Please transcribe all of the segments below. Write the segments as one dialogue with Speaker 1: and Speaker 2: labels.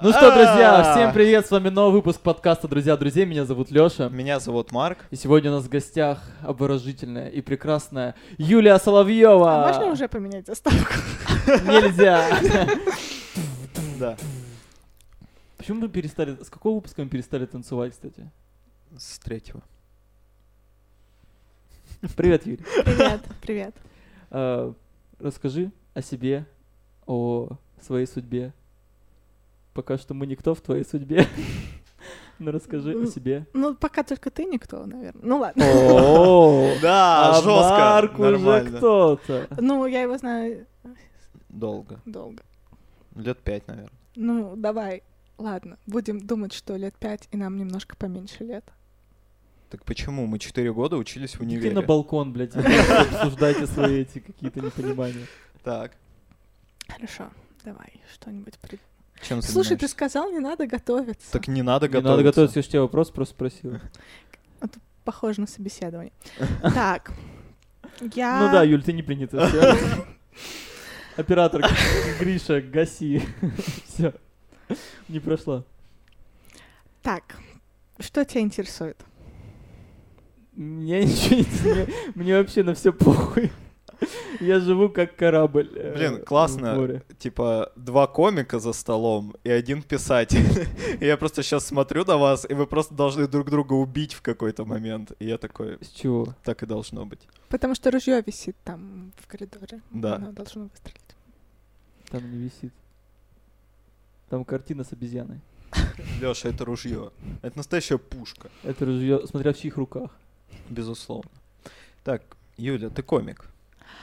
Speaker 1: Ну что,
Speaker 2: А.
Speaker 1: друзья, всем привет, с вами новый выпуск подкаста «Друзья друзей», меня зовут Лёша.
Speaker 2: Меня зовут Марк.
Speaker 1: И сегодня у нас в гостях обворожительная и прекрасная Юлия Соловьева.
Speaker 3: А можно уже поменять заставку?
Speaker 1: Нельзя.
Speaker 2: Да.
Speaker 1: Почему мы перестали, с какого выпуска мы перестали танцевать, кстати?
Speaker 2: С третьего.
Speaker 1: Привет, Юль.
Speaker 3: Привет, привет.
Speaker 1: Э, Расскажи о себе, о своей судьбе. Пока что мы никто в твоей судьбе. Ну расскажи о себе.
Speaker 3: Ну, пока только ты никто, наверное. Ну, ладно.
Speaker 1: О, а
Speaker 2: Да, жестко.
Speaker 1: Марк уже
Speaker 2: А, Нормально.
Speaker 1: кто-то.
Speaker 3: Ну, я его знаю
Speaker 2: Долго.
Speaker 3: долго.
Speaker 2: Лет пять, наверное.
Speaker 3: Ну, давай. Ладно, будем думать, что лет пять, и нам немножко поменьше лет.
Speaker 2: Так почему? Мы четыре года учились в
Speaker 1: Иди на
Speaker 2: универе.
Speaker 1: балкон, блядь, и обсуждайте свои эти какие-то непонимания.
Speaker 2: Так.
Speaker 3: Хорошо, давай что-нибудь прид-
Speaker 2: Чем
Speaker 3: Слушай, ты
Speaker 2: занимаешься?
Speaker 3: сказал, не надо готовиться.
Speaker 2: Так не надо
Speaker 1: Не
Speaker 2: готовиться.
Speaker 1: надо готовиться, я же тебя вопрос просто спросил.
Speaker 3: Похоже на собеседование. Так, я...
Speaker 1: Ну да, Юль, ты не принята. всё. Оператор Гриша, гаси. Все. Не прошла.
Speaker 3: Так, что тебя интересует?
Speaker 1: Меня ничего не... мне- Мне вообще на все похуй. Я живу как корабль. э,
Speaker 2: Блин,
Speaker 1: в
Speaker 2: классно.
Speaker 1: море.
Speaker 2: Типа два комика за столом и один писатель. И я просто сейчас смотрю на вас, и вы просто должны друг друга убить в какой-то момент. И я такой,
Speaker 1: С чего?
Speaker 2: так и должно быть.
Speaker 3: Потому что ружье висит там в коридоре.
Speaker 2: Да.
Speaker 3: Оно должно выстрелить.
Speaker 1: Там не висит. Там картина с обезьяной.
Speaker 2: Леша, это ружье. Это настоящая пушка.
Speaker 1: Это ружье, смотря в чьих руках.
Speaker 2: Безусловно. Так, Юля, ты комик.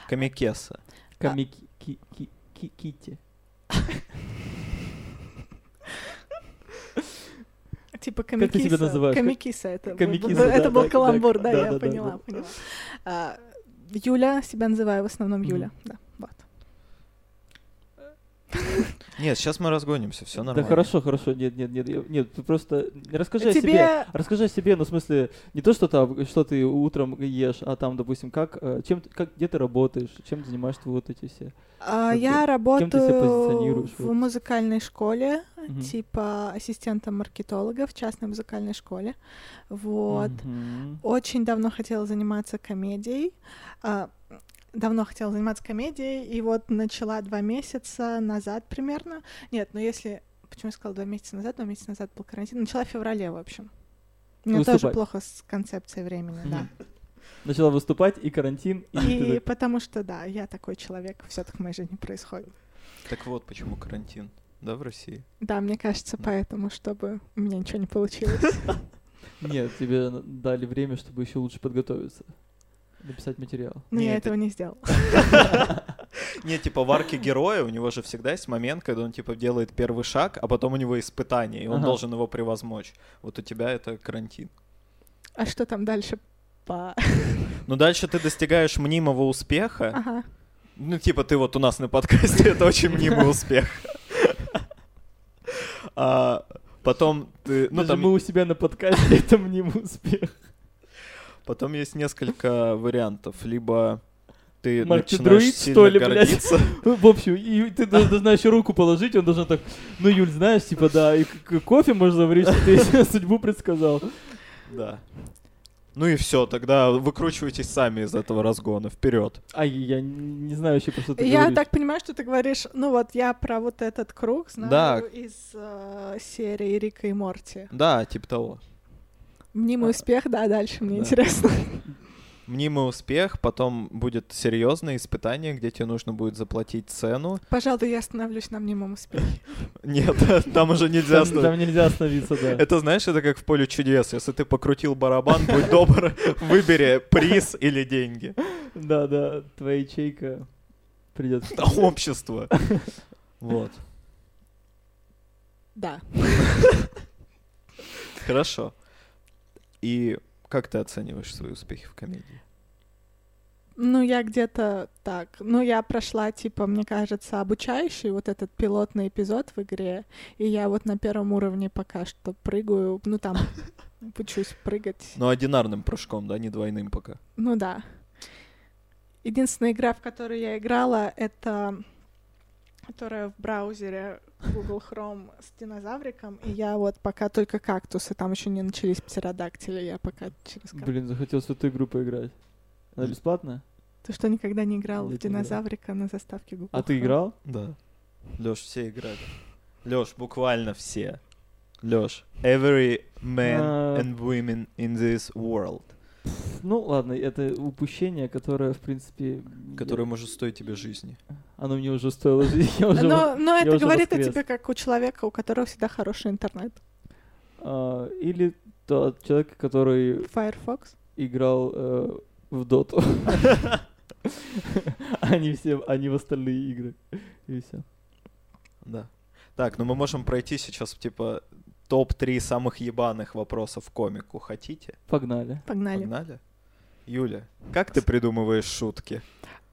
Speaker 2: Комикеса.
Speaker 1: Комики... ки- ки- ки- Китти.
Speaker 3: Типа
Speaker 1: ты
Speaker 3: комикиса.
Speaker 1: себя называешь? Как-
Speaker 3: Комикиса это. был-
Speaker 1: Комикиса,
Speaker 3: был- это
Speaker 1: да,
Speaker 3: был
Speaker 1: да,
Speaker 3: каламбур,
Speaker 1: да,
Speaker 3: да,
Speaker 1: да,
Speaker 3: я
Speaker 1: да, да,
Speaker 3: поняла,
Speaker 1: да.
Speaker 3: поняла. А, Юля, себя называю в основном Юля,
Speaker 1: Мгм.
Speaker 3: да, вот.
Speaker 2: Нет, сейчас мы разгонимся, все нормально.
Speaker 1: Да хорошо, хорошо, нет, нет, нет, я- нет, ты просто расскажи о
Speaker 3: Тебе-
Speaker 1: себе, расскажи о себе, ну в смысле не то, что там, что ты утром ешь, а там, допустим, как, э, чем, ты- как, где ты работаешь, чем занимаешься вот эти все.
Speaker 3: А,
Speaker 1: Как кем
Speaker 3: Я
Speaker 1: ты себя
Speaker 3: работаю
Speaker 1: позиционируешь,
Speaker 3: в
Speaker 1: вот?
Speaker 3: музыкальной школе,
Speaker 1: Мгм.
Speaker 3: типа ассистентом маркетолога в частной музыкальной школе, вот.
Speaker 1: Мгм.
Speaker 3: Очень давно хотела заниматься комедией. а, Давно хотела заниматься комедией, и вот начала два месяца назад примерно. Нет, ну если... Почему я сказала два месяца назад? Два месяца назад был карантин. Начала в феврале, в общем. У
Speaker 2: Ну,
Speaker 3: меня
Speaker 1: Выступать.
Speaker 3: тоже плохо с концепцией времени, да.
Speaker 1: Начала выступать и карантин, и, ты
Speaker 3: И
Speaker 1: так-
Speaker 3: потому что, да, я такой человек, все так в моей жизни происходит.
Speaker 2: Так вот, почему карантин, да, в России?
Speaker 3: Да, мне кажется,
Speaker 2: Да.
Speaker 3: поэтому, чтобы у меня ничего не получилось.
Speaker 1: нет, тебе на- дали время, чтобы еще лучше подготовиться, написать материал.
Speaker 3: Но
Speaker 2: Не,
Speaker 3: я
Speaker 2: это-
Speaker 3: этого не сделала.
Speaker 2: Не, типа в арке героя у него же всегда есть момент, когда он типа делает первый шаг, а потом у него испытание, и он
Speaker 1: Ага.
Speaker 2: должен его превозмочь. Вот у тебя это карантин.
Speaker 3: А что там дальше? По...
Speaker 2: Но Ну, дальше ты достигаешь мнимого успеха.
Speaker 3: Ага.
Speaker 2: Ну, типа ты вот у нас на подкасте, это очень мнимый успех. А потом ты... Ну,
Speaker 1: Даже
Speaker 2: там...
Speaker 1: мы у себя на подкасте это мне успех.
Speaker 2: Потом есть несколько вариантов. Либо ты
Speaker 1: Марк, ты
Speaker 2: начинаешь
Speaker 1: друид,
Speaker 2: сильно
Speaker 1: что ли, блядь?
Speaker 2: гордиться.
Speaker 1: В общем, и ты до- должна еще руку положить, он должен так, ну Юль, знаешь, типа да, и к- к- кофе можешь заварить, что ты себе судьбу предсказал.
Speaker 2: Да. Ну и все, тогда выкручивайтесь сами из этого разгона. Вперед.
Speaker 1: Ай, А я н- не знаю вообще, про что ты
Speaker 3: Я
Speaker 1: говоришь.
Speaker 3: так понимаю, что ты говоришь, ну вот я про вот этот круг знаю
Speaker 2: Да.
Speaker 3: из э, серии Рика и Морти.
Speaker 2: Да, типа того.
Speaker 3: Мнимый
Speaker 1: А.
Speaker 3: успех, да, дальше мне
Speaker 1: Да.
Speaker 3: интересно.
Speaker 2: Мнимый успех, потом будет серьезное испытание, где тебе нужно будет заплатить цену.
Speaker 3: Пожалуй, я остановлюсь на мнимом успехе.
Speaker 2: Нет, там уже нельзя
Speaker 1: Там-
Speaker 2: остановиться.
Speaker 1: Там нельзя остановиться, да.
Speaker 2: Это, знаешь, это как в поле чудес. Если ты покрутил барабан, будь добр, выбери приз или деньги.
Speaker 1: Да, да, твоя ячейка придет.
Speaker 2: Общество. Вот.
Speaker 3: Да.
Speaker 2: Хорошо. И как ты оцениваешь свои успехи в комедии?
Speaker 3: Ну, я где-то так. Ну, я прошла, типа, мне кажется, обучающий вот этот пилотный эпизод в игре. И я вот на первом уровне пока что прыгаю. Ну, там, учусь прыгать.
Speaker 2: Ну, одинарным прыжком, да, не двойным пока.
Speaker 3: Ну да. Единственная игра, в которую я играла, это которая в браузере Google Chrome с динозавриком, и я вот пока только кактусы, там еще не начались птеродактили, я пока через... кар-
Speaker 1: Блин, захотелось в эту игру поиграть. Она
Speaker 2: Бл-
Speaker 1: бесплатная?
Speaker 3: Ты что, никогда не играл в
Speaker 1: Нет, не играл.
Speaker 3: динозаврика на заставке Google
Speaker 1: А ты
Speaker 3: Chrome?
Speaker 1: играл?
Speaker 2: Да. Лёш, все играли. Лёш, буквально все. Лёш, every man
Speaker 1: А.
Speaker 2: and women in this world,
Speaker 1: Ну ладно, это упущение, которое, в принципе... я-
Speaker 2: который может стоить тебе жизни.
Speaker 1: Оно мне уже стоило жизни. Я уже...
Speaker 3: Но, но Ну, это
Speaker 1: уже
Speaker 3: говорит о
Speaker 1: воскрес.
Speaker 3: тебе как у человека, у которого всегда хороший интернет.
Speaker 1: а, Или тот человек, который
Speaker 3: Firefox.
Speaker 1: играл э, в доту. Они все, они в остальные игры. И все.
Speaker 2: Да. Так, ну мы можем пройти сейчас, типа, топ-3 самых ебаных вопросов комику. Хотите?
Speaker 1: Погнали.
Speaker 3: Погнали.
Speaker 2: Погнали? Юля, как ты придумываешь шутки?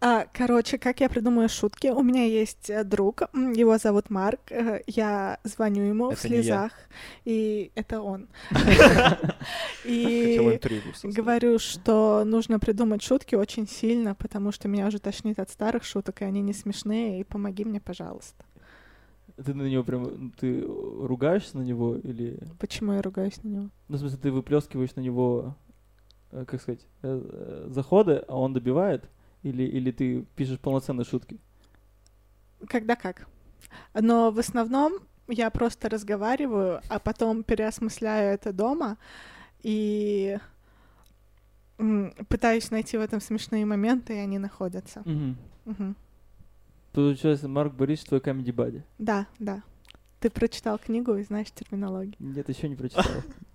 Speaker 3: А, короче, как я придумаю шутки? У меня есть э, друг, м, его зовут Марк. э, Я звоню ему в
Speaker 2: Это не я.
Speaker 3: слезах, и это он.
Speaker 2: Хотел
Speaker 3: И
Speaker 2: интригу создать.
Speaker 3: говорю, что нужно придумать шутки очень сильно, потому что меня уже тошнит от старых шуток, и они не смешные, и помоги мне, пожалуйста.
Speaker 1: Ты на него прям... Ты ругаешься на него или...
Speaker 3: Почему я ругаюсь на него?
Speaker 1: Ну, в смысле, ты выплескиваешь на него, э, как сказать, э, э, заходы, а он добивает? Или, или ты пишешь полноценные шутки?
Speaker 3: Когда как. Но в основном я просто разговариваю, а потом переосмысляю это дома и м, пытаюсь найти в этом смешные моменты, и они находятся. Мгм.
Speaker 1: Получается, Марк Борисович твой камеди бади.
Speaker 3: Да, да. Ты прочитал книгу и знаешь терминологию.
Speaker 1: Нет, еще не прочитал.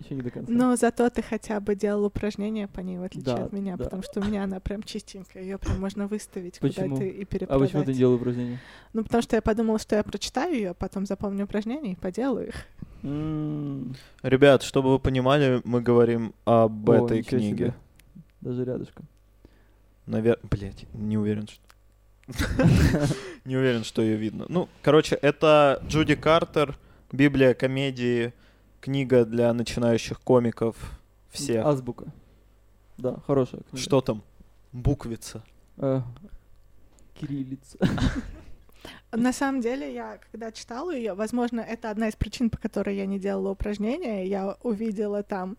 Speaker 1: Еще не до конца.
Speaker 3: Но зато ты хотя бы делал упражнения по ней, в отличие
Speaker 1: Да,
Speaker 3: от меня,
Speaker 1: да.
Speaker 3: потому что у меня она прям чистенькая, ее прям можно выставить
Speaker 1: Почему?
Speaker 3: куда-то и
Speaker 1: а
Speaker 3: перепродать.
Speaker 1: почему ты не делал упражнения?
Speaker 3: Ну, потому что я подумала, что я прочитаю ее, потом запомню упражнения и поделаю их.
Speaker 1: М,
Speaker 2: Ребят, чтобы вы понимали, мы говорим об
Speaker 1: о,
Speaker 2: этой
Speaker 1: ничего
Speaker 2: книге.
Speaker 1: себе. Даже рядышком.
Speaker 2: Наверное, блять, не уверен, что... Не уверен, что ее видно. Ну, короче, это Джуди Картер, Библия комедии, книга для начинающих комиков. Все.
Speaker 1: Азбука. Да, хорошая книга.
Speaker 2: Что там? Буквица.
Speaker 1: Э, кириллица.
Speaker 3: На самом деле, я когда читала ее, возможно, это одна из причин, по которой я не делала упражнения. Я увидела там,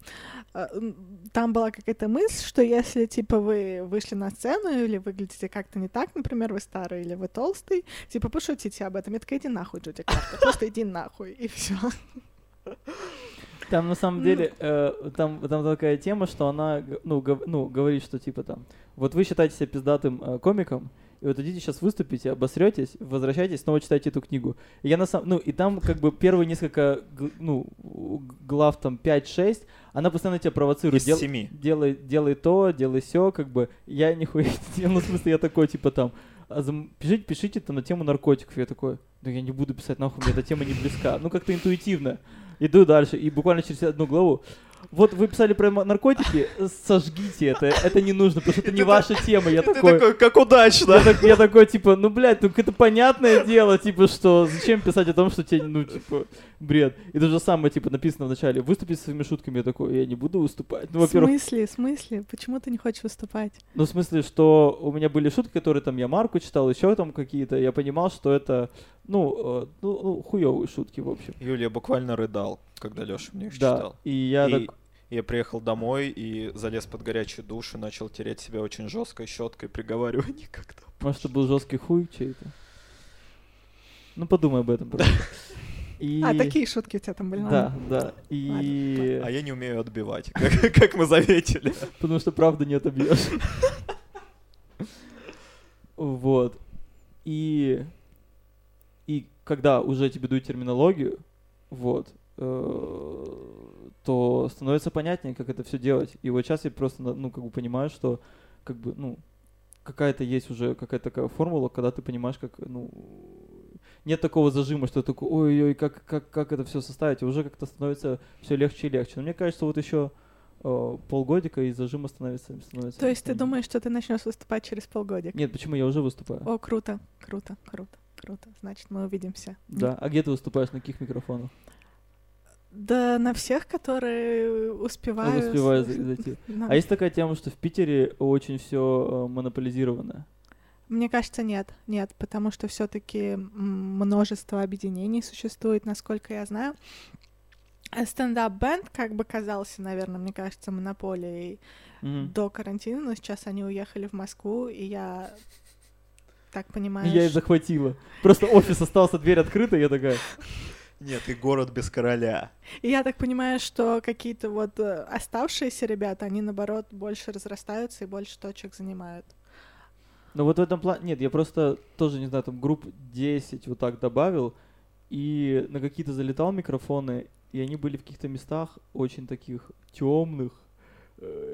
Speaker 3: э, м, там была какая-то мысль, что если типа вы вышли на сцену или выглядите как-то не так, например, вы старый или вы толстый, типа пошутите об этом. Я такая, иди нахуй, Джуди Картер, просто иди нахуй, и все.
Speaker 1: Там на самом
Speaker 3: Ну.
Speaker 1: деле э, там, там такая тема, что она г- ну, гов- ну, говорит, что типа там, вот вы считаете себя пиздатым э, комиком, и вот идите сейчас выступите, обосретесь, возвращайтесь, снова читайте эту книгу. И я на самом, ну и там как бы первые несколько гл- ну у- глав там 5-6, она постоянно тебя провоцирует.
Speaker 2: Из
Speaker 1: дел-
Speaker 2: семи.
Speaker 1: делай, делай то, делай все, как бы. Я нихуя не делал, ну, в смысле, я такой, типа, там, а зам- пишите, пишите там на тему наркотиков. Я такой, да я не буду писать, нахуй, мне эта тема не близка. Ну, как-то интуитивно. Иду дальше, и буквально через одну главу. Вот вы писали про ма- наркотики, сожгите это, это не нужно, потому что это не ваша тема. Я
Speaker 2: Ты
Speaker 1: такой,
Speaker 2: такой, как удачно.
Speaker 1: я, так- я такой, типа, ну, блядь, ну, это понятное дело, типа, что зачем писать о том, что тебе, ну, типа, бред. И то же самое, типа, написано в начале, выступи со своими шутками. Я такой, я не буду выступать. Ну,
Speaker 3: В
Speaker 1: во-первых,
Speaker 3: смысле, в смысле? Почему ты не хочешь выступать?
Speaker 1: ну, в смысле, что у меня были шутки, которые там я Марку читал, еще там какие-то. Я понимал, что это, ну, э, ну, ну, хуёвые шутки, в общем.
Speaker 2: Юля буквально рыдал, когда Леша мне их
Speaker 1: да.
Speaker 2: читал.
Speaker 1: И я
Speaker 2: И
Speaker 1: так.
Speaker 2: Я приехал домой и залез под горячий душ и начал тереть себя очень жесткой щеткой, приговаривая никогда.
Speaker 1: Может, это был жесткий хуй чей-то. Ну, подумай об этом просто. И...
Speaker 3: А, такие шутки у тебя там были.
Speaker 1: Да,
Speaker 3: ладно.
Speaker 1: да. И...
Speaker 2: А я не умею отбивать, как, как мы заметили.
Speaker 1: Потому что правда не отобьешь. Вот. И... И когда уже тебе дают терминологию, вот, э, то становится понятнее, как это все делать. И вот сейчас я просто, на- ну, как бы понимаю, что, как бы, ну, какая-то есть уже какая-то такая формула, когда ты понимаешь, как, ну, нет такого зажима, что ты такой, ой-ой, как, как, как это все составить, и уже как-то становится все легче и легче. Но мне кажется, вот еще э, полгодика и зажима становится, становится.
Speaker 3: То есть ты
Speaker 1: меньше.
Speaker 3: думаешь, что ты начнешь выступать через полгодика?
Speaker 1: Нет, почему я уже выступаю?
Speaker 3: О, круто, круто, круто, круто. Значит, мы увидимся.
Speaker 1: Да. А где ты выступаешь? На каких микрофонах?
Speaker 3: Да, на всех, которые успевают.
Speaker 1: Я успеваю Ну, за- А зайти.
Speaker 3: Ну,
Speaker 1: э, А есть такая тема, что в Питере очень все монополизировано.
Speaker 3: Мне кажется, нет, нет, потому что все-таки множество объединений существует, насколько я знаю. А Стендап-бенд как бы казался, наверное, мне кажется, монополией
Speaker 1: Мгм.
Speaker 3: до карантина, но сейчас они уехали в Москву, и я так понимаю,
Speaker 1: Я их
Speaker 3: что-
Speaker 1: захватила. Просто офис остался, дверь открыта, и я такая.
Speaker 2: Нет, и город без короля.
Speaker 3: И я так понимаю, что какие-то вот э, оставшиеся ребята, они наоборот больше разрастаются и больше точек занимают.
Speaker 1: Ну вот в этом плане... Нет, я просто тоже, не знаю, там групп 10 вот так добавил, и на какие-то залетал микрофоны, и они были в каких-то местах очень таких темных,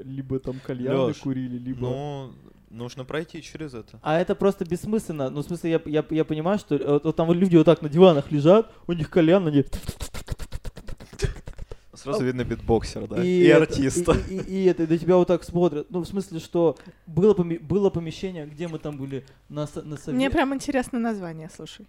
Speaker 1: либо там кальяны
Speaker 2: Лёш,
Speaker 1: курили, либо...
Speaker 2: Ну, нужно пройти через это.
Speaker 1: А это просто бессмысленно. Ну, в смысле, я, я, я понимаю, что э, вот, вот там вот люди вот так на диванах лежат, у них кальян, они...
Speaker 2: Сразу видно битбоксер, да, и,
Speaker 1: это-
Speaker 2: артиста.
Speaker 1: И, и- и это, и на тебя вот так смотрят. Ну, в смысле, что было, поме- было помещение, где мы там были на, со- на сове-
Speaker 3: Мне прям интересно название, слушай.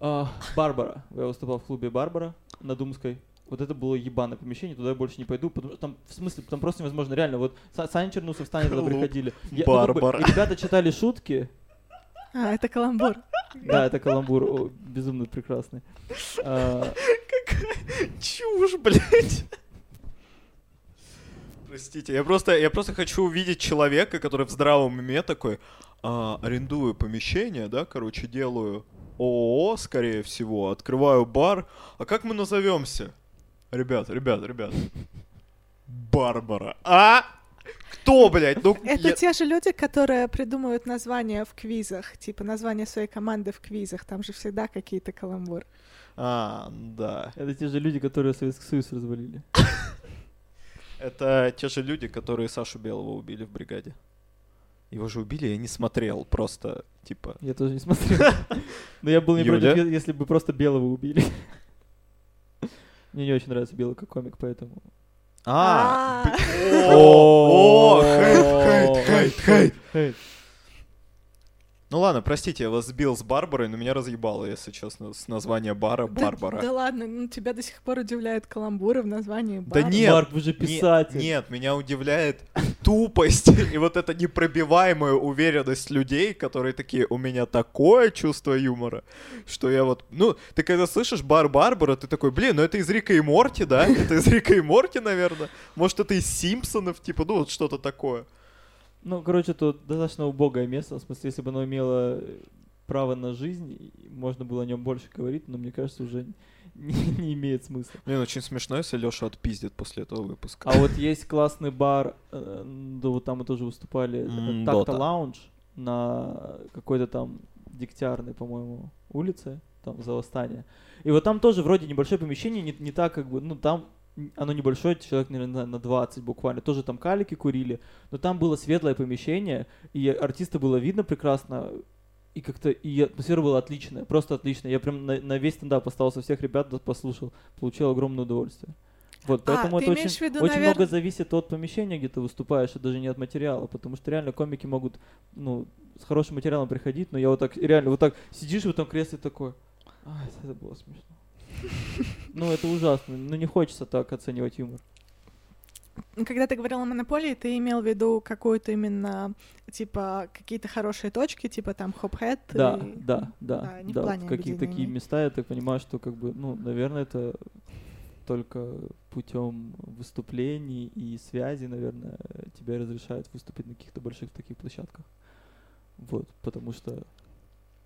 Speaker 1: А, Барбара. Я выступал в клубе Барбара на Думской. Вот это было ебаное помещение, туда я больше не пойду, потому что там, в смысле, там просто невозможно, реально, вот Са- Саня Чернусов, Саня туда
Speaker 2: Клуб
Speaker 1: приходили. Я- ну, как бы,
Speaker 2: Барбара.
Speaker 1: и ребята читали шутки,
Speaker 3: А, это каламбур.
Speaker 1: Ну, да, это каламбур, о, безумно прекрасный. А,
Speaker 2: Чушь, блядь. Простите, я просто, я просто хочу увидеть человека, который в здравом уме такой, «А, арендую помещение, да, короче, делаю ООО, скорее всего, открываю бар. А как мы назовемся? Ребят, ребят, ребят. Барбара. А? Кто, блядь? Ну,
Speaker 3: Это
Speaker 2: я-
Speaker 3: те же люди, которые придумывают названия в квизах, типа название своей команды в квизах, там же всегда какие-то каламбур.
Speaker 2: А, да.
Speaker 1: это те же люди, которые Советский Союз развалили.
Speaker 2: Это те же люди, которые Сашу Белого убили в бригаде. Его же убили, я не смотрел, просто, типа...
Speaker 1: Я тоже не смотрел. Но я был не
Speaker 2: Юля?
Speaker 1: против, е- если бы просто Белого убили. Мне не очень нравится Белый как комик, поэтому...
Speaker 2: А!
Speaker 3: А.
Speaker 2: б- О! О! Хейт, хейт, хейт, хейт!
Speaker 1: хейт.
Speaker 2: Ну ладно, простите, я вас сбил с Барбарой, но меня разъебало, если честно, с названия бара
Speaker 3: Да- Да,
Speaker 2: Барбара.
Speaker 3: ладно, ну тебя до сих пор удивляют каламбуры в названии
Speaker 2: Да
Speaker 3: бара.
Speaker 2: Нет,
Speaker 1: Марк, вы же
Speaker 2: Не-
Speaker 1: писатель.
Speaker 2: Нет, меня удивляет тупость и вот эта непробиваемая уверенность людей, которые такие, у меня такое чувство юмора, что я вот... Ну, ты когда слышишь Бар Барбара, ты такой, блин, ну это из Рика и Морти, да? Это из Рика и Морти, наверное. Может, это из Симпсонов, типа, ну вот что-то такое.
Speaker 1: Ну, короче, тут достаточно убогое место. В смысле, если бы оно имело э, право на жизнь, и можно было о нем больше говорить, но мне кажется, уже не, не имеет смысла.
Speaker 2: Блин, очень смешно, если Лёша отпиздит после этого выпуска.
Speaker 1: А вот есть классный бар, э, да вот там мы тоже выступали,
Speaker 2: М,
Speaker 1: это Такта
Speaker 2: Дота.
Speaker 1: Лаунж на какой-то там дегтярной, по-моему, улице, там за восстание. И вот там тоже вроде небольшое помещение, не, не так как бы, ну там н- оно небольшое, человек, наверное, на 20 буквально. Тоже там калики курили, но там было светлое помещение, и артиста было видно прекрасно, и как-то и атмосфера была отличная, просто отличная. Я прям на, на весь стендап остался, всех ребят да, послушал, получил огромное удовольствие. Вот,
Speaker 3: А,
Speaker 1: поэтому
Speaker 3: ты
Speaker 1: это
Speaker 3: имеешь
Speaker 1: очень,
Speaker 3: в виду,
Speaker 1: очень
Speaker 3: наверно-
Speaker 1: много зависит от помещения, где ты выступаешь, и даже не от материала, потому что реально комики могут, ну, с хорошим материалом приходить, но я вот так, реально, вот так сидишь в этом кресле такой, ай, это было смешно. Ну, это ужасно, ну, не хочется так оценивать юмор.
Speaker 3: Когда ты говорил о монополии, ты имел в виду какую-то именно, типа, какие-то хорошие точки, типа там хоп-хэт?
Speaker 1: Да,
Speaker 3: и-
Speaker 1: да, да,
Speaker 3: да, не в
Speaker 1: да. вот
Speaker 3: плане
Speaker 1: Какие такие
Speaker 3: объединений.
Speaker 1: места, я так понимаю, что как бы, ну, наверное, это только путем выступлений и связи, наверное, тебе разрешают выступить на каких-то больших таких площадках. Вот, потому что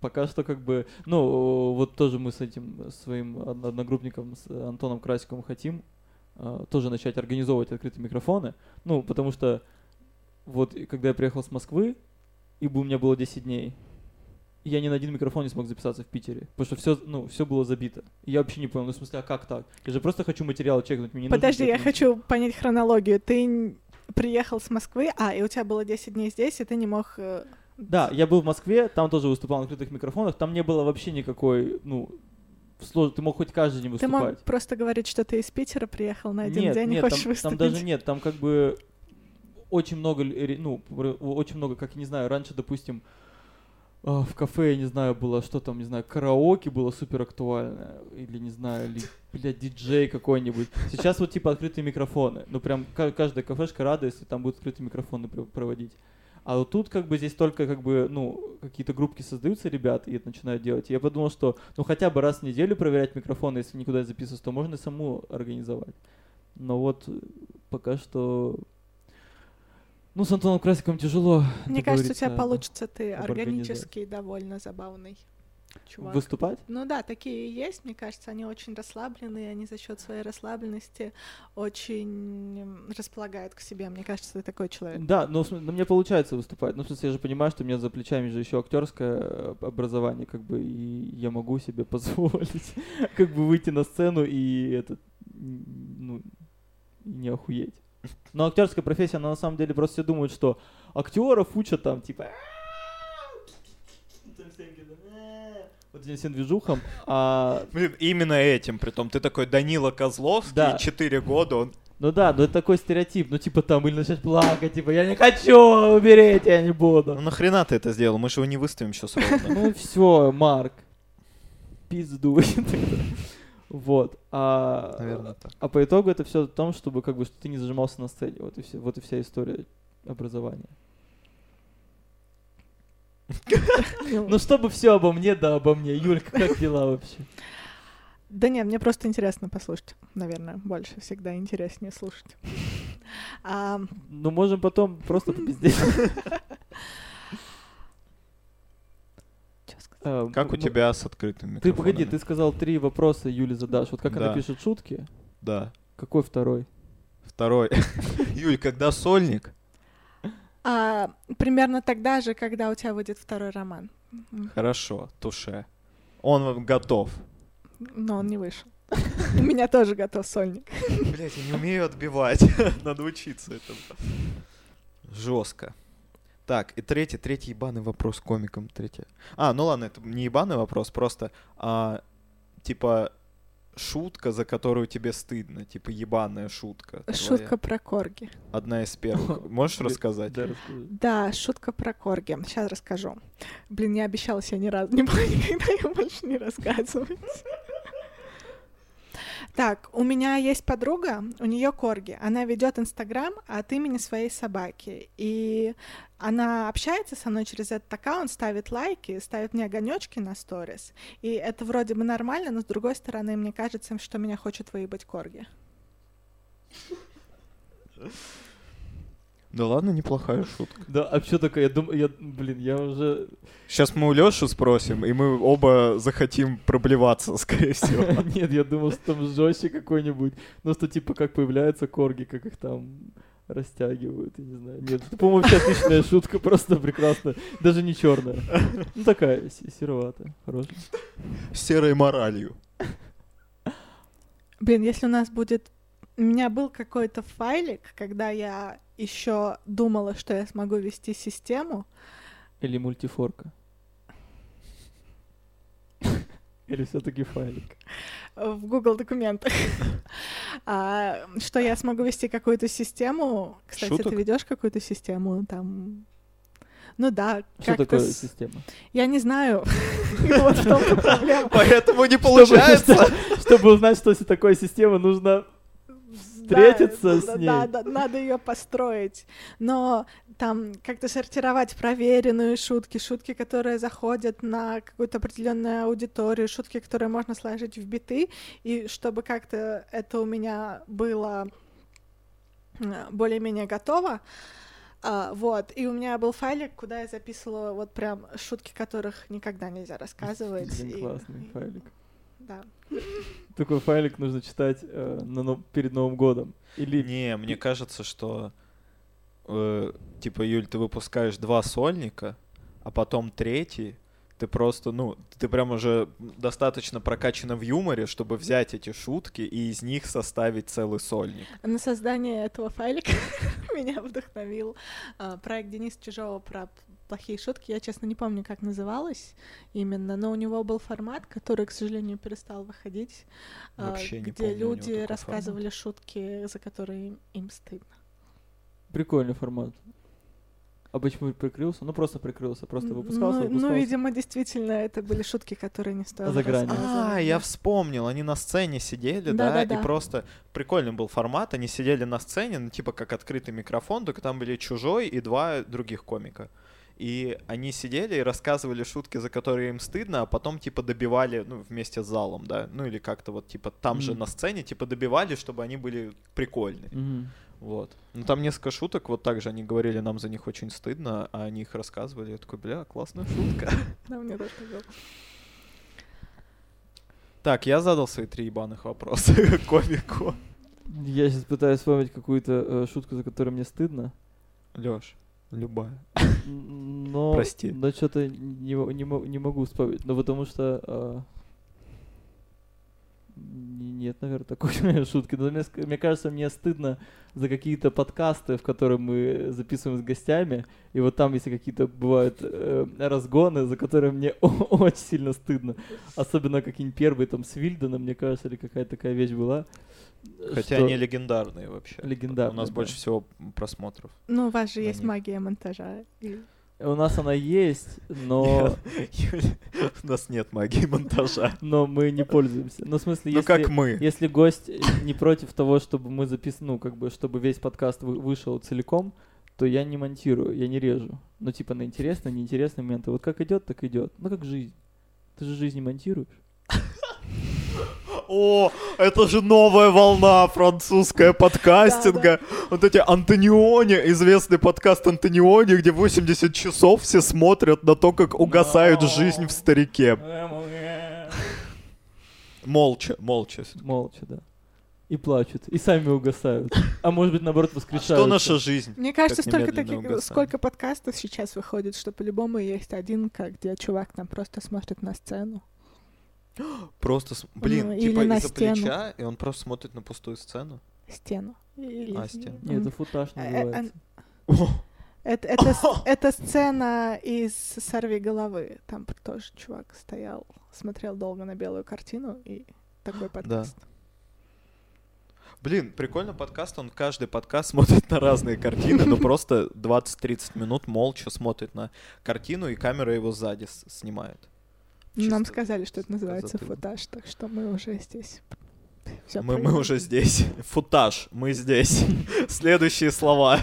Speaker 1: пока что как бы, ну, вот тоже мы с этим своим од- одногруппником, с Антоном Красиком хотим э, тоже начать организовывать открытые микрофоны, ну, потому что вот и когда я приехал с Москвы, и бы у меня было 10 дней, я ни на один микрофон не смог записаться в Питере, потому что все, ну, все было забито. И я вообще не понял, ну, в смысле, а как так? Я же просто хочу материал чекнуть, мне не нужно
Speaker 3: Подожди, я
Speaker 1: чекнуть.
Speaker 3: хочу понять хронологию. Ты н- приехал с Москвы, а, и у тебя было 10 дней здесь, и ты не мог... э,
Speaker 1: Да, я был в Москве, там тоже выступал на открытых микрофонах, там не было вообще никакой, ну, слож... ты мог хоть каждый день
Speaker 3: Ты мог
Speaker 1: выступать.
Speaker 3: просто говорить, что ты из Питера приехал на один
Speaker 1: нет,
Speaker 3: день и
Speaker 1: нет,
Speaker 3: хочешь
Speaker 1: там, там
Speaker 3: выступить.
Speaker 1: даже нет, там как бы очень много, ль- ре- ну, пр- очень много, как я не знаю, раньше, допустим, а, в кафе, я не знаю, было что там, не знаю, караоке было супер актуально, или не знаю, или, блядь, диджей какой-нибудь. Сейчас вот типа открытые микрофоны, ну прям ка- каждая кафешка рада, если там будут открытые микрофоны пр- проводить. А вот тут как бы здесь только как бы, ну, какие-то группки создаются ребят и это начинают делать. И я подумал, что ну хотя бы раз в неделю проверять микрофон, если никуда не записываться, то можно и саму организовать. Но вот э, пока что... Ну, с Антоном Красиком тяжело.
Speaker 3: Мне кажется, у тебя
Speaker 1: договориться
Speaker 3: получится, ты
Speaker 1: об организации.
Speaker 3: органический, довольно забавный чувак.
Speaker 1: Выступать?
Speaker 3: Ну да, такие и есть, мне кажется, они очень расслабленные, они за счет своей расслабленности очень м, располагают к себе. Мне кажется, ты такой человек.
Speaker 1: Да, но, в см- но мне получается выступать. Ну, в смысле, я же понимаю, что у меня за плечами же еще актерское э, образование, как бы, и я могу себе позволить как бы выйти на сцену и это, м, ну, не охуеть. Но актерская профессия, она на самом деле просто все думают, что актеров учат там, типа... там всякие, да, «Э!» Вот этим всем движухам, а
Speaker 2: Блин, именно этим, притом ты такой Данила Козловский,
Speaker 1: Да.
Speaker 2: 4 года, он
Speaker 1: Ну да, ну это такой стереотип, ну типа там, или начать плакать, типа я не хочу, умереть я не буду.
Speaker 2: Ну нахрена ты это сделал? Мы же его не выставим сейчас ровно.
Speaker 1: Ну все, Марк, пизду. Вот. А,
Speaker 2: Наверное, так.
Speaker 1: а по итогу это все в том, чтобы как бы что ты не зажимался на сцене. Вот и, все, вот и вся история образования. Ну чтобы все обо мне, да обо мне. Юлька, как дела вообще?
Speaker 3: Да нет, мне просто интересно послушать, наверное, больше всегда интереснее слушать. А,
Speaker 1: Ну можем потом просто попиздеть.
Speaker 3: чё сказать?
Speaker 1: Эм,
Speaker 2: Как у
Speaker 1: ну,
Speaker 2: тебя с открытым
Speaker 1: Ты
Speaker 2: микрофоном?
Speaker 1: погоди, ты сказал три вопроса Юле задашь. Вот как она
Speaker 2: Да.
Speaker 1: пишет шутки?
Speaker 2: Да.
Speaker 1: Какой второй?
Speaker 2: Второй. Юль, когда сольник?
Speaker 3: А, примерно тогда же, когда у тебя выйдет второй роман. М,
Speaker 2: Хорошо, туше. Он вам готов.
Speaker 3: Но он не вышел. У меня тоже готов сольник.
Speaker 2: Блять, я не умею отбивать. Надо учиться этому. Жестко. Так, и третий, третий ебаный вопрос комиком. Третий. А, ну ладно, это не ебаный вопрос, просто а, типа шутка, за которую тебе стыдно, типа ебаная шутка. твоя.
Speaker 3: Шутка про корги.
Speaker 2: Одна из первых. Можешь
Speaker 1: Блин,
Speaker 2: рассказать?
Speaker 1: Да, расскажи.
Speaker 3: Да, шутка про корги. Сейчас расскажу. Блин, не обещала себе ни разу, не буду никогда ее больше не рассказывать. Так, у меня есть подруга, у нее корги. Она ведет Инстаграм от имени своей собаки. И она общается со мной через этот аккаунт, ставит лайки, ставит мне огонечки на сторис. И это вроде бы нормально, но с другой стороны, мне кажется, что меня хочет выебать корги.
Speaker 2: Да ладно, неплохая шутка.
Speaker 1: Да, а что такое? Я думаю, я, блин, я уже...
Speaker 2: Сейчас мы у Лёши спросим, и мы оба захотим проблеваться, скорее всего.
Speaker 1: Нет, я думал, что там жестче какой-нибудь. Ну, что типа, как появляются корги, как их там растягивают, я не знаю. Нет, это, по-моему, вообще отличная шутка, просто прекрасная. Даже не черная. Ну, такая се- сероватая, хорошая.
Speaker 2: Серой моралью.
Speaker 3: Блин, если у нас будет... У меня был какой-то файлик, когда я еще думала, что я смогу вести систему.
Speaker 1: Или мультифорка. Или все-таки файлик.
Speaker 3: э, в Google документах, А, что я смогу вести какую-то систему. Кстати,
Speaker 2: Шуток?
Speaker 3: ты ведешь какую-то систему там? Ну да,
Speaker 1: Что
Speaker 3: как-то...
Speaker 1: такое
Speaker 3: с-
Speaker 1: система?
Speaker 3: Я не знаю. Вот в том проблема.
Speaker 2: Поэтому не
Speaker 1: Чтобы-
Speaker 2: получается.
Speaker 1: что- Чтобы узнать, что с- такое система, нужно... Встретиться
Speaker 3: Да,
Speaker 1: с
Speaker 3: да,
Speaker 1: ней.
Speaker 3: да, да, надо ее построить. Но там как-то сортировать проверенные шутки, шутки, которые заходят на какую-то определенную аудиторию, шутки, которые можно сложить в биты, и чтобы как-то это у меня было э, более-менее готово. А, вот, и у меня был файлик, куда я записывала вот прям шутки, которых никогда нельзя рассказывать.
Speaker 1: Блин,
Speaker 3: и-
Speaker 1: классный файлик.
Speaker 3: Да.
Speaker 1: Такой файлик нужно читать э, на но- перед Новым годом. Или
Speaker 2: Не, мне кажется, что э, типа, Юль, ты выпускаешь два сольника, а потом третий. Ты просто, ну, ты прям уже достаточно прокачана в юморе, чтобы взять эти шутки и из них составить целый сольник.
Speaker 3: На создание этого файлика меня вдохновил а, проект Дениса Чижова про п- плохие шутки. Я, честно, не помню, как называлось именно, но у него был формат, который, к сожалению, перестал выходить, а,
Speaker 2: Вообще не
Speaker 3: где
Speaker 2: помню у него
Speaker 3: люди
Speaker 2: такой
Speaker 3: рассказывали шутки, за которые им, им стыдно.
Speaker 1: прикольный формат. А почему прикрылся? Ну, просто прикрылся, просто
Speaker 3: Н-
Speaker 1: выпускался,
Speaker 3: ну, ну,
Speaker 1: выпускался.
Speaker 3: видимо, действительно, это были шутки, которые не стоило
Speaker 1: За гранью.
Speaker 3: рассказывать.
Speaker 2: А, я вспомнил, они на сцене сидели, да,
Speaker 3: Да-да-да.
Speaker 2: и просто прикольный был формат, они сидели на сцене, ну, типа как открытый микрофон, только там были Чужой и два других комика. И они сидели и рассказывали шутки, за которые им стыдно, а потом типа добивали, ну, вместе с залом, да, ну или как-то вот типа там же
Speaker 1: Мгм.
Speaker 2: на сцене, типа добивали, чтобы они были прикольные.
Speaker 1: Мгм.
Speaker 2: Вот. Ну там несколько шуток, вот так же они говорили, нам за них очень стыдно, а они их рассказывали. Я такой, бля, классная шутка.
Speaker 3: Да, мне тоже так было.
Speaker 2: Так, я задал свои три ебаных вопроса к комику.
Speaker 1: Я сейчас пытаюсь вспомнить какую-то э, шутку, за которую мне стыдно.
Speaker 2: Лёш, любая.
Speaker 1: н- Но,
Speaker 2: Прости.
Speaker 1: Но что-то не, мо- не, мо- не могу вспомнить. Ну, потому что... э, н- нет, наверное, такой шутки. Но мне, ск- мне кажется, мне стыдно за какие-то подкасты, в которые мы записываем с гостями. И вот там, если какие-то бывают э, разгоны, за которые мне о- очень сильно стыдно. Особенно какие-нибудь первые там с Вильденом, мне кажется, или какая-то такая вещь была.
Speaker 2: Хотя
Speaker 1: что-
Speaker 2: они легендарные вообще.
Speaker 1: Легендарные,
Speaker 2: У нас
Speaker 1: да.
Speaker 2: больше всего просмотров.
Speaker 3: Ну, у вас же
Speaker 2: На
Speaker 3: есть
Speaker 2: них.
Speaker 3: магия монтажа. и-
Speaker 1: У нас она есть, но,
Speaker 2: Юля, У нас нет магии монтажа.
Speaker 1: но мы не пользуемся. Ну, в смысле,
Speaker 2: Ну
Speaker 1: если,
Speaker 2: как мы.
Speaker 1: если гость э, не против того, чтобы мы записали, ну, как бы, чтобы весь подкаст вы- вышел целиком, то я не монтирую, я не режу. Ну, типа, на интересные, неинтересные моменты. Вот как идет, так идет. Ну, как жизнь. Ты же жизнь не монтируешь.
Speaker 2: О, это же новая волна французская подкастинга. Вот эти Антониони, известный подкаст Антониони, где 80 часов все смотрят на то, как угасает
Speaker 1: Но.
Speaker 2: жизнь в старике. Молча, молча.
Speaker 1: Молча, да. И плачут, и сами угасают. А может быть, наоборот,
Speaker 2: А
Speaker 1: воскрешают.
Speaker 2: что наша жизнь?
Speaker 3: Мне кажется,
Speaker 2: Как
Speaker 3: столько
Speaker 2: немедленно
Speaker 3: таких,
Speaker 2: угасание.
Speaker 3: сколько подкастов сейчас выходит, что по-любому есть один, как где чувак там просто смотрит на сцену.
Speaker 2: Просто, с- блин,
Speaker 3: Ну, или
Speaker 2: типа
Speaker 3: на
Speaker 2: из-за
Speaker 3: стену.
Speaker 2: плеча, и он просто смотрит на пустую сцену.
Speaker 3: Стену. Или-
Speaker 2: А, стену.
Speaker 1: Нет, это футаж
Speaker 3: Э, э,
Speaker 1: называется.
Speaker 3: Это, это, с- это сцена из «Сорви головы». Там тоже чувак стоял, смотрел долго на белую картину и такой подкаст.
Speaker 2: Блин, прикольно подкаст, он каждый подкаст смотрит на разные картины, но просто 20-30 минут молча смотрит на картину, и камера его сзади с- снимает.
Speaker 3: Нам
Speaker 2: Чисто
Speaker 3: сказали, что это называется
Speaker 2: затылок.
Speaker 3: футаж, так что мы уже здесь. Всё
Speaker 2: Мы, мы
Speaker 3: правильно.
Speaker 2: уже здесь. Футаж, мы здесь. Следующие слова.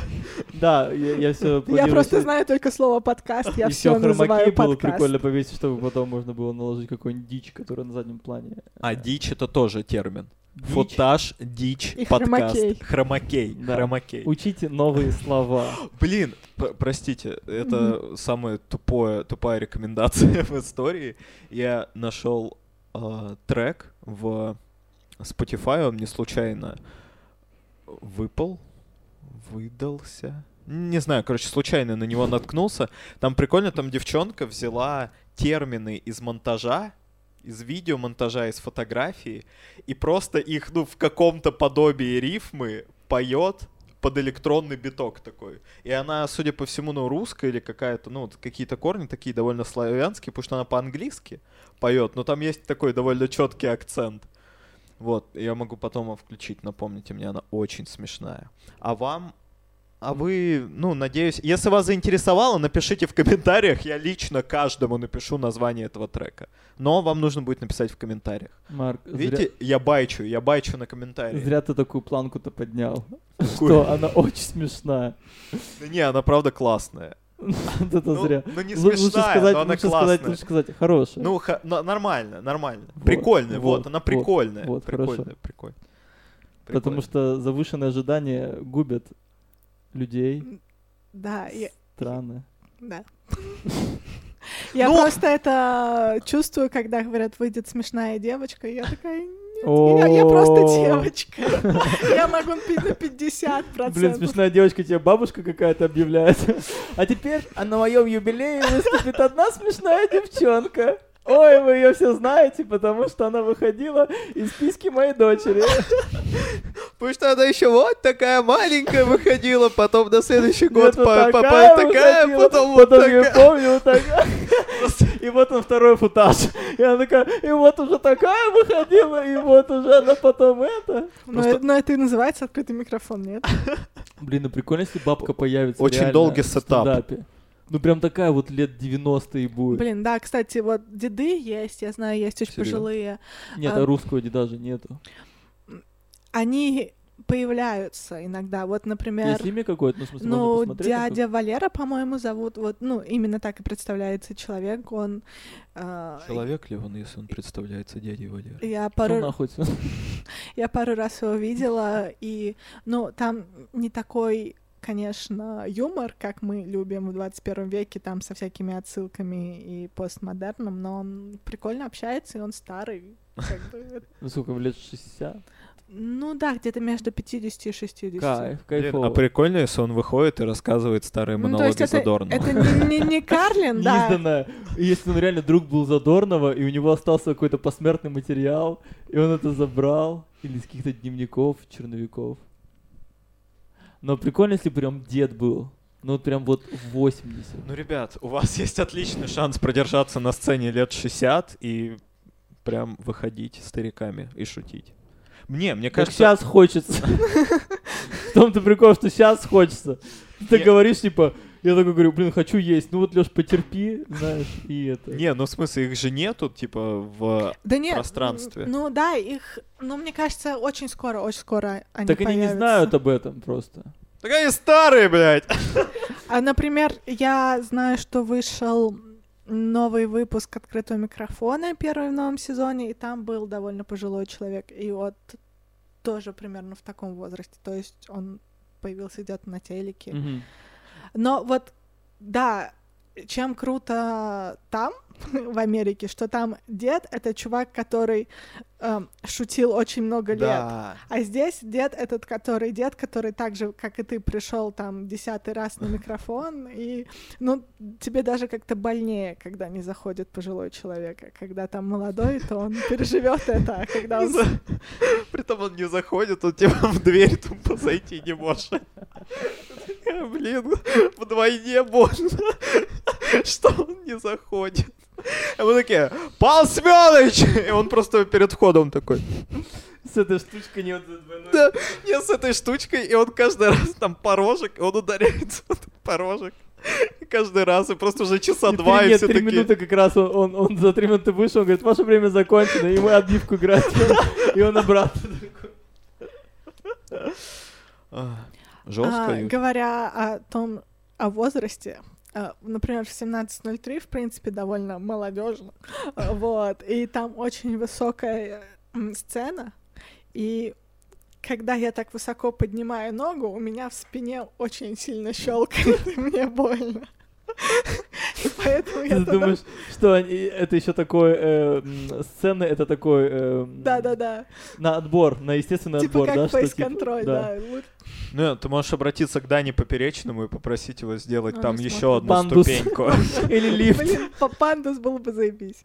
Speaker 1: Да, я, все
Speaker 3: Я просто знаю только слово подкаст, я
Speaker 1: Еще
Speaker 3: все называю
Speaker 1: было
Speaker 3: подкаст.
Speaker 1: прикольно повесить, чтобы потом можно было наложить какую-нибудь дичь, которая на заднем плане.
Speaker 2: А дичь это тоже термин.
Speaker 1: Дичь.
Speaker 2: Футаж, дичь,
Speaker 3: И
Speaker 2: подкаст.
Speaker 3: хромакей.
Speaker 2: Хромакей.
Speaker 1: Да.
Speaker 2: Хромакей.
Speaker 1: Учите новые слова.
Speaker 2: Блин, п- простите, это самая тупое, тупая рекомендация в истории. Я нашел э, трек в Spotify, он мне случайно выпал, выдался. Не знаю, короче, случайно на него наткнулся. Там прикольно, там девчонка взяла термины из монтажа, из видеомонтажа, из фотографии, и просто их, ну, в каком-то подобии рифмы поет под электронный биток такой. И она, судя по всему, ну, русская или какая-то, ну, вот какие-то корни такие довольно славянские, потому что она по-английски поет, но там есть такой довольно четкий акцент. Вот, я могу потом её включить, напомните мне, она очень смешная. А вам, а вы, ну, надеюсь, если вас заинтересовало, напишите в комментариях, я лично каждому напишу название этого трека. Но вам нужно будет написать в комментариях.
Speaker 1: Марк, зря-
Speaker 2: Видите, я байчу, я байчу на
Speaker 1: зря,
Speaker 2: комментарии.
Speaker 1: ты такую планку-то поднял.
Speaker 2: Какую?
Speaker 1: Что, она очень смешная.
Speaker 2: Да не, она правда классная.
Speaker 1: Вот это
Speaker 2: Ну,
Speaker 1: зря.
Speaker 2: ну, не
Speaker 1: Лу- лучше
Speaker 2: смешная,
Speaker 1: сказать,
Speaker 2: но она
Speaker 1: лучше сказать,
Speaker 2: классная.
Speaker 1: лучше сказать, хорошая.
Speaker 2: Ну, ха- но- нормально, нормально.
Speaker 1: Вот,
Speaker 2: прикольная, вот,
Speaker 1: вот,
Speaker 2: она
Speaker 1: вот,
Speaker 2: прикольная.
Speaker 1: вот,
Speaker 2: прикольная,
Speaker 1: хорошо.
Speaker 2: прикольная.
Speaker 1: потому
Speaker 2: Прикольная.
Speaker 1: что завышенные ожидания губят людей.
Speaker 3: Да, я,
Speaker 1: Страны.
Speaker 3: да. Я
Speaker 2: Ну!
Speaker 3: просто это чувствую, когда говорят, выйдет смешная девочка, и я такая, нет, я, я
Speaker 1: О.
Speaker 3: просто девочка. Я могу пить на 50%.
Speaker 1: Блин, смешная девочка, тебе бабушка какая-то объявляет. А теперь а на моем юбилее выступит одна смешная девчонка. Ой, вы ее все знаете, потому что она выходила из списки моей дочери.
Speaker 2: Потому что она еще вот такая маленькая выходила, потом на следующий
Speaker 1: Нет, ну
Speaker 2: год
Speaker 1: вот
Speaker 2: по- попала такая, а
Speaker 1: выходила,
Speaker 2: потом вот
Speaker 1: её
Speaker 2: такая.
Speaker 1: помню, вот такая. И вот он второй футаж. И она такая, и вот уже такая выходила, и вот уже она потом это.
Speaker 3: Но,
Speaker 2: Просто-
Speaker 3: э- но это и называется открытый микрофон, нет?
Speaker 1: Блин, ну прикольно, если бабка появится
Speaker 2: Очень
Speaker 1: реально
Speaker 2: долгий
Speaker 1: в
Speaker 2: сетап.
Speaker 1: стендапе. Ну прям такая вот лет 90 и будет.
Speaker 3: Блин, да, кстати, вот деды есть, я знаю, есть очень
Speaker 2: Серьёзно?
Speaker 3: пожилые.
Speaker 1: Нет,
Speaker 3: а-
Speaker 1: а русского деда же нету.
Speaker 3: Они появляются иногда. Вот, например,
Speaker 1: Есть имя какое-то? Ну, в смысле, можно
Speaker 3: ну,
Speaker 1: посмотреть? а на
Speaker 3: дядя Валера, по-моему, зовут. Вот, ну, именно так и представляется человек. Он... э,
Speaker 2: Человек ли он, если он представляется дядей Валерой?
Speaker 3: Я
Speaker 1: какой- Что
Speaker 3: пару,
Speaker 1: находится?
Speaker 3: я пару раз его видела, и, ну, там не такой, конечно, юмор, как мы любим в 21 веке, там со всякими отсылками и постмодерном, но он прикольно общается, и он старый. как бы.
Speaker 1: Ну сколько, лет 60?
Speaker 3: Ну да, где-то между 50 и 60.
Speaker 1: Кайф,
Speaker 2: Блин, а
Speaker 1: кайфово.
Speaker 2: прикольно, если он выходит и рассказывает старые
Speaker 3: Ну, то
Speaker 2: монологи
Speaker 3: есть это,
Speaker 2: Задорнова.
Speaker 3: это не, не- не Карлин, да.
Speaker 1: Неизданное. И Если он реально друг был Задорнова, и у него остался какой-то посмертный материал, и он это забрал, или из каких-то дневников, черновиков. Но прикольно, если прям дед был. Ну вот прям вот 80.
Speaker 2: Ну, ребят, у вас есть отличный шанс продержаться на сцене лет 60 и прям выходить стариками и шутить. Мне, мне
Speaker 1: Как
Speaker 2: кажется...
Speaker 1: сейчас хочется. В том-то прикол, что сейчас хочется. Ты
Speaker 2: Не.
Speaker 1: говоришь, типа, я такой говорю, блин, хочу есть. Ну вот, Леш, потерпи, знаешь, и это.
Speaker 2: Не, ну в смысле, их же нету, типа, в...
Speaker 3: Да нет.
Speaker 2: пространстве.
Speaker 3: н- Ну да, их, ну мне кажется, очень скоро, очень скоро они
Speaker 1: Так они не
Speaker 3: появятся.
Speaker 1: знают об этом просто.
Speaker 2: Так они старые, блядь!
Speaker 3: А, например, я знаю, что вышел новый выпуск открытого микрофона, первый в новом сезоне, и там был довольно пожилой человек, и вот тоже примерно в таком возрасте, то есть он появился где-то на телеке.
Speaker 1: Мгм.
Speaker 3: Но вот, да, чем круто там, в Америке, что там дед — это чувак, который эм, шутил очень много лет. А здесь дед этот, который дед, который так же, как и ты, пришел там десятый раз на микрофон, и, ну, тебе даже как-то больнее, когда не заходит пожилой человек, а когда там молодой, то он переживет это, а когда он...
Speaker 2: Ну, Притом он не заходит, он типа в дверь тупо зайти не может. Такая, Блин, вдвойне больно, что он не заходит. А мы такие, Пал Семёныч! И он просто перед входом такой,
Speaker 1: С этой штучкой не вот этой двойной.
Speaker 2: да, я с этой штучкой, и он каждый раз там порожек, и он ударяется в этот порожек. И каждый раз, и просто уже часа
Speaker 1: И три-
Speaker 2: два, и
Speaker 1: нет,
Speaker 2: все
Speaker 1: три
Speaker 2: такие...
Speaker 1: минуты как раз он, он, он за три минуты вышел, он говорит, ваше время закончено, и мы отбивку играть. И он обратно.
Speaker 3: А, говоря о том, о возрасте, а, например, в 17.03, в принципе, довольно молодежно, вот, и там очень высокая м, сцена, и когда я так высоко поднимаю ногу, у меня в спине очень сильно щелкает, и мне больно. И Поэтому я
Speaker 1: Ты
Speaker 3: туда-
Speaker 1: думаешь, что они- это еще такой э, м, сцены, это такой э, м,
Speaker 3: Да-да-да.
Speaker 1: на отбор, на естественный
Speaker 3: Типа
Speaker 1: отбор, да?
Speaker 3: как
Speaker 1: что типа-
Speaker 3: фейс-контроль, да. Лу-
Speaker 2: Ну, ты можешь обратиться к Дане Поперечному и попросить его сделать
Speaker 3: Он
Speaker 2: там
Speaker 3: Ну, не
Speaker 2: еще
Speaker 3: смотрит.
Speaker 2: одну
Speaker 1: Пандус.
Speaker 2: ступеньку.
Speaker 1: Или лифт.
Speaker 3: Блин, по пандус было бы заебись.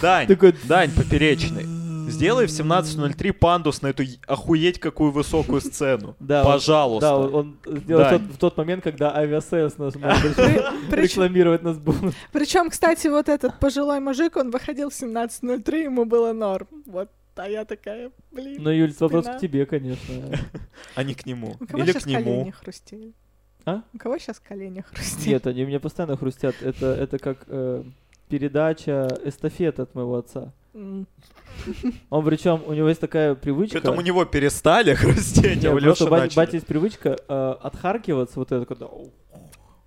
Speaker 2: Дань,
Speaker 1: Такой
Speaker 2: Дань Поперечный, сделай в 17.03 пандус на эту е- охуеть какую высокую сцену.
Speaker 1: Да, он-
Speaker 2: Пожалуйста.
Speaker 1: Да, он он сделал
Speaker 2: Дань.
Speaker 1: тот- в тот момент, когда авиасейлс нас может
Speaker 3: Причем
Speaker 1: рекламировать нас будут.
Speaker 3: Причем, кстати, вот этот пожилой мужик, он выходил в 17.03, ему было норм. Вот, а я такая, блин.
Speaker 1: Но, Юль, вопрос
Speaker 3: Спина.
Speaker 1: к тебе, конечно.
Speaker 2: А не к нему.
Speaker 3: У кого
Speaker 2: Или
Speaker 3: сейчас
Speaker 2: к нему.
Speaker 3: колени хрустели?
Speaker 1: А?
Speaker 3: У кого сейчас колени хрустели?
Speaker 1: Нет, они у меня постоянно хрустят. Это, это как э, передача эстафета от моего отца.
Speaker 3: М,
Speaker 1: Он причем, у него есть такая привычка...
Speaker 2: Притом у него перестали хрустеть,
Speaker 1: Нет,
Speaker 2: а у
Speaker 1: просто
Speaker 2: Лёши
Speaker 1: бать-
Speaker 2: начали.
Speaker 1: батя есть привычка э, отхаркиваться, вот это когда... «Оу»,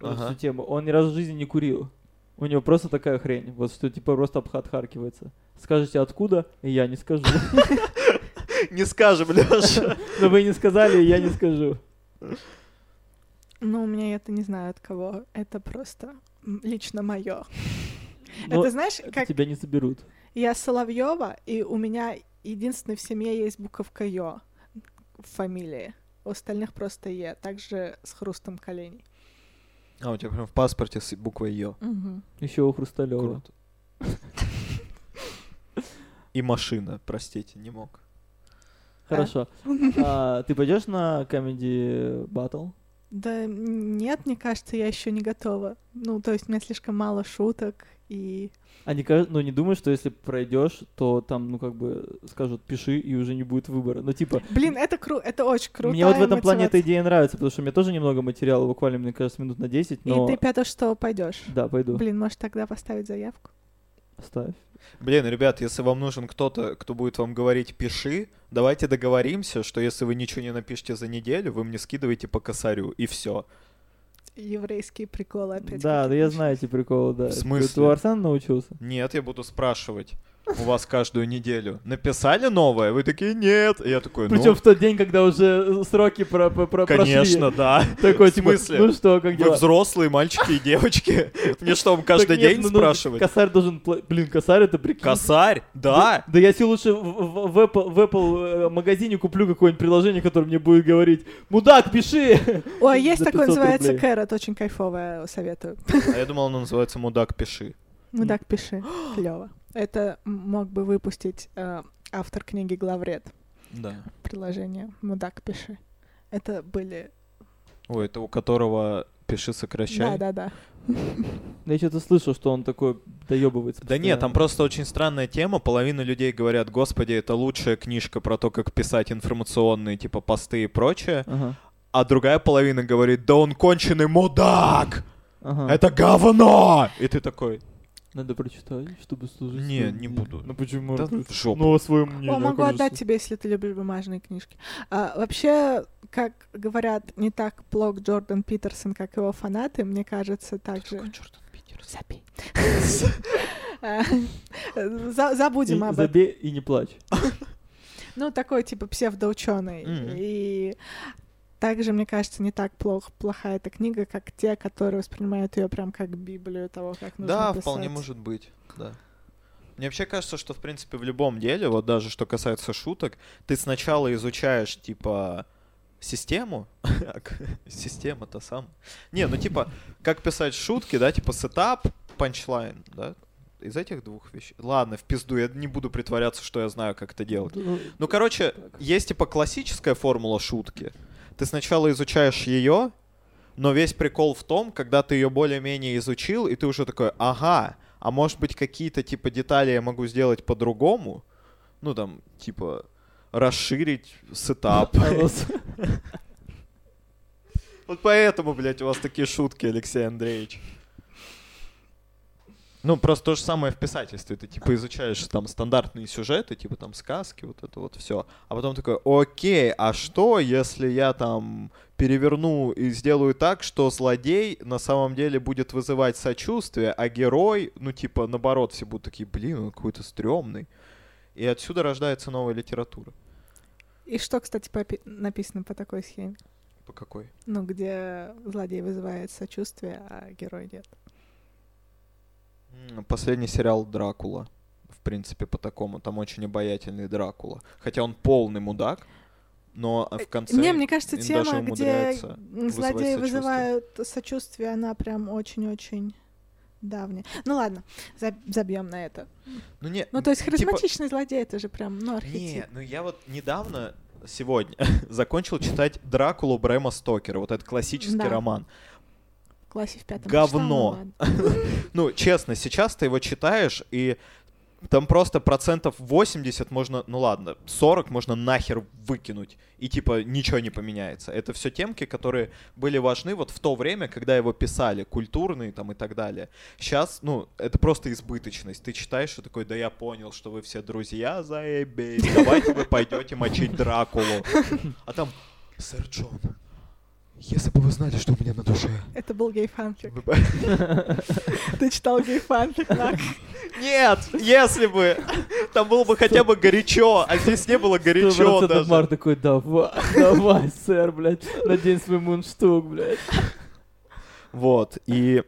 Speaker 1: вот
Speaker 2: Ага.
Speaker 1: эту всю тему. Он ни разу в жизни не курил. У него просто такая хрень, вот что типа просто обх- отхаркивается. Скажете откуда, и я не скажу.
Speaker 2: Не скажем, Лёша.
Speaker 1: Но вы не сказали, и я не скажу.
Speaker 3: Ну, у меня это не знаю от кого. Это просто м, лично мое.
Speaker 1: Но
Speaker 3: это знаешь, как
Speaker 1: тебя не заберут.
Speaker 3: я Соловьева, и у меня единственной в семье есть буковка Ё в фамилии. У остальных просто Е, также с хрустом коленей.
Speaker 2: А у тебя прям в паспорте с буквой Ё.
Speaker 1: Еще у Хрусталева.
Speaker 2: Круто. И машина, простите, не мог.
Speaker 1: Хорошо. А, ты пойдешь на Comedy Battle?
Speaker 3: Да нет, мне кажется, я еще не готова. Ну, то есть у меня слишком мало шуток, и
Speaker 1: А не кажется, ну не думаю, что если пройдешь, то там, ну как бы скажут, пиши, и уже не будет выбора. Ну типа,
Speaker 3: блин, это круто, это очень круто.
Speaker 1: мне вот в этом плане эта идея нравится, потому что мне тоже немного материала, буквально, мне кажется, минут на 10, но...
Speaker 3: И ты пятое, что пойдешь.
Speaker 1: Да, пойду.
Speaker 3: Блин, может тогда поставить заявку?
Speaker 1: Ставь.
Speaker 2: Блин, ребят, если вам нужен кто-то, кто будет вам говорить «пиши», давайте договоримся, что если вы ничего не напишете за неделю, вы мне скидываете по косарю, и все.
Speaker 3: Еврейские приколы опять.
Speaker 1: да, да я
Speaker 3: какие-то.
Speaker 1: знаю эти приколы, да.
Speaker 2: В
Speaker 1: Ты-
Speaker 2: смысле?
Speaker 1: Ты у Арсена научился?
Speaker 2: Нет, я буду спрашивать у вас каждую неделю. Написали новое? Вы такие «нет». И я такой «ну,
Speaker 1: Причем в тот день, когда уже сроки про, про- про-
Speaker 2: конечно, да».
Speaker 1: прошли. Такой,
Speaker 2: В
Speaker 1: типа,
Speaker 2: смысле?
Speaker 1: ну что, как
Speaker 2: Вы
Speaker 1: дела?
Speaker 2: взрослые мальчики и девочки. Мне что, вам каждый
Speaker 1: Так нет,
Speaker 2: день
Speaker 1: ну, ну,
Speaker 2: спрашивать?
Speaker 1: Косарь должен... пла- Блин, косарь это прикинь.
Speaker 2: Косарь? Да.
Speaker 1: Да я тебе лучше в, в- в Apple, в Apple, э, магазине куплю какое-нибудь приложение, которое мне будет говорить «Мудак, пиши!»
Speaker 3: Ой, а есть
Speaker 1: за 500
Speaker 3: такое, называется
Speaker 1: рублей.
Speaker 3: Кэрот, очень кайфовое, советую.
Speaker 2: А я думал, оно называется «Мудак, пиши».
Speaker 3: Ну так пиши, клево. Это м- мог бы выпустить э, автор книги «Главред»
Speaker 2: Да.
Speaker 3: приложение «Мудак, пиши». Это были...
Speaker 2: Ой, это у которого «пиши, сокращай».
Speaker 3: Да-да-да.
Speaker 1: Я что-то слышал, что он такой доебывается.
Speaker 2: Да нет, там просто очень странная тема. Половина людей говорят, господи, это лучшая книжка про то, как писать информационные, типа, посты и прочее.
Speaker 1: Ага,
Speaker 2: А другая половина говорит, да он конченый мудак!
Speaker 1: ага.
Speaker 2: Это говно! И ты такой,
Speaker 1: Надо прочитать, чтобы служить.
Speaker 2: Не,
Speaker 1: своему
Speaker 2: не
Speaker 1: мнению.
Speaker 2: буду.
Speaker 1: Ну почему?
Speaker 2: да в жопу.
Speaker 1: Ну, а свое мнение.
Speaker 3: О,
Speaker 1: а
Speaker 3: могу
Speaker 1: как же
Speaker 3: отдать
Speaker 1: с-
Speaker 3: тебе, если ты любишь бумажные книжки. А, вообще, как говорят, не так плох Джордан Питерсон, как его фанаты, мне кажется, так же... Забей. А, э, за- Забудем
Speaker 1: И
Speaker 3: об этом.
Speaker 1: забей и не плачь.
Speaker 3: Ну, такой типа псевдоученый.
Speaker 2: Мгм.
Speaker 3: И также, мне кажется, не так плох, плоха эта книга, как те, которые воспринимают ее прям как Библию того, как нужно
Speaker 2: Да,
Speaker 3: писать.
Speaker 2: вполне может быть, да. Мне вообще кажется, что в принципе в любом деле, вот даже что касается шуток, ты сначала изучаешь типа систему, система то сам. Не, ну типа как писать шутки, да, типа сетап, панчлайн, да. Из этих двух вещей. Ладно, в пизду, я не буду притворяться, что я знаю, как это делать.
Speaker 1: Ну,
Speaker 2: Ну, короче, есть типа классическая формула шутки. Ты сначала изучаешь ее, но весь прикол в том, когда ты ее более-менее изучил, и ты уже такой, ага, а может быть какие-то типа детали я могу сделать по-другому? Ну, там, типа, расширить сетап.
Speaker 1: а вот-
Speaker 2: Вот поэтому, блядь, у вас такие шутки, Алексей Андреевич. Ну, просто то же самое в писательстве. Ты, типа, изучаешь там стандартные сюжеты, типа, там, сказки, вот это вот все. А потом такой, окей, а что, если я там переверну и сделаю так, что злодей на самом деле будет вызывать сочувствие, а герой, ну, типа, наоборот, все будут такие, блин, он какой-то стрёмный. И отсюда рождается новая литература.
Speaker 3: И что, кстати, попи- написано по такой схеме?
Speaker 2: По какой?
Speaker 3: Ну, где злодей вызывает сочувствие, а герой нет.
Speaker 2: М, Последний сериал Дракула. В принципе, по такому. Там очень обаятельный Дракула. Хотя он полный мудак, но а, в конце...
Speaker 3: Не, Э, мне кажется,
Speaker 2: им
Speaker 3: тема,
Speaker 2: даже
Speaker 3: где
Speaker 2: умудряется
Speaker 3: м, злодеи
Speaker 2: вызывать сочувствие.
Speaker 3: вызывают сочувствие, она прям очень-очень давняя. Ну ладно, забьем на это.
Speaker 2: Ну, не,
Speaker 3: Ну, то есть
Speaker 2: типа-
Speaker 3: харизматичный злодей это же прям, ну, архетип.
Speaker 2: Не, ну я вот недавно, сегодня, закончил читать «Дракулу» Брэма Стокера. Вот этот классический
Speaker 3: Да.
Speaker 2: роман.
Speaker 3: В классе в пятом.
Speaker 2: Говно.
Speaker 3: читала, ладно.
Speaker 2: Ну, честно, сейчас ты его читаешь, и там просто процентов 80 можно, ну ладно, 40 можно нахер выкинуть, и типа ничего не поменяется. Это все темки, которые были важны вот в то время, когда его писали, культурные там и так далее. Сейчас, ну, это просто избыточность. Ты читаешь и такой, да я понял, что вы все друзья, заебись, давайте вы пойдете мочить Дракулу. А там, сэр Джон, если бы вы знали, что у меня на душе.
Speaker 3: Это был гей-фанфик.
Speaker 2: вы бы-
Speaker 3: Ты читал гей-фанфик, Мак?
Speaker 2: Нет, если бы. Там было бы хотя бы горячо, а здесь не было горячо
Speaker 1: 100% Мар
Speaker 2: даже.
Speaker 1: такой, давай, давай, сэр, блядь, надень свой мундштук, блядь.
Speaker 2: Вот, и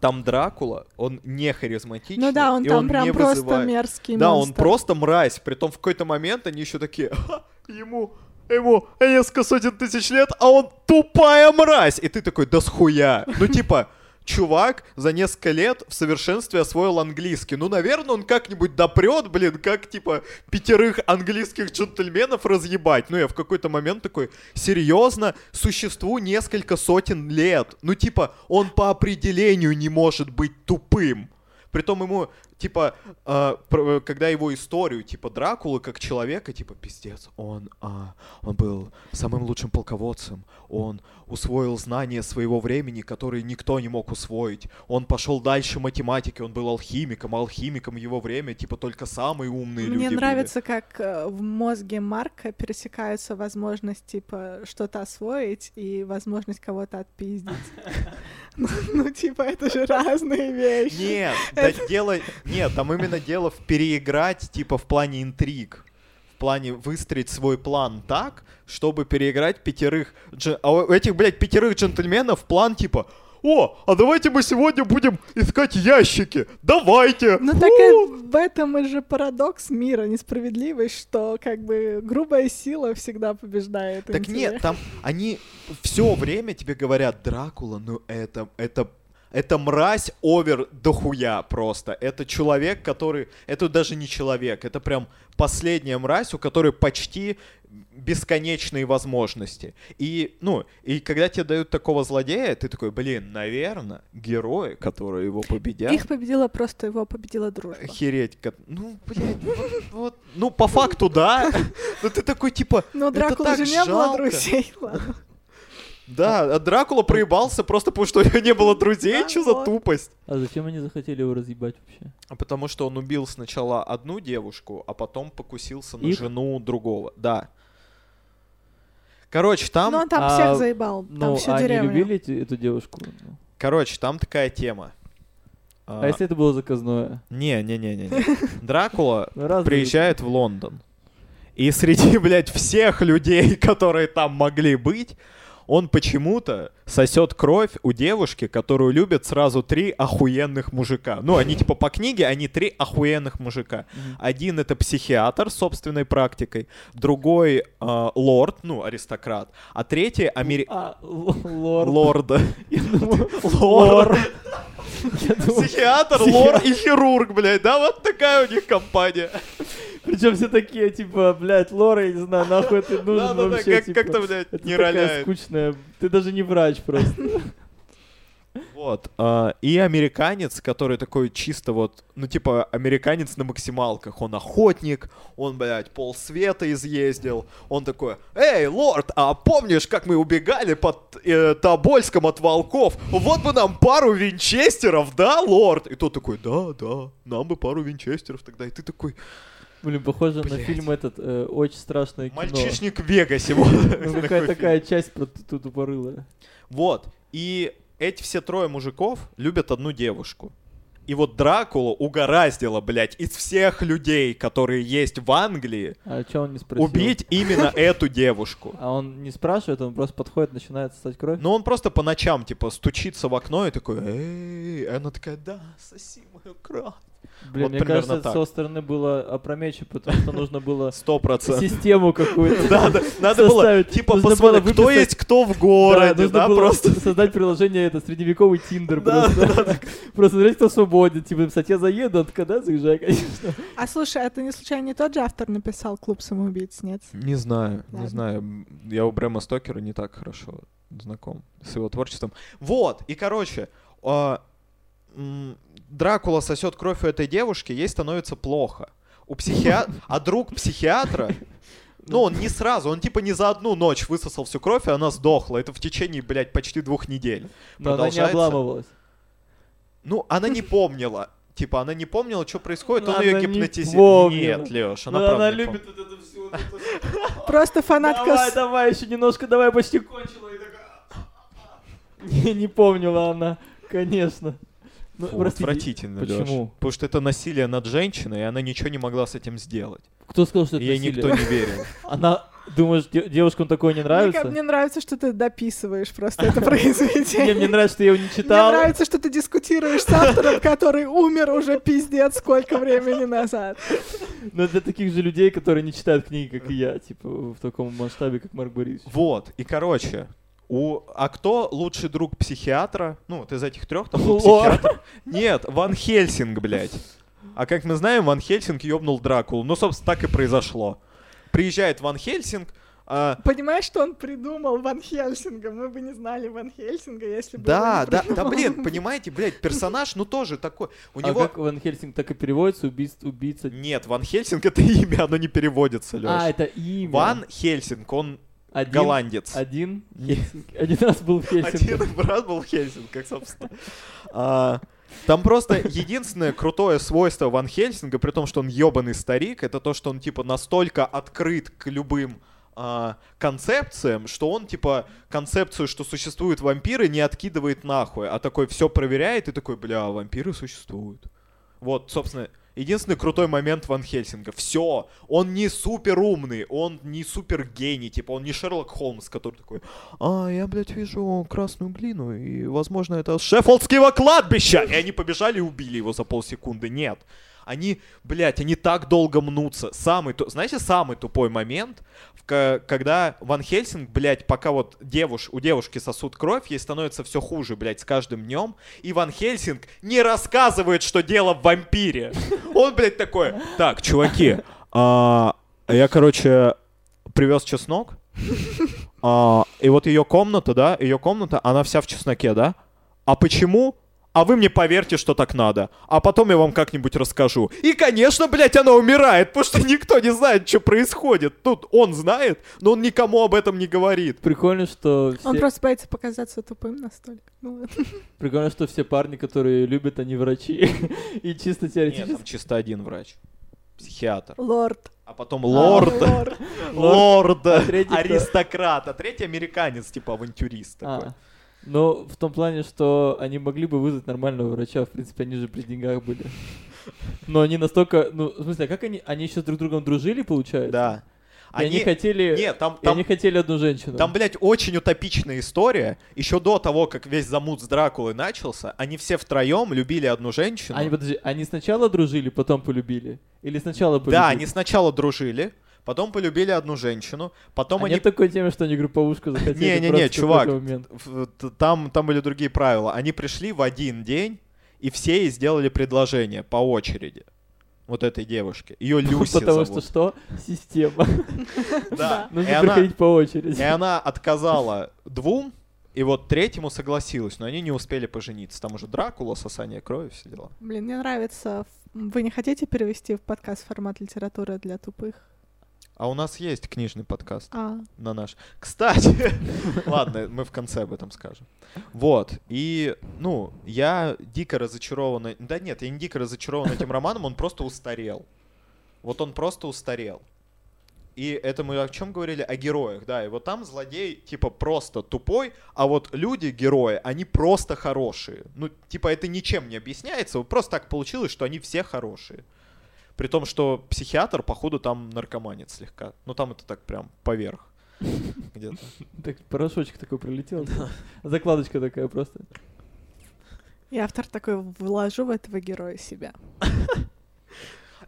Speaker 2: там Дракула, он не харизматичный.
Speaker 3: Ну да, он
Speaker 2: и
Speaker 3: там
Speaker 2: не
Speaker 3: прям просто
Speaker 2: вызывает-
Speaker 3: мерзкий
Speaker 2: Да, он
Speaker 3: монстр.
Speaker 2: просто мразь, притом в какой-то момент они еще такие, «Ха, ему, ему несколько сотен тысяч лет, а он тупая мразь. И ты такой, да схуя. Ну типа, чувак за несколько лет в совершенстве освоил английский. Ну, наверное, он как-нибудь допрет, блин, как, типа, пятерых английских джентльменов разъебать. Ну, я в какой-то момент такой, серьезно, существу несколько сотен лет. Ну, типа, он по определению не может быть тупым. Притом ему, типа, а, про- когда его историю, типа, Дракулы как человека, типа, пиздец, он, а, он был самым лучшим полководцем, он усвоил знания своего времени, которые никто не мог усвоить, он пошел дальше математики, он был алхимиком, а алхимиком в его время, типа, только самые умные люди
Speaker 3: Мне
Speaker 2: были.
Speaker 3: нравится, как э, в мозге Марка пересекаются возможность, типа, что-то освоить и возможность кого-то отпиздить. Ну, Ну, типа, это же разные вещи.
Speaker 2: Нет, да дело... Нет, там именно дело в переиграть, типа, в плане интриг. В плане выстроить свой план так, чтобы переиграть пятерых... джен- А у этих, блядь, пятерых джентльменов план, типа... О, а давайте мы сегодня будем искать ящики. Давайте.
Speaker 3: Ну
Speaker 2: Фу!»
Speaker 3: так э, в этом и же парадокс мира, несправедливость, что как бы грубая сила всегда побеждает.
Speaker 2: Так нет,
Speaker 3: интеллект.
Speaker 2: там они все время тебе говорят, Дракула, ну это, это, это мразь овер дохуя просто. Это человек, который, это даже не человек, это прям последняя мразь, у которой почти бесконечные возможности. И, ну, и когда тебе дают такого злодея, ты такой, блин, наверное, герои, которые его победят.
Speaker 3: Их победила просто его победила дружба.
Speaker 2: Охереть, как- ну, блядь, вот, вот, ну, по факту, да. Но ты такой, типа,
Speaker 3: Но
Speaker 2: Это
Speaker 3: Ну, Дракула
Speaker 2: так
Speaker 3: же не было
Speaker 2: жалко.
Speaker 3: друзей, ладно.
Speaker 2: Да, а Дракула проебался просто потому, что у него не было друзей.
Speaker 3: Да,
Speaker 2: Чё за
Speaker 3: вот.
Speaker 2: тупость?
Speaker 1: А зачем они захотели его разъебать вообще?
Speaker 2: А Потому что он убил сначала одну девушку, а потом покусился на
Speaker 1: Их?
Speaker 2: жену другого. Да. Короче, там,
Speaker 3: Но Ну, он там
Speaker 1: а,
Speaker 3: всех заебал, там
Speaker 1: Ну,
Speaker 3: всю
Speaker 1: а они
Speaker 3: деревню.
Speaker 1: любили эти- эту девушку? Ну.
Speaker 2: короче, там такая тема.
Speaker 1: А если это было заказное?
Speaker 2: Не, не, не, не, не. Дракула
Speaker 1: Ну, разве-
Speaker 2: приезжает в Лондон. И среди, блядь, всех людей, которые там могли быть, он почему-то сосет кровь у девушки, которую любят сразу три охуенных мужика. Ну, они типа по книге, они три охуенных мужика.
Speaker 1: Мгм.
Speaker 2: Один это психиатр с собственной практикой, другой э, лорд, ну, аристократ, а третий амери...
Speaker 1: А, л- лорд.
Speaker 2: лорда.
Speaker 1: Я думал,
Speaker 2: Лорд.
Speaker 1: Я думал,
Speaker 2: Ну, Психиатр, лорд и хирург, блядь, да, вот такая у них компания.
Speaker 1: причем все такие, типа, блядь, лора, я не знаю, нахуй ты
Speaker 2: Да,
Speaker 1: нужен
Speaker 2: да, да,
Speaker 1: вообще,
Speaker 2: как-
Speaker 1: типа,
Speaker 2: как-то, блядь,
Speaker 1: это
Speaker 2: не
Speaker 1: такая
Speaker 2: роляет.
Speaker 1: скучная, ты даже не врач просто.
Speaker 2: Вот. а, И американец, который такой чисто вот, ну, типа, американец на максималках. Он охотник, он, блядь, полсвета изъездил. Он такой, эй, лорд, а помнишь, как мы убегали под э, Тобольском от волков? Вот бы нам пару винчестеров, да, лорд? И тот такой, да, да, нам бы пару винчестеров тогда. И ты такой,
Speaker 1: Блин, похоже на
Speaker 2: Блядь.
Speaker 1: фильм этот, э, очень страшное кино.
Speaker 2: мальчишник в Вегасе. вот.
Speaker 1: Ну,
Speaker 2: Такой
Speaker 1: какая
Speaker 2: фильм.
Speaker 1: такая часть про ту тупорылая.
Speaker 2: Вот. И эти все трое мужиков любят одну девушку. И вот Дракула угораздило, блядь, из всех людей, которые есть в Англии,
Speaker 1: А че он не спросил?
Speaker 2: убить именно эту девушку.
Speaker 1: А он не спрашивает, он просто подходит, начинает сосать кровь.
Speaker 2: Но он просто по ночам, типа, стучится в окно и такой, эй, и она такая, да, соси мою кровь.
Speaker 1: Блин,
Speaker 2: вот
Speaker 1: мне
Speaker 2: примерно
Speaker 1: кажется, это
Speaker 2: так.
Speaker 1: с его стороны было опрометчиво, потому что нужно было
Speaker 2: Сто процентов.
Speaker 1: систему какую-то.
Speaker 2: Да, да, надо было,
Speaker 1: составить.
Speaker 2: типа,
Speaker 1: Нужно было
Speaker 2: посмотреть, кто
Speaker 1: выписать-
Speaker 2: есть кто в
Speaker 1: Да,
Speaker 2: городе,
Speaker 1: нужно
Speaker 2: да,
Speaker 1: было
Speaker 2: просто.
Speaker 1: создать приложение это средневековый Тиндер
Speaker 2: Да,
Speaker 1: просто. Просто смотреть, кто свободен. Типа написать, я заеду, а ты когда заезжай, конечно.
Speaker 3: А слушай, а ты не случайно не тот же автор написал «Клуб самоубийц», нет?
Speaker 2: Не знаю, не
Speaker 3: Ладно.
Speaker 2: знаю. Я у Брэма Стокера не так хорошо знаком с его творчеством. Вот, и короче, а, м, Дракула сосет кровь у этой девушки, ей становится плохо. У психиатра... А друг психиатра... Ну, он не сразу, он типа не за одну ночь высосал всю кровь, и она сдохла. Это в течение, блядь, почти двух недель.
Speaker 1: Но она не
Speaker 2: Продолжается?
Speaker 1: обламывалась.
Speaker 2: Ну, она не помнила. Типа, она не помнила, что происходит, он
Speaker 1: Она
Speaker 2: ее
Speaker 1: не
Speaker 2: гипнотизирует.
Speaker 1: помнила.
Speaker 2: Нет, Леш, она
Speaker 1: Но
Speaker 2: правда
Speaker 1: она
Speaker 2: не помнила.
Speaker 1: любит вот это все. вот это.
Speaker 3: Просто фанатка...
Speaker 1: Давай,
Speaker 3: с-
Speaker 1: давай, еще немножко, давай, почти кончила. И такая... Не, не помнила она, конечно. Ну,
Speaker 2: Фу,
Speaker 1: простите,
Speaker 2: отвратительно,
Speaker 1: Почему?
Speaker 2: Лёш. Потому что это насилие над женщиной, и она ничего не могла с этим сделать.
Speaker 1: Кто сказал, что это
Speaker 2: Ей
Speaker 1: насилие?
Speaker 2: никто не верил.
Speaker 1: Она, думаешь, де- девушкам такое не
Speaker 3: Мне,
Speaker 1: нравится?
Speaker 3: ка- мне нравится, что ты дописываешь просто это произведение.
Speaker 1: Не, мне нравится, что я его не
Speaker 3: Мне
Speaker 1: читал.
Speaker 3: нравится, что ты дискутируешь с автором, который умер уже пиздец сколько времени назад.
Speaker 1: Но Ну, для таких же людей, которые не читают книги, как и я, типа в таком масштабе, как Марк Борисович.
Speaker 2: Вот, и короче, у... а кто лучший друг психиатра? Ну, вот из этих трех там был
Speaker 1: Лор.
Speaker 2: психиатр. Нет, Ван Хельсинг, блядь. А как мы знаем, Ван Хельсинг ёбнул Дракулу. Ну, собственно, так и произошло. Приезжает Ван Хельсинг, А,
Speaker 3: Понимаешь, что он придумал Ван Хельсинга? Мы бы не знали Ван Хельсинга, если бы его
Speaker 2: да, да,
Speaker 3: не
Speaker 2: да,
Speaker 3: придумал.
Speaker 2: блин, понимаете, блядь, персонаж, ну тоже такой. У
Speaker 1: а
Speaker 2: него...
Speaker 1: как Ван Хельсинг так и переводится? Убийство, убийца.
Speaker 2: Нет, Ван Хельсинг это имя, оно не переводится,
Speaker 1: А,
Speaker 2: Лёш.
Speaker 1: это имя.
Speaker 2: Ван Хельсинг, он
Speaker 1: Один-
Speaker 2: голландец.
Speaker 1: Один?
Speaker 2: Нет.
Speaker 1: Хельсинг. Один раз был в Хельсинге.
Speaker 2: Один раз был Хельсинг, как собственно. А, Там просто единственное крутое свойство Ван Хельсинга, при том, что он ебаный старик, это то, что он типа настолько открыт к любым а, концепциям, что он типа концепцию, что существуют вампиры, не откидывает нахуй, а такой все проверяет и такой, бля, вампиры существуют. Вот, собственно, единственный крутой момент Ван Хельсинга. Все, он не супер умный, он не супер гений, типа он не Шерлок Холмс, который такой, а, я, блядь, вижу красную глину, и, возможно, это с Шеффолдского кладбища! И они побежали и убили его за полсекунды. Нет. Они, блядь, они так долго мнутся. Самый, ту- знаете, самый тупой момент, в ко- когда Ван Хельсинг, блядь, пока вот девуш, у девушки сосуд кровь, ей становится все хуже, блядь, с каждым днем, и Ван Хельсинг не рассказывает, что дело в вампире. Он, блядь, такой, так, чуваки, а, я, короче, привез чеснок, а, и вот ее комната, да, ее комната, она вся в чесноке, да? А почему? А вы мне поверьте, что так надо. А потом я вам как-нибудь расскажу. И, конечно, блядь, она умирает, потому что никто не знает, что происходит. Тут он знает, но он никому об этом не говорит.
Speaker 1: Прикольно, что
Speaker 3: Он
Speaker 1: все,
Speaker 3: просто боится показаться тупым настолько. Ну, ладно.
Speaker 1: прикольно, что все парни, которые любят, они врачи. И чисто
Speaker 2: Нет, там
Speaker 1: теоретически.
Speaker 2: чисто один врач. Психиатр.
Speaker 3: лорд.
Speaker 2: А потом
Speaker 3: А,
Speaker 2: лорд,
Speaker 3: лорд.
Speaker 2: лорд,
Speaker 1: третий кто?
Speaker 2: аристократ, а третий американец, типа авантюрист такой.
Speaker 1: А. Но в том плане, что они могли бы вызвать нормального врача, в принципе, они же при деньгах были. Но они настолько, ну, в смысле, а как они, они еще с друг другом дружили, получается?
Speaker 2: Да.
Speaker 1: И они, хотели,
Speaker 2: Нет, там,
Speaker 1: и
Speaker 2: там,
Speaker 1: они хотели одну женщину.
Speaker 2: Там, блядь, очень утопичная история. Еще до того, как весь замут с Дракулой начался, они все втроем любили одну женщину.
Speaker 1: Они, подожди, они сначала дружили, потом полюбили? Или сначала полюбили?
Speaker 2: Да, они сначала дружили, потом полюбили одну женщину, потом
Speaker 1: А
Speaker 2: они...
Speaker 1: нет такой темы, что они групповушку захотели
Speaker 2: Не-не-не,
Speaker 1: просто в
Speaker 2: чувак.
Speaker 1: какой-то момент?
Speaker 2: в- т- Там, там были другие правила. Они пришли в один день, и все ей сделали предложение по очереди. Вот этой девушке. Ее Люси
Speaker 1: Потому
Speaker 2: зовут.
Speaker 1: что Ну, что? Система.
Speaker 2: Да. И
Speaker 1: Нужно
Speaker 2: она-
Speaker 1: приходить по очереди.
Speaker 2: И она отказала двум, и вот третьему согласилась, но они не успели пожениться. Там уже Дракула, сосание крови, все дела.
Speaker 3: Блин, мне нравится. Вы не хотите перевести в подкаст формат литература для тупых?
Speaker 2: А у нас есть книжный подкаст
Speaker 3: А,
Speaker 2: на наш. Кстати, ладно, мы в конце об этом скажем. Вот, и, ну, я дико разочарованный... Да нет, я не дико разочарован этим романом, он просто устарел. Вот он просто устарел. И это мы о чем говорили? О героях, да. И вот там злодей, типа, просто тупой, а вот люди, герои, они просто хорошие. Ну, типа, это ничем не объясняется, вот просто так получилось, что они все хорошие. При том, что психиатр, походу, там наркоманит слегка. Ну, там это так прям поверх где-то.
Speaker 1: Так порошочек такой прилетел. Закладочка такая просто.
Speaker 3: и автор такой, вложу в этого героя себя.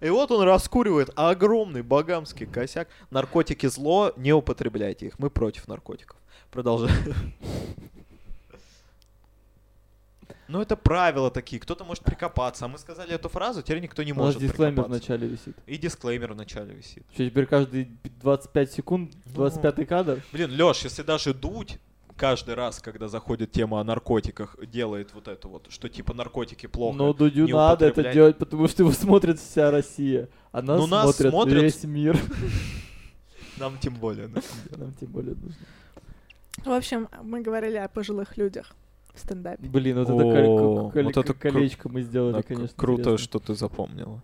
Speaker 2: И вот он раскуривает огромный богамский косяк. Наркотики зло, не употребляйте их. Мы против наркотиков. Продолжаем. Ну это правила такие. Кто-то может прикопаться. А мы сказали эту фразу, теперь никто не
Speaker 1: У нас
Speaker 2: может
Speaker 1: дисклеймер
Speaker 2: прикопаться.
Speaker 1: вначале висит.
Speaker 2: И дисклеймер вначале висит.
Speaker 1: Что теперь каждые 25 секунд,
Speaker 2: Ну,
Speaker 1: 25 кадр?
Speaker 2: Блин, Лёш, если даже дуть каждый раз, когда заходит тема о наркотиках, делает вот это вот, что типа наркотики плохо.
Speaker 1: Но Дудю
Speaker 2: не
Speaker 1: надо это
Speaker 2: употреблять.
Speaker 1: делать, потому что его смотрит вся Россия. А нас,
Speaker 2: Ну, нас
Speaker 1: смотрят,
Speaker 2: смотрят.
Speaker 1: весь мир.
Speaker 2: Нам тем более. да.
Speaker 1: Нам тем более нужно.
Speaker 3: В общем, мы говорили о пожилых людях в стендапе.
Speaker 1: Блин, вот это,
Speaker 2: О,
Speaker 1: коль- коль-
Speaker 2: вот это кру-
Speaker 1: колечко мы сделали,
Speaker 2: Да, к-
Speaker 1: конечно.
Speaker 2: круто,
Speaker 1: интересно.
Speaker 2: что ты запомнила.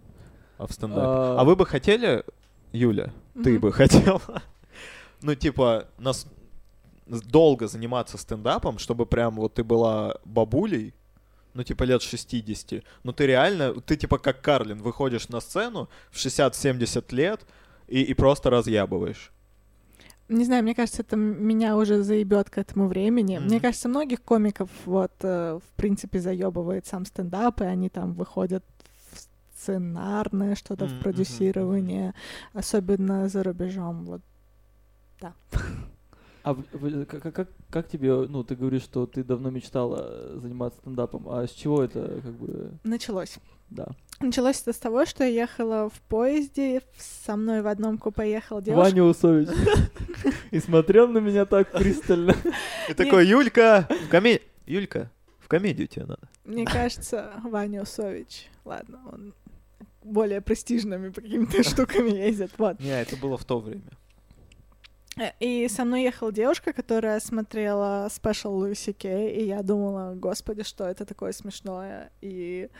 Speaker 2: А в стендапе.
Speaker 1: А,
Speaker 2: А, вы бы хотели, Юля, ты
Speaker 3: Мгм.
Speaker 2: бы хотела, ну, типа, нас с- долго заниматься стендапом, чтобы прям вот ты была бабулей, ну, типа, лет 60, но ты реально, ты типа как Карлин, выходишь на сцену в 60-70 лет и, и просто разъябываешь.
Speaker 3: Не знаю, мне кажется, это м- меня уже заебет к этому времени.
Speaker 2: Мгм.
Speaker 3: Мне кажется, многих комиков вот, э, в принципе, заебывает сам стендап, и они там выходят в сценарное что-то,
Speaker 2: Мгм, мгм,
Speaker 3: в продюсирование, особенно за рубежом. Вот.
Speaker 1: а в- в- к- как, как, как тебе, ну, ты говоришь, что ты давно мечтала э, заниматься стендапом, а с чего это, как бы,
Speaker 3: Началось.
Speaker 1: Да.
Speaker 3: Началось это с того, что я ехала в поезде, со мной в одном купе ехала девушка.
Speaker 1: Ваня Усович. И смотрел на меня так пристально.
Speaker 2: И такой, Юлька, в коме- Юлька, в комедию тебе надо.
Speaker 3: Мне кажется, Ваня Усович. Ладно, он более престижными какими-то штуками ездит. Вот.
Speaker 2: Не, это было в то время.
Speaker 3: Э, И со мной ехала девушка, которая смотрела спешл Луиси Кей, и я думала, господи, что это такое смешное, и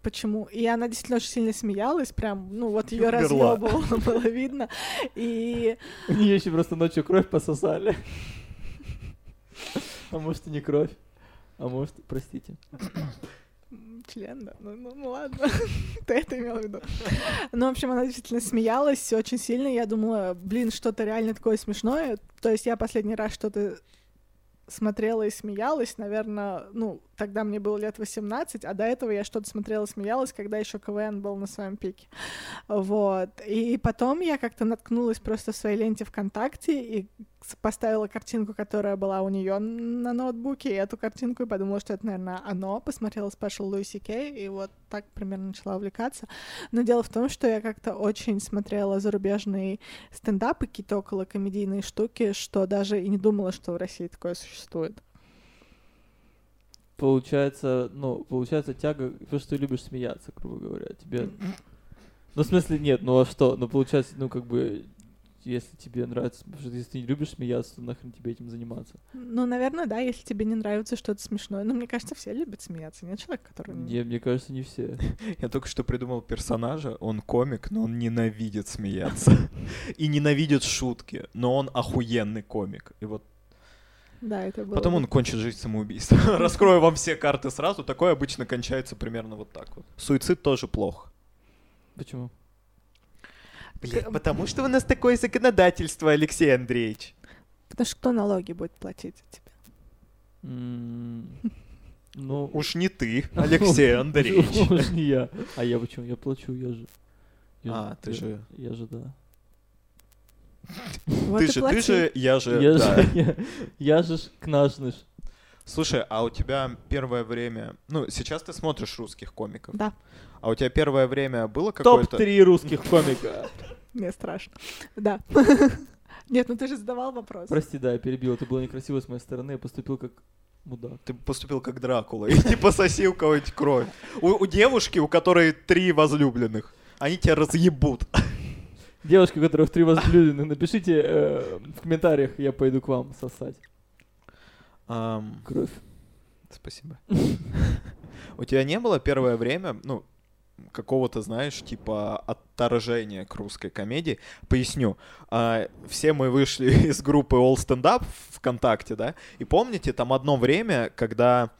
Speaker 3: почему. И она действительно очень сильно смеялась, прям, ну вот ее
Speaker 2: Умерла.
Speaker 3: разъебывало, было видно. И
Speaker 1: У нее еще просто ночью кровь пососали. А может и не кровь. А может, простите.
Speaker 3: м, член, да, ну, ну, ну ладно, ты это имела в виду. Ну, в общем, она действительно смеялась очень сильно, и я думала, блин, что-то реально такое смешное. То есть я последний раз что-то смотрела и смеялась, наверное, ну, тогда мне было лет 18, а до этого я что-то смотрела и смеялась, когда еще КВН был на своем пике. Вот. И потом я как-то наткнулась просто в своей ленте ВКонтакте и с- поставила картинку, которая была у нее на ноутбуке, и эту картинку, и подумала, что это, наверное, оно. Посмотрела спешл Луиси Кей, и вот так примерно начала увлекаться. Но дело в том, что я как-то очень смотрела зарубежный стендап и какие-то около комедийные штуки, что даже и не думала, что в России такое существует.
Speaker 1: Получается, ну, получается тяга, потому что ты любишь смеяться, грубо говоря, тебе... Ну, в смысле, нет, ну а что? Ну, получается, ну, как бы, если тебе нравится, потому что если ты не любишь смеяться, то нахрен тебе этим заниматься?
Speaker 3: Ну, наверное, да, если тебе не нравится что-то смешное. Но мне кажется, все любят смеяться. Нет человека, который... не-
Speaker 1: Не, мне кажется, не все.
Speaker 2: Я только что придумал персонажа, он комик, но он ненавидит смеяться. И ненавидит шутки, но он охуенный комик. И вот
Speaker 3: Да, это было.
Speaker 2: потом
Speaker 3: бы.
Speaker 2: он кончит жизнь самоубийством. Раскрою вам все карты сразу, такое обычно кончается примерно вот так вот. Суицид тоже плохо.
Speaker 1: Почему?
Speaker 2: Блять, потому что у нас такое законодательство, Алексей Андреевич.
Speaker 3: Потому что кто налоги будет платить Типа? за тебя?
Speaker 1: М, Ну...
Speaker 2: Уж не ты, Алексей Андреевич.
Speaker 1: Уж не я. А я почему? Я плачу, я же... я
Speaker 2: А, ты
Speaker 1: я-
Speaker 2: же-
Speaker 1: Я же, да.
Speaker 3: Вот и
Speaker 2: Ты же, ты
Speaker 3: плати.
Speaker 2: же, я же.
Speaker 1: Я
Speaker 2: да.
Speaker 1: же... я- Я же ж кнажныш.
Speaker 2: Слушай, а у тебя первое время... Ну, сейчас ты смотришь русских комиков.
Speaker 3: Да.
Speaker 2: А у тебя первое время было какое-то...
Speaker 1: Топ-3 русских комика.
Speaker 3: Мне страшно. Да. Нет, ну ты же задавал вопрос.
Speaker 1: Прости, да, я перебил. Это было некрасиво с моей стороны. Я поступил как мудак.
Speaker 2: Ты поступил как Дракула. Иди пососи у кого-нибудь кровь. У, у девушки, у которой три возлюбленных. Они тебя разъебут.
Speaker 1: Девушки, у которых три возлюбленных, напишите э, в комментариях, я пойду к вам сосать кровь.
Speaker 2: спасибо. У тебя не было первое время, ну, какого-то, знаешь, типа отторжения к русской комедии. Поясню. А, все мы вышли из группы All Stand Up ВКонтакте, да? И помните, там одно время, когда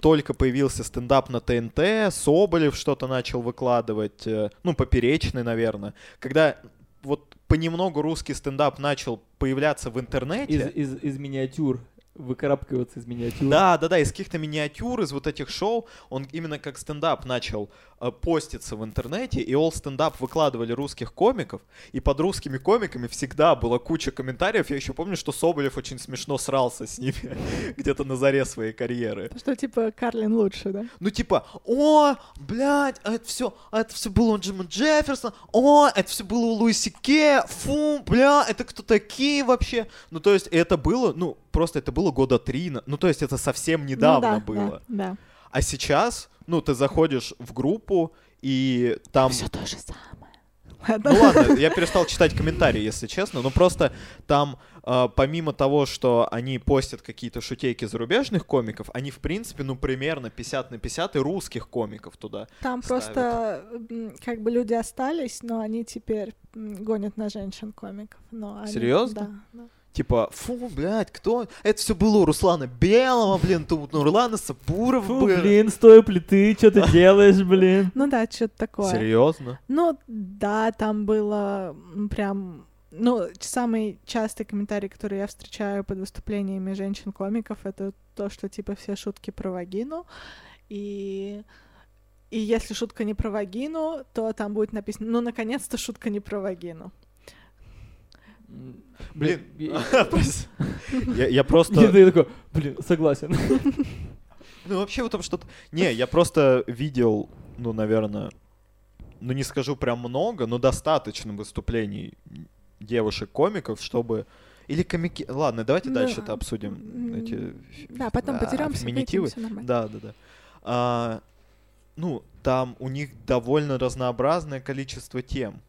Speaker 2: только появился стендап на ТНТ, Соболев что-то начал выкладывать, э, ну, поперечный, наверное. Когда вот понемногу русский стендап начал появляться в интернете.
Speaker 1: Из, из, из миниатюр. Выкарабкиваться из миниатюр.
Speaker 2: Да, да, да, из каких-то миниатюр, из вот этих шоу, он именно как стендап начал э, поститься в интернете, и All стендап выкладывали русских комиков, и под русскими комиками всегда была куча комментариев. Я еще помню, что Соболев очень смешно срался с ними где-то на заре своей карьеры.
Speaker 3: Что типа Карлин лучше, да?
Speaker 2: Ну типа, о, блядь, а это все, а это все было у Джима Джефферсона, о, это все было у Луиси Ке, фу, бля, это кто такие вообще? Ну то есть это было, ну просто это было года три, на- ну то есть это совсем недавно
Speaker 3: Ну да,
Speaker 2: было.
Speaker 3: Да.
Speaker 2: А сейчас, ну ты заходишь в группу и там...
Speaker 3: Все то же самое. Ладно.
Speaker 2: Ну ладно, я перестал читать комментарии, если честно. Но просто там, э, помимо того, что они постят какие-то шутейки зарубежных комиков, они, в принципе, ну, примерно 50 на 50 и русских комиков туда.
Speaker 3: Там
Speaker 2: ставят.
Speaker 3: просто м, как бы люди остались, но они теперь м, гонят на женщин комиков. Но они-
Speaker 2: Серьёзно?
Speaker 3: Да, да.
Speaker 2: Типа, фу, блядь, кто? Это все было у Руслана Белого, блин, тут у Руслана Сапуров
Speaker 1: Фу,
Speaker 2: был.
Speaker 1: блин, стой у плиты, что ты делаешь, блин?
Speaker 3: Ну да, что-то такое.
Speaker 2: Серьезно?
Speaker 3: Ну да, там было м, прям... Ну, ч- самый частый комментарий, который я встречаю под выступлениями женщин-комиков, это то, что типа все шутки про вагину. И, и если шутка не про вагину, то там будет написано, ну, наконец-то шутка не про вагину.
Speaker 1: М,
Speaker 2: Блин, а
Speaker 1: я-
Speaker 2: Прости. я я просто...
Speaker 1: я- я такой, блин, согласен.
Speaker 2: Ну, вообще вот там что-то... Не, я просто видел ну, наверное, ну не скажу прям много, но достаточно выступлений девушек-комиков, чтобы... Или комики... Ладно, давайте
Speaker 3: Ну,
Speaker 2: дальше это
Speaker 3: а,
Speaker 2: обсудим.
Speaker 3: м,
Speaker 2: Эти...
Speaker 3: Да, потом подеремся,
Speaker 2: феминитивы.
Speaker 3: все нормально.
Speaker 2: Да, да, да. А, ну, там у них довольно разнообразное количество тем.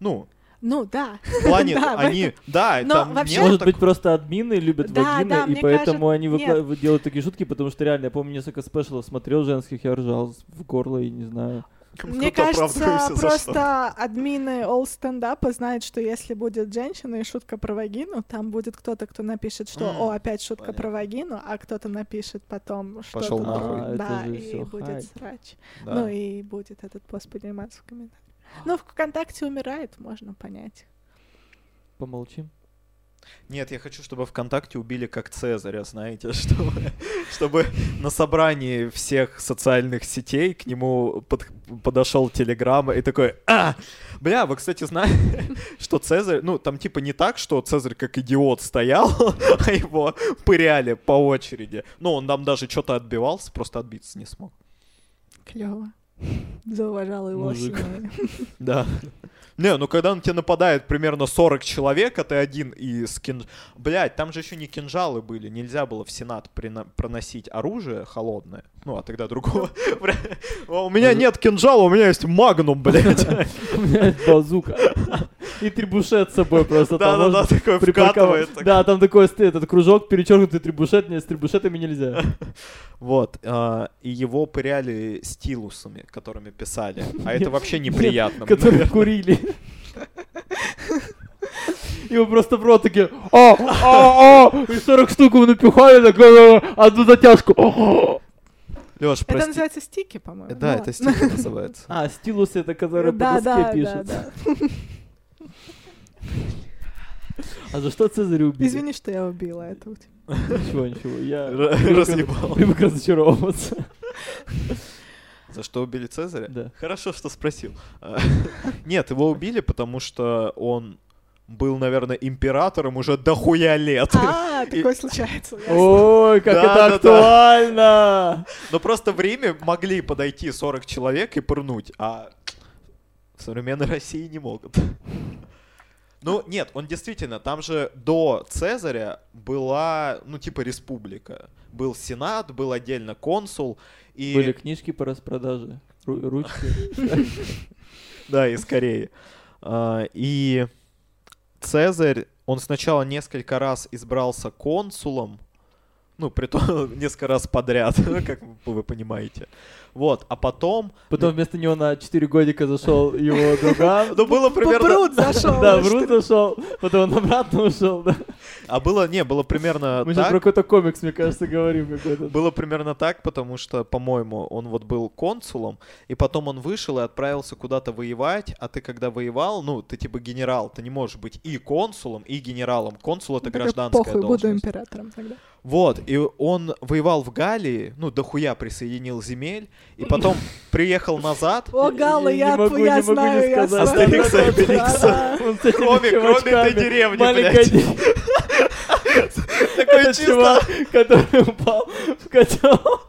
Speaker 2: Ну,
Speaker 3: Ну да,
Speaker 2: в плане,
Speaker 3: Да, в
Speaker 2: они... Да,
Speaker 3: Но
Speaker 2: там
Speaker 3: вообще-
Speaker 2: нету
Speaker 1: Может
Speaker 2: так-
Speaker 1: быть, просто админы любят
Speaker 3: Да,
Speaker 1: вагины,
Speaker 3: да,
Speaker 1: и
Speaker 3: мне
Speaker 1: поэтому они
Speaker 3: кажется,
Speaker 1: выкла- делают такие шутки, потому что реально, я помню, несколько спешалов смотрел женских, я ржал в горло и не знаю.
Speaker 3: Мне
Speaker 2: кто-то
Speaker 3: кажется,
Speaker 2: оправдывается за что-то.
Speaker 3: просто админы all стендапа знают, что если будет женщина и шутка про вагину, там будет кто-то, кто напишет, что
Speaker 2: М,
Speaker 3: «О, опять шутка
Speaker 2: понятно.
Speaker 3: про вагину», а кто-то напишет потом что-то
Speaker 2: Пошёл
Speaker 1: нахуй.
Speaker 3: другое.
Speaker 1: А, это
Speaker 3: Да,
Speaker 1: же
Speaker 3: и
Speaker 1: всё хайп.
Speaker 3: будет срач.
Speaker 2: Да.
Speaker 3: Ну и будет этот пост подниматься в комментариях. Ну, ВКонтакте умирает, можно понять.
Speaker 1: Помолчим.
Speaker 2: Нет, я хочу, чтобы ВКонтакте убили как Цезаря, знаете, чтобы, чтобы на собрании всех социальных сетей к нему под- подошел Телеграмма и такой, а, бля, вы, кстати, знаете, что Цезарь, ну, там типа не так, что Цезарь как идиот стоял, а его пыряли по очереди. Ну, он там даже что-то отбивался, просто отбиться не смог.
Speaker 3: Клево. Зауважала его
Speaker 1: Мужик.
Speaker 3: сильнее.
Speaker 2: Да. Не, ну когда на тебя нападает примерно 40 человек, а ты один и с кинж... Блядь, там же еще не кинжалы были, нельзя было в Сенат прина- проносить оружие холодное. Ну, а тогда другого... Бля, У меня
Speaker 1: Ну,
Speaker 2: нет кинжала, у меня есть магнум, блядь.
Speaker 1: У меня есть базука. И трибушет с собой просто. там
Speaker 2: Да-да-да,
Speaker 1: можно
Speaker 2: такой
Speaker 1: припарковать.
Speaker 2: вкатывает. так.
Speaker 1: Да, там такой ст- этот кружок, перечеркнутый трибушет, нет, с трибушетами нельзя.
Speaker 2: Вот. а, И его пыряли стилусами, которыми писали. А это вообще неприятно.
Speaker 1: Которые курили. Его просто в рот такие, а, а, а, и 40 штук ему напихали, так, «Э, одну затяжку.
Speaker 2: Леш,
Speaker 3: Это
Speaker 2: прости.
Speaker 3: называется стики, по-моему.
Speaker 2: Да, это
Speaker 3: Ну ладно.
Speaker 2: стилус называется.
Speaker 1: А, стилус это, который по
Speaker 3: Да, да,
Speaker 1: доске
Speaker 3: да,
Speaker 1: пишется.
Speaker 3: да.
Speaker 1: А за что Цезарь убили?
Speaker 3: Извини, что я убила это. у тебя.
Speaker 1: Ничего, ничего, я
Speaker 2: Р-
Speaker 1: привык-
Speaker 2: разъебал.
Speaker 1: привык разочаровываться.
Speaker 2: За что убили Цезаря?
Speaker 1: Да.
Speaker 2: Хорошо, что спросил. А, Нет, его убили, потому что он был, наверное, императором уже дохуя лет.
Speaker 3: А,
Speaker 2: И-
Speaker 3: такое случается. ясно.
Speaker 1: Ой, как
Speaker 2: Да,
Speaker 1: это
Speaker 2: да, да.
Speaker 1: актуально!
Speaker 2: Но просто в Риме могли подойти 40 человек и пырнуть, а в современной России не могут. Ну, нет, он действительно, там же до Цезаря была, ну, типа, республика. Был сенат, был отдельно консул, и...
Speaker 1: Были книжки по распродаже, ру- ручки.
Speaker 2: Да, и скорее. А, И Цезарь, он сначала несколько раз избрался консулом, ну, притом несколько раз подряд, как вы понимаете. Вот, а потом...
Speaker 1: Потом вместо него на 4 годика зашел его друган.
Speaker 2: Ну, было примерно...
Speaker 3: Попрут зашел.
Speaker 1: Да, врут зашел, потом он обратно ушел. да.
Speaker 2: А было, не, было примерно
Speaker 1: Мы сейчас про
Speaker 2: А так.
Speaker 1: какой-то комикс, мне кажется, говорим какой-то.
Speaker 2: Было примерно так, потому что, по-моему, он вот был консулом, и потом он вышел и отправился куда-то воевать, а ты когда воевал, ну, ты типа генерал, ты не можешь быть и консулом, и генералом. Консул — это гражданская
Speaker 3: Ну, Похуй, буду
Speaker 2: должность.
Speaker 3: императором тогда.
Speaker 2: Вот, и он воевал в Галлии, ну, дохуя присоединил земель, и потом приехал назад.
Speaker 3: О, Гала,
Speaker 1: не
Speaker 3: я,
Speaker 1: могу-
Speaker 3: п-
Speaker 1: не
Speaker 3: я
Speaker 1: могу не
Speaker 3: знаю, я
Speaker 1: сказать.
Speaker 3: знаю.
Speaker 2: Астерикса и
Speaker 3: Да, да,
Speaker 2: Обеликса.
Speaker 3: да.
Speaker 1: Он с этими
Speaker 2: Кроме- кроме этой
Speaker 1: чувачками.
Speaker 2: деревни,
Speaker 1: Маленькая
Speaker 2: блядь.
Speaker 1: деревня.
Speaker 2: Такой
Speaker 1: Этот
Speaker 2: чисто,
Speaker 1: чувак, который упал в котел.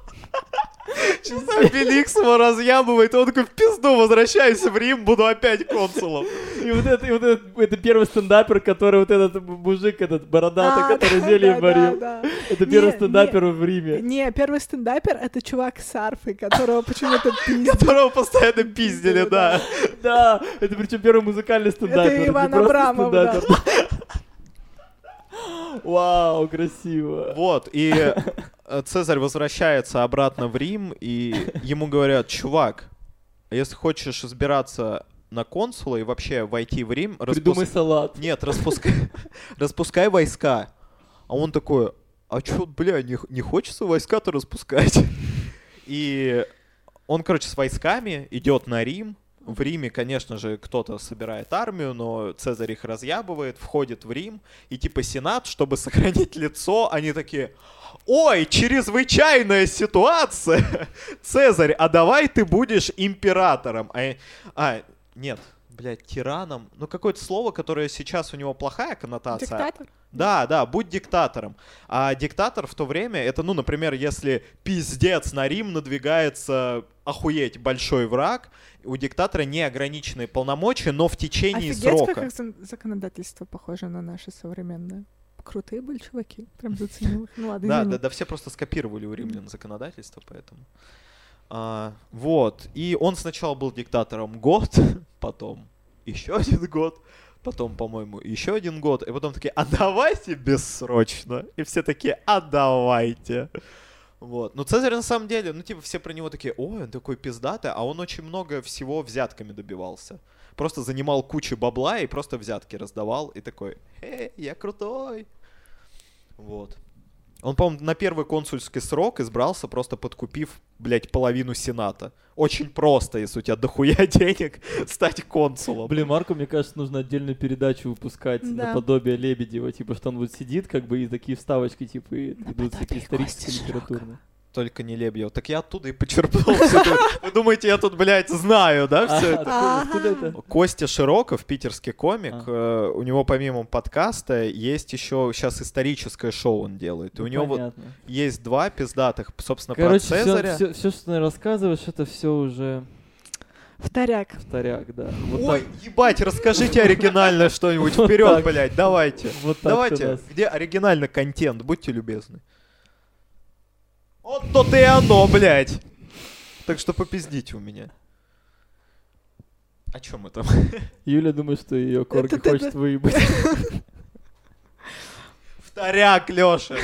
Speaker 2: чисто Феликс его разъябывает, и он такой, в пизду, возвращаюсь в Рим, буду опять консулом.
Speaker 1: И вот это, и вот этот- это первый стендапер, который вот этот мужик, этот бородатый,
Speaker 3: А,
Speaker 1: который
Speaker 3: да,
Speaker 1: зелье
Speaker 3: да,
Speaker 1: варил.
Speaker 3: да.
Speaker 1: Это первый
Speaker 3: Не,
Speaker 1: стендапер в Риме.
Speaker 3: Не, первый стендапер — это чувак с арфой, которого почему-то пиздят.
Speaker 2: Которого постоянно пиздили, да.
Speaker 1: Да, это причем первый музыкальный стендапер. не
Speaker 3: Иван
Speaker 1: просто
Speaker 3: Абрамов, да.
Speaker 1: стендапер. Вау, красиво.
Speaker 2: Вот, и э, Цезарь возвращается обратно в Рим, и ему говорят, чувак, если хочешь избираться на консула и вообще войти в Рим, распуск-
Speaker 1: Придумай салат.
Speaker 2: Нет, распускай, распускай войска. А он такой, а чё, бля, не, х- не хочется войска-то распускать? И он, короче, с войсками идет на Рим. В Риме, конечно же, кто-то собирает армию, но Цезарь их разъябывает, входит в Рим. И типа Сенат, чтобы сохранить лицо, они такие, ой, чрезвычайная ситуация! Цезарь, а давай ты будешь императором. А, а, нет, блядь, тираном. Ну, какое-то слово, которое сейчас у него плохая коннотация.
Speaker 3: Диктатор?
Speaker 2: Да, да, будь диктатором. А диктатор в то время, это, ну, например, если пиздец на Рим надвигается охуеть большой враг, у диктатора неограниченные полномочия, но в течение
Speaker 3: Офигеть,
Speaker 2: срока.
Speaker 3: как их зан- законодательство похоже на наше современное. Крутые были чуваки, прям заценил их. Ну ладно,
Speaker 2: Да,
Speaker 3: извини.
Speaker 2: да, да, все просто скопировали у римлян законодательство, поэтому. А, вот. И он сначала был диктатором год, потом еще один год, потом, по-моему, еще один год, и потом такие, а давайте бессрочно. И все такие, а давайте. Вот. Но Цезарь на самом деле, ну типа все про него такие, ой, он такой пиздатый, а он очень много всего взятками добивался. Просто занимал кучу бабла и просто взятки раздавал и такой, эй, я крутой. Вот. Он, по-моему, на первый консульский срок избрался, просто подкупив, блядь, половину Сената. Очень просто, если у тебя дохуя денег, стать консулом.
Speaker 1: Блин, Марку, мне кажется, нужно отдельную передачу выпускать
Speaker 3: Да.
Speaker 1: наподобие Лебедева, типа, что он вот сидит, как бы, и такие вставочки, типа, и идут
Speaker 3: Наподобие
Speaker 1: всякие исторические,
Speaker 3: Кости
Speaker 1: литературные.
Speaker 2: Только не Лебедев. Так я оттуда и почерпнул всю эту- Вы думаете, я тут, блядь, знаю,
Speaker 1: А,
Speaker 2: да, все это?
Speaker 1: откуда- откуда
Speaker 3: Ага.
Speaker 1: это?
Speaker 2: Костя Широков, питерский комик,
Speaker 1: А.
Speaker 2: э, у него помимо подкаста есть еще сейчас историческое шоу он делает. И у
Speaker 1: Ну,
Speaker 2: него вот
Speaker 1: понятно.
Speaker 2: есть два пиздатых, собственно, про
Speaker 1: Короче,
Speaker 2: Цезаря.
Speaker 1: все, что ты рассказываешь, это все уже
Speaker 3: Вторяк.
Speaker 1: вторяк, да. Вот
Speaker 2: Ой, ебать, расскажите оригинальное что-нибудь.
Speaker 1: Вот
Speaker 2: Вперед,
Speaker 1: так.
Speaker 2: блядь, давайте.
Speaker 1: так- вот так ты
Speaker 2: Давайте,
Speaker 1: нас-
Speaker 2: где оригинальный контент, будьте любезны. Вот то-то и оно, блядь. Так что попиздите у меня. О чем это?
Speaker 1: Юля думает, что ее корги
Speaker 3: Это ты-
Speaker 1: хочет выебать.
Speaker 2: Вторяк, Леша.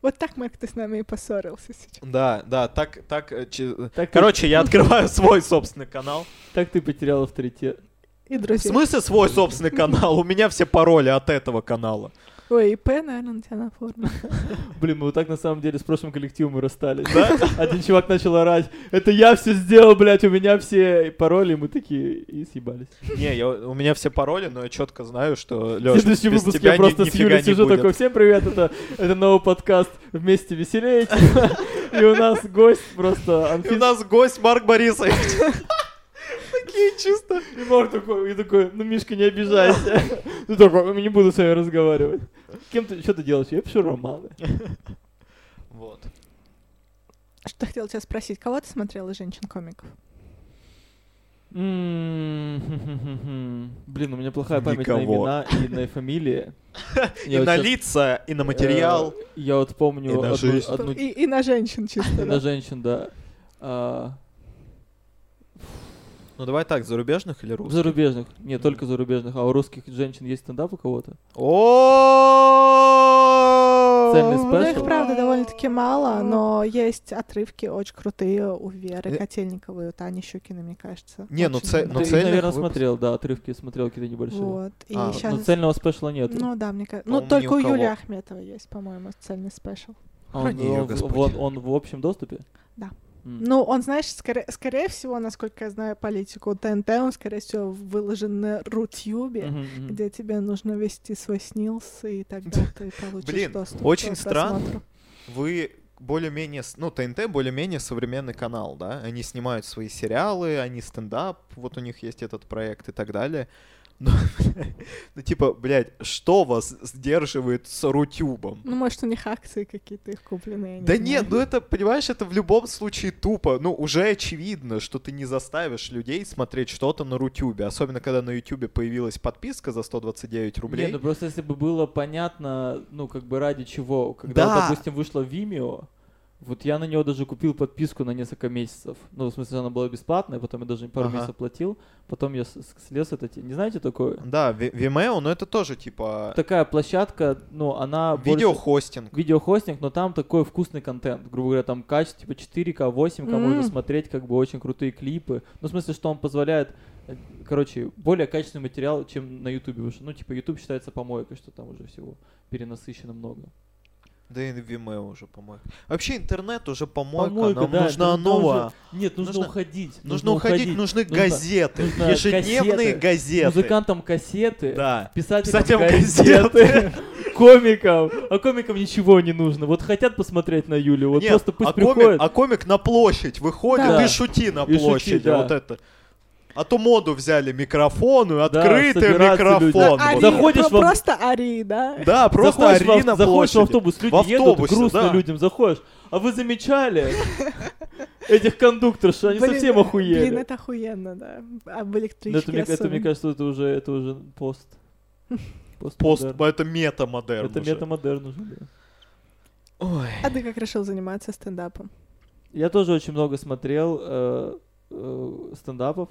Speaker 3: Вот так Марк, ты с нами и поссорился сейчас.
Speaker 2: Да, да, так, так. э, че-
Speaker 1: Так ты-
Speaker 2: Короче, я открываю свой собственный канал.
Speaker 1: Так ты потерял авторитет.
Speaker 3: И
Speaker 2: В
Speaker 3: друзей.
Speaker 2: смысле свой собственный канал? У меня все пароли от этого канала.
Speaker 3: Ой, и П, наверное, на тебя наформил.
Speaker 1: Блин, мы вот так на самом деле с прошлым коллективом и расстались.
Speaker 2: Да?
Speaker 1: Один чувак начал орать, это я все сделал, блядь, у меня все пароли, и мы такие и съебались.
Speaker 2: Не, я, у меня все пароли, но я четко знаю, что
Speaker 1: В
Speaker 2: Леша,
Speaker 1: следующем
Speaker 2: без
Speaker 1: выпуске я
Speaker 2: тебя ни-
Speaker 1: просто с
Speaker 2: нифига
Speaker 1: Юрой
Speaker 2: не
Speaker 1: сижу
Speaker 2: будет.
Speaker 1: такой, всем привет, это, это новый подкаст «Вместе веселее». типа. И у нас гость просто
Speaker 2: И у
Speaker 1: Анфис.
Speaker 2: нас гость Марк Борисович. Такие чисто.
Speaker 1: И Марк такой, и такой, ну, Мишка, не обижайся. Ну, такой, «Ну, не буду с вами разговаривать. Кем ты, что ты делаешь? Я пишу романы.
Speaker 2: Вот.
Speaker 3: Что хотел тебя спросить, кого ты смотрела женщин-комиков?
Speaker 1: М, Блин, у меня плохая память
Speaker 2: Никого.
Speaker 1: на имена и на фамилии.
Speaker 2: И
Speaker 1: Я вот
Speaker 2: на
Speaker 1: щас-
Speaker 2: лица, и на материал.
Speaker 1: Э, Я вот
Speaker 2: И
Speaker 1: помню
Speaker 2: на
Speaker 1: одну-
Speaker 2: жизнь.
Speaker 1: одну
Speaker 3: И, и на женщин чисто.
Speaker 1: на
Speaker 3: да.
Speaker 1: женщин, да. А,
Speaker 2: Ну давай так, зарубежных или русских?
Speaker 1: Зарубежных. Не, только зарубежных. А у русских женщин есть стендап у кого-то?
Speaker 2: О!
Speaker 1: Цельный
Speaker 3: Ну, их
Speaker 1: спешл?
Speaker 3: правда довольно-таки мало, но есть отрывки очень крутые у Веры Котельниковой, у Тани Щукиной, мне кажется.
Speaker 2: Э, Не, ну,
Speaker 3: Очень
Speaker 2: це-
Speaker 3: много.
Speaker 2: ну,
Speaker 1: Ты,
Speaker 2: цельных
Speaker 1: наверное,
Speaker 2: выпуск-
Speaker 1: смотрел, да, отрывки смотрел какие-то небольшие.
Speaker 3: Вот. И
Speaker 2: А, ну,
Speaker 1: Но
Speaker 3: сейчас...
Speaker 1: цельного спешла нет.
Speaker 3: Ну да, мне кажется.
Speaker 2: По-моему,
Speaker 3: Ну
Speaker 2: ни
Speaker 3: только
Speaker 2: у
Speaker 3: у
Speaker 2: кого.
Speaker 3: Юли Ахметова есть, по-моему, цельный спешл.
Speaker 1: он,
Speaker 2: Храни её,
Speaker 1: он в-
Speaker 2: Господи.
Speaker 1: вон- он в общем доступе?
Speaker 3: Да.
Speaker 1: М.
Speaker 3: Ну, он, знаешь, скорее, скорее всего, насколько я знаю политику ТНТ, он, скорее всего, выложен на Рутюбе,
Speaker 1: Мгм, мгм.
Speaker 3: где тебе нужно вести свой снилс, и тогда ты получишь
Speaker 2: Блин,
Speaker 3: доступ
Speaker 2: очень
Speaker 3: к
Speaker 2: странно.
Speaker 3: просмотру.
Speaker 2: Вы более-менее, с- ну ТНТ более-менее современный канал, да? Они снимают свои сериалы, они стендап, вот у них есть этот проект и так далее. Но, ну типа, блядь, что вас сдерживает с Рутюбом?
Speaker 3: Ну, может, у них акции какие-то их купленные. я не
Speaker 2: Да
Speaker 3: знаю.
Speaker 2: нет, ну это, понимаешь, это в любом случае тупо. Ну, уже очевидно, что ты не заставишь людей смотреть что-то на Рутюбе. Особенно, когда на Ютубе появилась подписка за 129
Speaker 1: Не,
Speaker 2: рублей.
Speaker 1: ну просто если бы было понятно, ну как бы ради чего. Когда,
Speaker 2: Да.
Speaker 1: вот, допустим, вышла Vimeo, вот я на него даже купил подписку на несколько месяцев. Ну, в смысле, она была бесплатная, потом я даже пару
Speaker 2: Ага.
Speaker 1: месяцев платил, потом я с- с- слез это... Не знаете такое?
Speaker 2: Да, Ви- Vimeo, но это тоже типа
Speaker 1: Такая площадка, ну,
Speaker 3: а
Speaker 1: она больше...
Speaker 2: видеохостинг.
Speaker 1: Видеохостинг, но там такой вкусный контент. Грубо говоря, там качество типа 4К, 8К,
Speaker 3: М.
Speaker 1: можно смотреть как бы очень крутые клипы. Ну, в смысле, что он позволяет, э, короче, более качественный материал, чем на Ютубе. потому что, Ну, типа, Ютуб считается помойкой, что там уже всего перенасыщено много.
Speaker 2: Да и Vimeo уже помойка. Вообще интернет уже помойка,
Speaker 1: Помойка,
Speaker 2: нам
Speaker 1: да,
Speaker 2: нужна
Speaker 1: нужна уже-
Speaker 2: новая.
Speaker 1: Нет, нужно,
Speaker 2: Нужно-
Speaker 1: уходить.
Speaker 2: Нужно уходить, нужны
Speaker 1: Нужна-
Speaker 2: газеты,
Speaker 1: нужна
Speaker 2: ежедневные
Speaker 1: кассеты.
Speaker 2: газеты.
Speaker 1: Музыкантам кассеты,
Speaker 2: Да.
Speaker 1: писателям,
Speaker 2: Писателям
Speaker 1: газеты, комикам. А комикам ничего не нужно. Вот хотят посмотреть на Юлю, вот
Speaker 2: Нет,
Speaker 1: просто пусть
Speaker 2: а комик,
Speaker 1: приходят.
Speaker 2: а комик на площадь выходит
Speaker 1: Да.
Speaker 2: и шути на
Speaker 1: И шути,
Speaker 2: площади,
Speaker 1: да.
Speaker 2: вот это. А то моду взяли микрофоны,
Speaker 1: Да,
Speaker 2: открытый
Speaker 1: собираться
Speaker 2: микрофон.
Speaker 1: люди.
Speaker 3: Ари-
Speaker 2: Да,
Speaker 1: Заходишь
Speaker 3: про-
Speaker 1: в-
Speaker 3: Просто Ари, да?
Speaker 2: Да, просто
Speaker 1: заходишь, в ав-
Speaker 2: Арина
Speaker 1: заходишь в автобус, люди
Speaker 2: В автобусе,
Speaker 1: едут, грустно
Speaker 2: да.
Speaker 1: людям заходишь. А вы замечали этих кондукторов, что они
Speaker 3: Блин,
Speaker 1: совсем охуели?
Speaker 3: Блин, это охуенно, да. А Об
Speaker 1: Ну,
Speaker 3: электричке
Speaker 1: это, мне, это, мне
Speaker 3: особенно.
Speaker 1: кажется, это уже, это уже пост.
Speaker 2: Пост,
Speaker 1: Постмодерн.
Speaker 2: это метамодерн
Speaker 1: Это
Speaker 2: уже.
Speaker 1: метамодерн уже, да.
Speaker 2: Ой.
Speaker 3: А ты как решил заниматься стендапом?
Speaker 1: Я тоже очень много смотрел э, э, стендапов.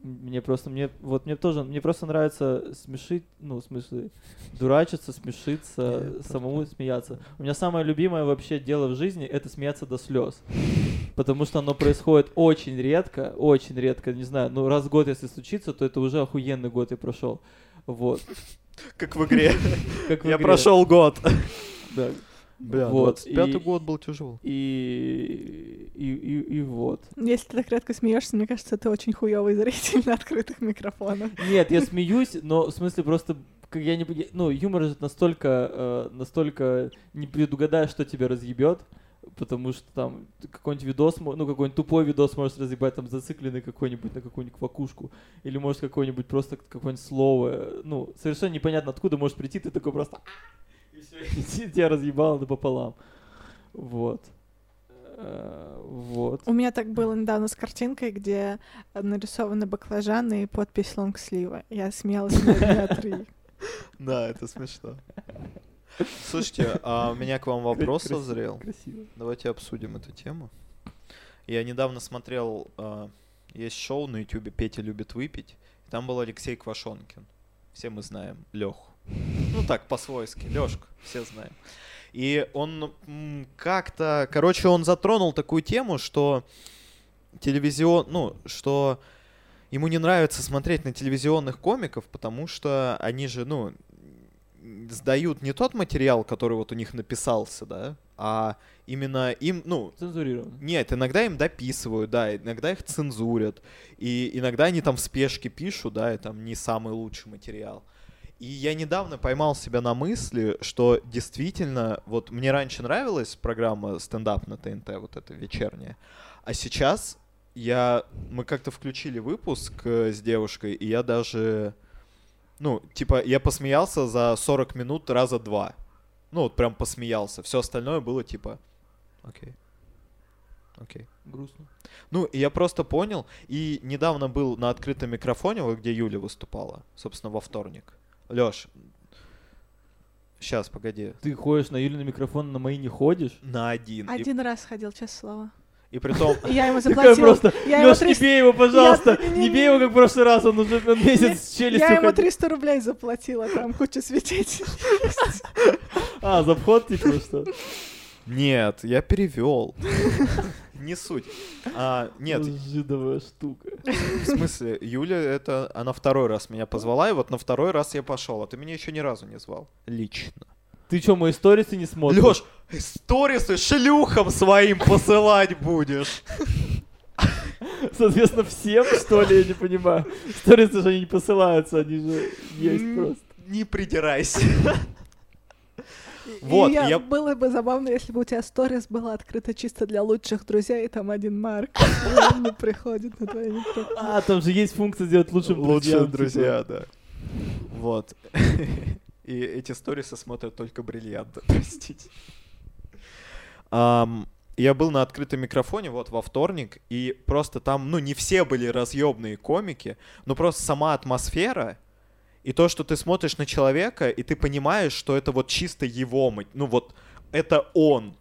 Speaker 1: Мне просто, мне, вот мне тоже, мне просто нравится смешить, ну, в смысле, дурачиться,
Speaker 2: Я
Speaker 1: смешиться,
Speaker 2: просто-
Speaker 1: самому смеяться. У меня самое любимое вообще дело в жизни — это смеяться до слез. Потому что оно происходит очень редко, очень редко, не знаю, ну, раз в год, если случится, то это уже охуенный год я прошел. Вот.
Speaker 2: Как в игре.
Speaker 1: Как в
Speaker 2: Я
Speaker 1: игре.
Speaker 2: прошел год.
Speaker 1: Да.
Speaker 2: Бля,
Speaker 1: Вот,
Speaker 2: 25-й
Speaker 1: и-
Speaker 2: год был тяжел.
Speaker 1: И, и, и, и вот.
Speaker 3: Если ты так редко смеешься, мне кажется, ты очень хуёвый зритель на открытых микрофонах.
Speaker 1: Нет, я смеюсь, но в смысле просто как я не пон- ну юмор же настолько э, настолько не предугадаешь, что тебя разъебет, потому что там ты какой-нибудь видос, мо- ну какой-нибудь тупой видос может разъебать, там зацикленный какой-нибудь на какую-нибудь квакушку, или может какой-нибудь просто какое-нибудь слово, э, ну совершенно непонятно откуда может прийти, ты такой просто «А!» и все, тебя разъебало пополам, вот, Э, вот.
Speaker 3: У меня так было недавно с картинкой, где э, нарисованы баклажаны и подпись лонгслива. Я смеялась на дня три.
Speaker 2: Да, это смешно. Слушайте, а у меня к вам вопрос
Speaker 1: Красиво,
Speaker 2: созрел.
Speaker 1: Красиво.
Speaker 2: Давайте обсудим эту тему. Я недавно смотрел, а, есть шоу на ютубе «Петя любит выпить». Там был Алексей Квашонкин. Все мы знаем Леху. Ну так, по-свойски. Лешка, все знаем. И он м, как-то... Короче, он затронул такую тему, что телевизион... Ну, что ему не нравится смотреть на телевизионных комиков, потому что они же, ну, сдают не тот материал, который вот у них написался, да, а именно им, ну,
Speaker 1: Цензурировано.
Speaker 2: нет, иногда им дописывают, да, иногда их цензурят, и иногда они там в спешке пишут, да, и там не самый лучший материал. И я недавно поймал себя на мысли, что действительно, вот мне раньше нравилась программа стендап на ТНТ, вот эта вечерняя, а сейчас я, мы как-то включили выпуск э, с девушкой, и я даже, ну, типа, я посмеялся за 40 минут раза два. Ну, вот прям посмеялся. Все остальное было типа, окей, окей.
Speaker 1: Грустно.
Speaker 2: Ну, и я просто понял, и недавно был на открытом микрофоне, вот где Юля выступала, собственно, во вторник. Лёш, сейчас, погоди.
Speaker 1: Ты ходишь на Юлин микрофон, на мои не ходишь?
Speaker 2: На один. И,
Speaker 3: Один раз ходил, честное слово.
Speaker 2: и при том,
Speaker 3: И Я ему
Speaker 1: Такая
Speaker 3: заплатила.
Speaker 1: просто,
Speaker 3: Я ему
Speaker 1: Лёш, не
Speaker 3: 300
Speaker 1: бей его, пожалуйста,
Speaker 3: Я-
Speaker 1: не бей его, как в прошлый раз, он уже на месяц с
Speaker 3: я
Speaker 1: челюстью
Speaker 3: ему
Speaker 1: ходил.
Speaker 3: 300 рублей заплатила, там куча свидетелей.
Speaker 1: А, за вход типа что?
Speaker 2: нет, я перевел. Не суть. А, нет,
Speaker 1: Жидовая штука.
Speaker 2: в смысле, Юля, это она второй раз меня позвала, и вот на второй раз я пошел, а ты меня еще ни разу не звал. Лично.
Speaker 1: Ты чё, мои сторисы не смотришь?
Speaker 2: Лёш, сторисы шлюхам своим посылать будешь.
Speaker 1: Соответственно, всем, что ли, я не понимаю. Сторисы же они не посылаются, они же есть
Speaker 2: М,
Speaker 1: просто.
Speaker 2: Не придирайся.
Speaker 3: И
Speaker 2: Вот,
Speaker 3: я-
Speaker 2: я-
Speaker 3: Было бы забавно, если бы у тебя сторис было открыто чисто для лучших друзей, и там один Марк. и Он не приходит на твои микрофоны.
Speaker 1: А, там же есть функция сделать лучшим
Speaker 2: Лучшие
Speaker 1: друзьям.
Speaker 2: друзья,
Speaker 1: типа.
Speaker 2: да. Вот. И эти сторисы смотрят только бриллианты, простите. Ам, Я был на открытом микрофоне вот во вторник, и просто там, ну, не все были разъемные комики, но просто сама атмосфера и то, что ты смотришь на человека, и ты понимаешь, что это вот чисто его, мы- ну вот это он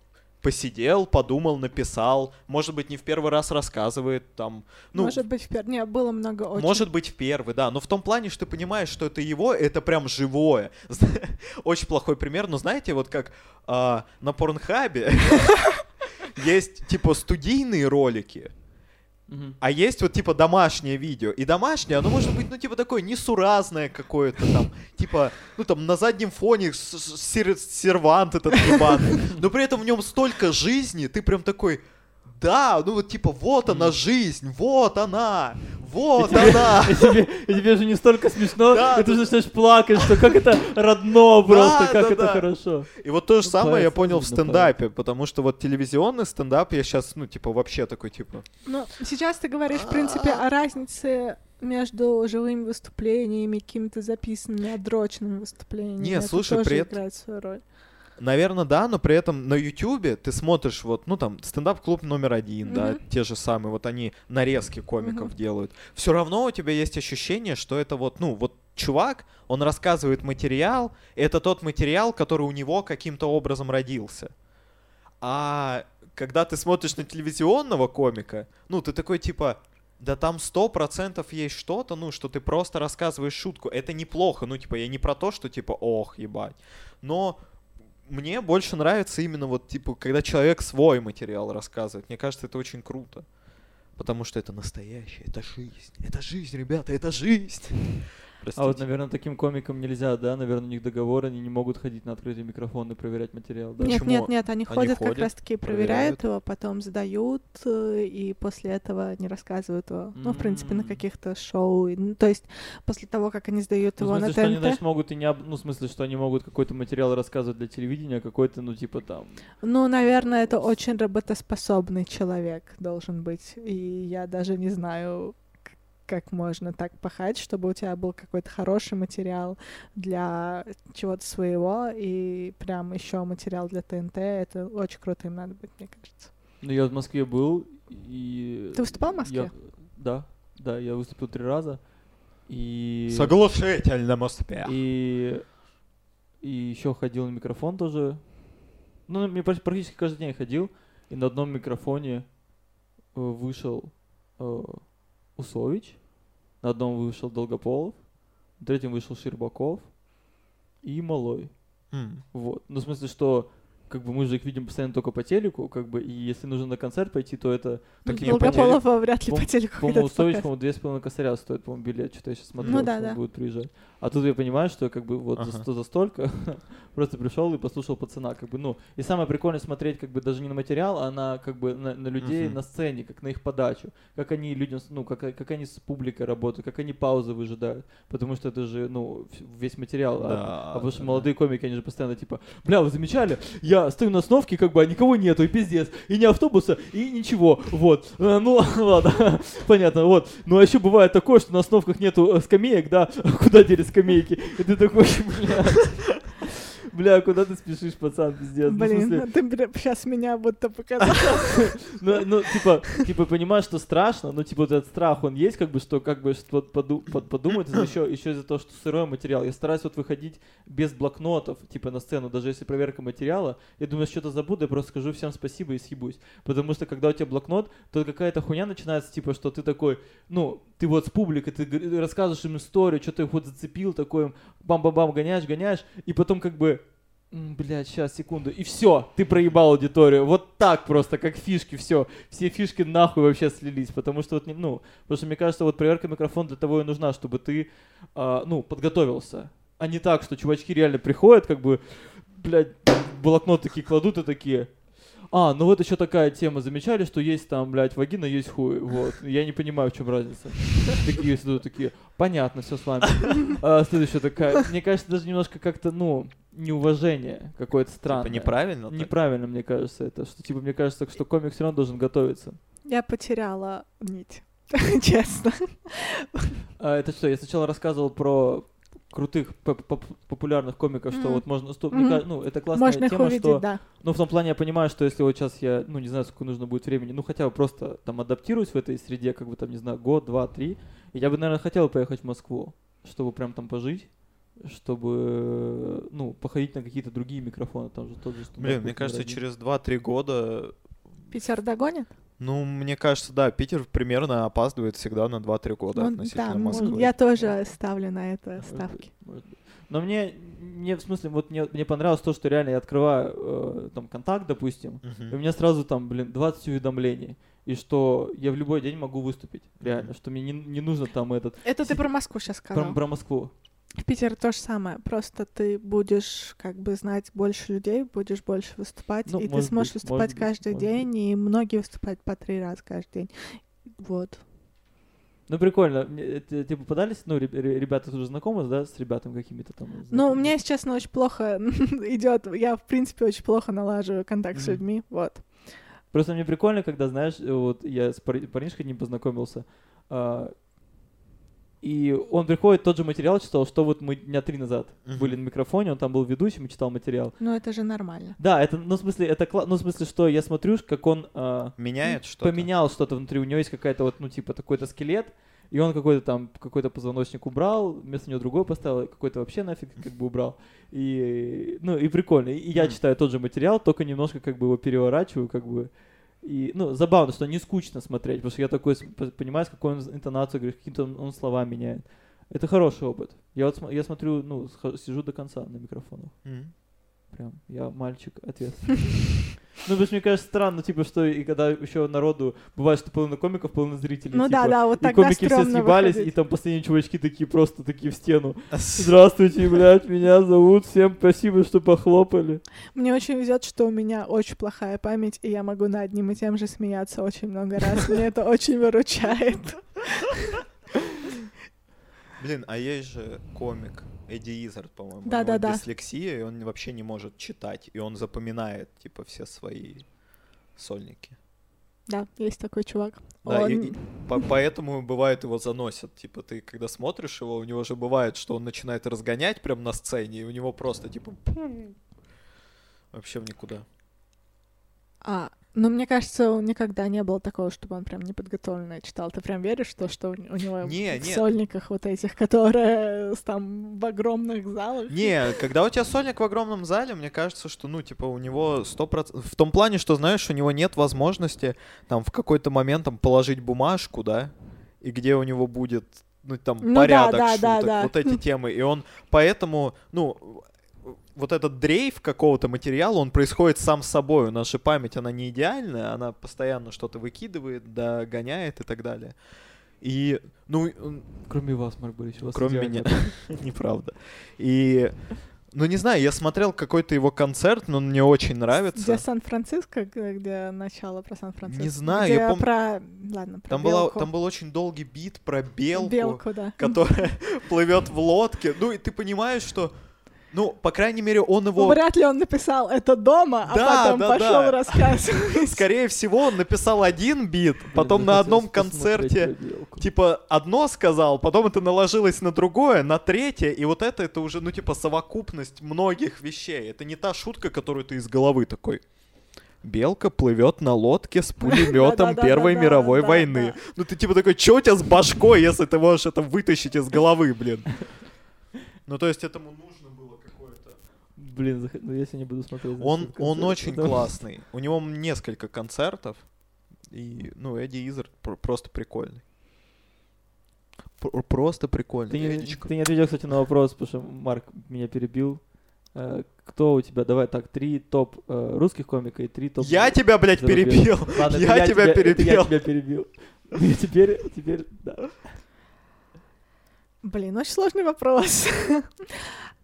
Speaker 2: посидел, подумал, написал, может быть, не в первый раз рассказывает, там, ну,
Speaker 3: Может быть, в Перне было много очень.
Speaker 2: Может быть, в первый, да. Но в том плане, что ты понимаешь, что это его, это прям живое. Зна- Очень плохой пример, но знаете, вот как а, на порнхабе есть типа студийные ролики,
Speaker 1: Мгм.
Speaker 2: а есть вот типа домашнее видео. И домашнее, оно может быть, ну, типа такое несуразное какое-то там. Типа, ну, там на заднем фоне с- с- сер- сервант этот ебаный. Но при этом в нем столько жизни, ты прям такой... Да, ну вот типа вот она
Speaker 1: Мгм.
Speaker 2: жизнь, вот она, вот
Speaker 1: И тебе-
Speaker 2: она.
Speaker 1: и тебе, и тебе же не столько смешно,
Speaker 2: Да,
Speaker 1: и ты
Speaker 2: да.
Speaker 1: уже начинаешь плакать, что как это родно просто,
Speaker 2: Да,
Speaker 1: как
Speaker 2: да,
Speaker 1: это
Speaker 2: да.
Speaker 1: хорошо.
Speaker 2: И вот то же
Speaker 1: Ну,
Speaker 2: самое я
Speaker 1: поэт,
Speaker 2: понял в
Speaker 1: видно, поэт.
Speaker 2: стендапе, потому что вот телевизионный стендап я сейчас, ну, типа, вообще такой, типа...
Speaker 3: Ну, сейчас ты говоришь, в принципе, о разнице между живыми выступлениями, какими-то записанными, отдроченными выступлениями.
Speaker 2: Не,
Speaker 3: это
Speaker 2: слушай,
Speaker 3: тоже
Speaker 2: при этом-
Speaker 3: играет свою роль.
Speaker 2: Наверное, да, но при этом на Ютубе ты смотришь вот, ну там, стендап-клуб номер один, да,
Speaker 3: Мгм.
Speaker 2: те же самые, вот они нарезки комиков
Speaker 3: Мгм.
Speaker 2: делают. Все равно у тебя есть ощущение, что это вот, ну, вот чувак, он рассказывает материал, это тот материал, который у него каким-то образом родился. А когда ты смотришь на телевизионного комика, ну, ты такой типа, да там сто процентов есть что-то, ну, что ты просто рассказываешь шутку. Это неплохо, ну, типа, я не про то, что, типа, ох, ебать. Но мне больше нравится именно вот, типа, когда человек свой материал рассказывает. Мне кажется, это очень круто. Потому что это настоящее, это жизнь. Это жизнь, ребята, это жизнь. Простите.
Speaker 1: А вот, наверное, таким комикам нельзя, да? Наверное, у них договор, они не могут ходить на открытый микрофон и проверять материал, да?
Speaker 3: Нет,
Speaker 2: Почему?
Speaker 3: нет, нет, они, ходят,
Speaker 2: ходят,
Speaker 3: как раз таки и проверяют, его, потом сдают, э, и после этого не рассказывают его. Ну, в принципе, на
Speaker 1: М.
Speaker 3: каких-то шоу. и- ну, то есть, после того, как они сдают
Speaker 1: Ну, в
Speaker 3: его
Speaker 1: смысле,
Speaker 3: на
Speaker 1: что они,
Speaker 3: ТНТ.
Speaker 1: значит, могут и не... об- Ну, в смысле, что они могут какой-то материал рассказывать для телевидения, а какой-то, ну, типа, там...
Speaker 3: Ну, наверное, это очень работоспособный человек должен быть. И я даже не знаю, к- как можно так пахать, чтобы у тебя был какой-то хороший материал для чего-то своего, и прям еще материал для ТНТ. Это очень круто им надо быть, мне кажется.
Speaker 1: Ну, я в Москве был, и...
Speaker 3: Ты выступал в
Speaker 1: я-
Speaker 3: Москве?
Speaker 1: Да, да, я выступил три раза. И...
Speaker 2: Соглушительно, Москве.
Speaker 1: И... И еще ходил на микрофон тоже. Ну, мне практи- практически каждый день ходил. И на одном микрофоне э, вышел э, Усович, на одном вышел Долгополов, на третьем вышел Щербаков и Малой.
Speaker 2: М. типа,
Speaker 1: Вот. Ну, в смысле, что как бы мы же их видим постоянно только по телеку, как бы, и если нужно на концерт пойти, то это...
Speaker 2: Так и не
Speaker 3: Долгополова вряд ли
Speaker 1: По-
Speaker 3: по телеку
Speaker 1: По-моему,
Speaker 3: когда-то
Speaker 1: Усович,
Speaker 3: показывают.
Speaker 1: по-моему, две с половиной косаря стоит, по-моему, билет. Что-то я сейчас смотрел,
Speaker 3: Ну
Speaker 1: что
Speaker 3: да,
Speaker 1: он
Speaker 3: да.
Speaker 1: будет приезжать. А тут я понимаю, что как бы вот за,
Speaker 2: Ага.
Speaker 1: сто- за столько просто пришел и послушал пацана, как бы, ну. И самое прикольное смотреть, как бы, даже не на материал, а на, как бы, на, на людей
Speaker 2: Мгм.
Speaker 1: на сцене, как на их подачу. Как они людям, с- ну, как, как они с публикой работают, как они паузы выжидают. Потому что это же, ну, вс- весь материал. а-
Speaker 2: Да,
Speaker 1: а потому что
Speaker 2: да, да.
Speaker 1: молодые комики, они же постоянно типа, бля, вы замечали? Я стою на остановке, как бы, а никого нету, и пиздец, и ни автобуса, и ничего, вот. Э, Ну, ладно, понятно, вот. Ну, а еще бывает такое, что на остановках нету э, скамеек, да? Куда дели скамейки? И ты такой, бля, бля, куда ты спешишь, пацан, пиздец? Ну, в
Speaker 3: Блин,
Speaker 1: смысле,
Speaker 3: ты сейчас меня будто показал.
Speaker 1: ну, ну, типа, типа, понимаешь, что страшно, но, типа, вот этот страх, он есть, как бы, что, как бы, что вот поду- под- подумать, еще, еще из-за того, что сырой материал. Я стараюсь вот выходить без блокнотов, типа, на сцену, даже если проверка материала, я думаю, я что-то забуду, я просто скажу всем спасибо и съебусь. Потому что, когда у тебя блокнот, то какая-то хуйня начинается, типа, что ты такой, ну, ты вот с публикой, ты гр- рассказываешь им историю, что ты их вот зацепил, такой им бам-бам-бам, гоняешь, гоняешь, и потом, как бы, Блять, сейчас, секунду. И все, ты проебал аудиторию. Вот так просто, как фишки, все. Все фишки нахуй вообще слились. Потому что вот, не- ну, потому что мне кажется, вот проверка микрофона для того и нужна, чтобы ты, а, ну, подготовился. А не так, что чувачки реально приходят, как бы, блядь, блокнот такие кладут и такие. А, ну вот еще такая тема. Замечали, что есть там, блядь, вагина, есть хуй. Вот. Я не понимаю, в чем разница. Такие сидят, такие, понятно, все с вами. А, следующая такая. Мне кажется, даже немножко как-то, ну, неуважение какое-то странное.
Speaker 2: Типа
Speaker 1: Ну,
Speaker 2: неправильно? так?
Speaker 1: Неправильно, мне кажется, это. Что, типа, мне кажется, что комик все равно должен готовиться.
Speaker 3: Я потеряла нить. Честно.
Speaker 1: А, это что, я сначала рассказывал про крутых поп- поп- популярных комиков, что
Speaker 3: Мгм.
Speaker 1: вот можно... что,
Speaker 3: Мгм.
Speaker 1: мне кажется, ну, это классная
Speaker 3: Можно их
Speaker 1: тема,
Speaker 3: увидеть,
Speaker 1: что...
Speaker 3: да.
Speaker 1: Ну, в том плане я понимаю, что если вот сейчас я, ну, не знаю, сколько нужно будет времени, ну, хотя бы просто там адаптируюсь в этой среде, как бы там, не знаю, год, два, три, и я бы, наверное, хотел поехать в Москву, чтобы прям там пожить, чтобы, э, ну, походить на какие-то другие микрофоны, там же тот же... стендап
Speaker 2: Блин, мне
Speaker 1: номер
Speaker 2: кажется,
Speaker 1: один.
Speaker 2: через 2-3 года
Speaker 3: Питер догонит?
Speaker 2: Ну, мне кажется, да, Питер примерно опаздывает всегда на 2-3 года
Speaker 3: Он-
Speaker 2: относительно
Speaker 3: Ну да,
Speaker 2: Москвы.
Speaker 3: может, я тоже ставлю на это
Speaker 1: Может
Speaker 3: ставки.
Speaker 1: быть, может быть. Но мне, мне, в смысле, вот мне, мне понравилось то, что реально я открываю э, там контакт, допустим,
Speaker 2: Мгм.
Speaker 1: и у меня сразу там, блин, 20 уведомлений, и что я в любой день могу выступить, реально,
Speaker 2: Мгм.
Speaker 1: что мне не, не нужно там этот...
Speaker 3: Это ты
Speaker 1: Си-
Speaker 3: про Москву сейчас
Speaker 1: э, Про,
Speaker 3: сказал.
Speaker 1: про Москву.
Speaker 3: В Питере то же самое. Просто ты будешь как бы знать больше людей, будешь больше выступать,
Speaker 1: Ну,
Speaker 3: и ты
Speaker 1: может
Speaker 3: сможешь
Speaker 1: быть,
Speaker 3: выступать
Speaker 1: может быть,
Speaker 3: каждый
Speaker 1: может
Speaker 3: день, и многие выступают по три раза каждый день. Вот.
Speaker 1: Ну, прикольно. Мне, э, т- Тебе попадались, ну, реб- ре- ребята уже знакомы, да, с ребятами какими-то там?
Speaker 3: Ну, у
Speaker 1: знакомыми?
Speaker 3: меня, если честно, очень плохо идет. Я, в принципе, очень плохо налаживаю контакт с
Speaker 1: Мгм.
Speaker 3: людьми. Вот.
Speaker 1: Просто мне прикольно, когда, знаешь, э, вот я с пари- парнишкой одним познакомился, а, И он приходит, тот же материал читал, что вот мы дня три назад
Speaker 2: Мгм.
Speaker 1: были на микрофоне, он там был ведущим и читал материал.
Speaker 3: Ну, это же нормально.
Speaker 1: Да, это, ну, в смысле, это, кла- ну, в смысле, что я смотрю, как он а,
Speaker 2: Меняет что-то?
Speaker 1: поменял что-то внутри, у него есть какая-то вот, ну, типа, такой-то скелет, и он какой-то там, какой-то позвоночник убрал, вместо него другой поставил, и какой-то вообще нафиг как бы убрал. И, ну, и прикольно. И я
Speaker 2: Мгм.
Speaker 1: читаю тот же материал, только немножко как бы его переворачиваю, как бы. И, ну, забавно, что не скучно смотреть, потому что я такой с- по- понимаю, с какой он интонацию говорит, какие-то он, он слова меняет. Это хороший опыт. Я вот см- я смотрю, ну, схо- сижу до конца на микрофонах.
Speaker 2: Мгм.
Speaker 1: Прям,
Speaker 3: Ну.
Speaker 1: я мальчик ответственный. Ну, потому что мне кажется странно, типа, что и когда еще народу бывает, что половина комиков, половина зрителей.
Speaker 3: Ну да,
Speaker 1: типа,
Speaker 3: да, вот
Speaker 1: И
Speaker 3: тогда
Speaker 1: комики все
Speaker 3: стрёмно
Speaker 1: съебались, и
Speaker 3: выходить.
Speaker 1: там последние чувачки такие просто такие в стену. Здравствуйте, блядь, меня зовут, всем спасибо, что похлопали.
Speaker 3: Мне очень везет, что у меня очень плохая память, и я могу над одним и тем же смеяться очень много раз. Мне это очень выручает.
Speaker 2: Блин, а есть же комик Эдди Изард, по-моему. у него
Speaker 3: Да-да-да.
Speaker 2: Дислексия, и он вообще не может читать, и он запоминает, типа, все свои сольники.
Speaker 3: Да, есть такой чувак.
Speaker 2: Да, и-
Speaker 3: Он-
Speaker 2: и по- поэтому бывает его заносят. Типа, ты когда смотришь его, у него же бывает, что он начинает разгонять прям на сцене, и у него просто типа вообще в никуда.
Speaker 3: А, ну, мне кажется, у- никогда не было такого, чтобы он прям неподготовленно читал. Ты прям веришь, что, что у у него
Speaker 2: Не,
Speaker 3: в
Speaker 2: не.
Speaker 3: сольниках вот этих, которые с- там в огромных залах?
Speaker 2: Не, когда у тебя сольник в огромном зале, мне кажется, что, ну, типа, у него 100%... В том плане, что, знаешь, у него нет возможности там в какой-то момент там положить бумажку, да, и где у него будет, ну, там,
Speaker 3: Ну да,
Speaker 2: порядок
Speaker 3: да,
Speaker 2: шуток,
Speaker 3: да, да.
Speaker 2: вот эти темы. И он поэтому, ну, вот этот дрейф какого-то материала, он происходит сам с собой. Наша память, она не идеальная, она постоянно что-то выкидывает, догоняет и так далее. И, ну,
Speaker 1: Кроме вас, Марк Борисович, у вас
Speaker 2: Кроме
Speaker 1: идеально.
Speaker 2: меня. Неправда. И, ну не знаю, я смотрел какой-то его концерт, но он мне очень
Speaker 3: Где
Speaker 2: нравится.
Speaker 3: Сан-Франциско, г- где начало про Сан-Франциско?
Speaker 2: Не знаю,
Speaker 3: Где
Speaker 2: я пом-
Speaker 3: про... Ладно, про
Speaker 2: Там, была,
Speaker 3: белку.
Speaker 2: там был очень долгий бит про белку,
Speaker 3: Белку, да.
Speaker 2: которая плывет в лодке. Ну и ты понимаешь, что, ну, по крайней мере, он его...
Speaker 3: Вряд ли он написал это дома, а
Speaker 2: Да,
Speaker 3: потом
Speaker 2: да,
Speaker 3: пошел
Speaker 2: да.
Speaker 3: рассказывать.
Speaker 2: Скорее всего, он написал один бит,
Speaker 1: Блин,
Speaker 2: потом на
Speaker 1: захотелось
Speaker 2: одном
Speaker 1: посмотреть
Speaker 2: концерте
Speaker 1: поделку.
Speaker 2: типа одно сказал, потом это наложилось на другое, на третье, и вот это это уже ну типа совокупность многих вещей. Это не та шутка, которую ты из головы такой. Белка плывет на лодке с пулеметом
Speaker 3: Да-да-да-да-да,
Speaker 2: Первой мировой
Speaker 3: да,
Speaker 2: войны.
Speaker 3: да.
Speaker 2: Ну ты типа такой, что у тебя с башкой, если ты можешь это вытащить из головы, блин? Ну то есть этому нужно было какое-то.
Speaker 1: Блин, зах- ну, если не буду смотреть. значит,
Speaker 2: Он,
Speaker 1: этот
Speaker 2: он
Speaker 1: концерт,
Speaker 2: очень
Speaker 1: потому-
Speaker 2: классный. У него несколько концертов. И, ну, Эдди Изерт пр- просто прикольный. Пр- Просто прикольный.
Speaker 1: Ты не,
Speaker 2: Эдичка.
Speaker 1: ты не ответил, кстати, на вопрос, потому что Марк меня перебил. Э, Кто у тебя? Давай так, три топ э, русских комика и три топ...
Speaker 2: Я тебя, блядь,
Speaker 1: Зарубеж.
Speaker 2: перебил.
Speaker 1: Ладно, это
Speaker 2: я тебя
Speaker 1: это Я
Speaker 2: перебил.
Speaker 1: тебя перебил. И теперь, теперь, да.
Speaker 3: Блин, очень сложный вопрос.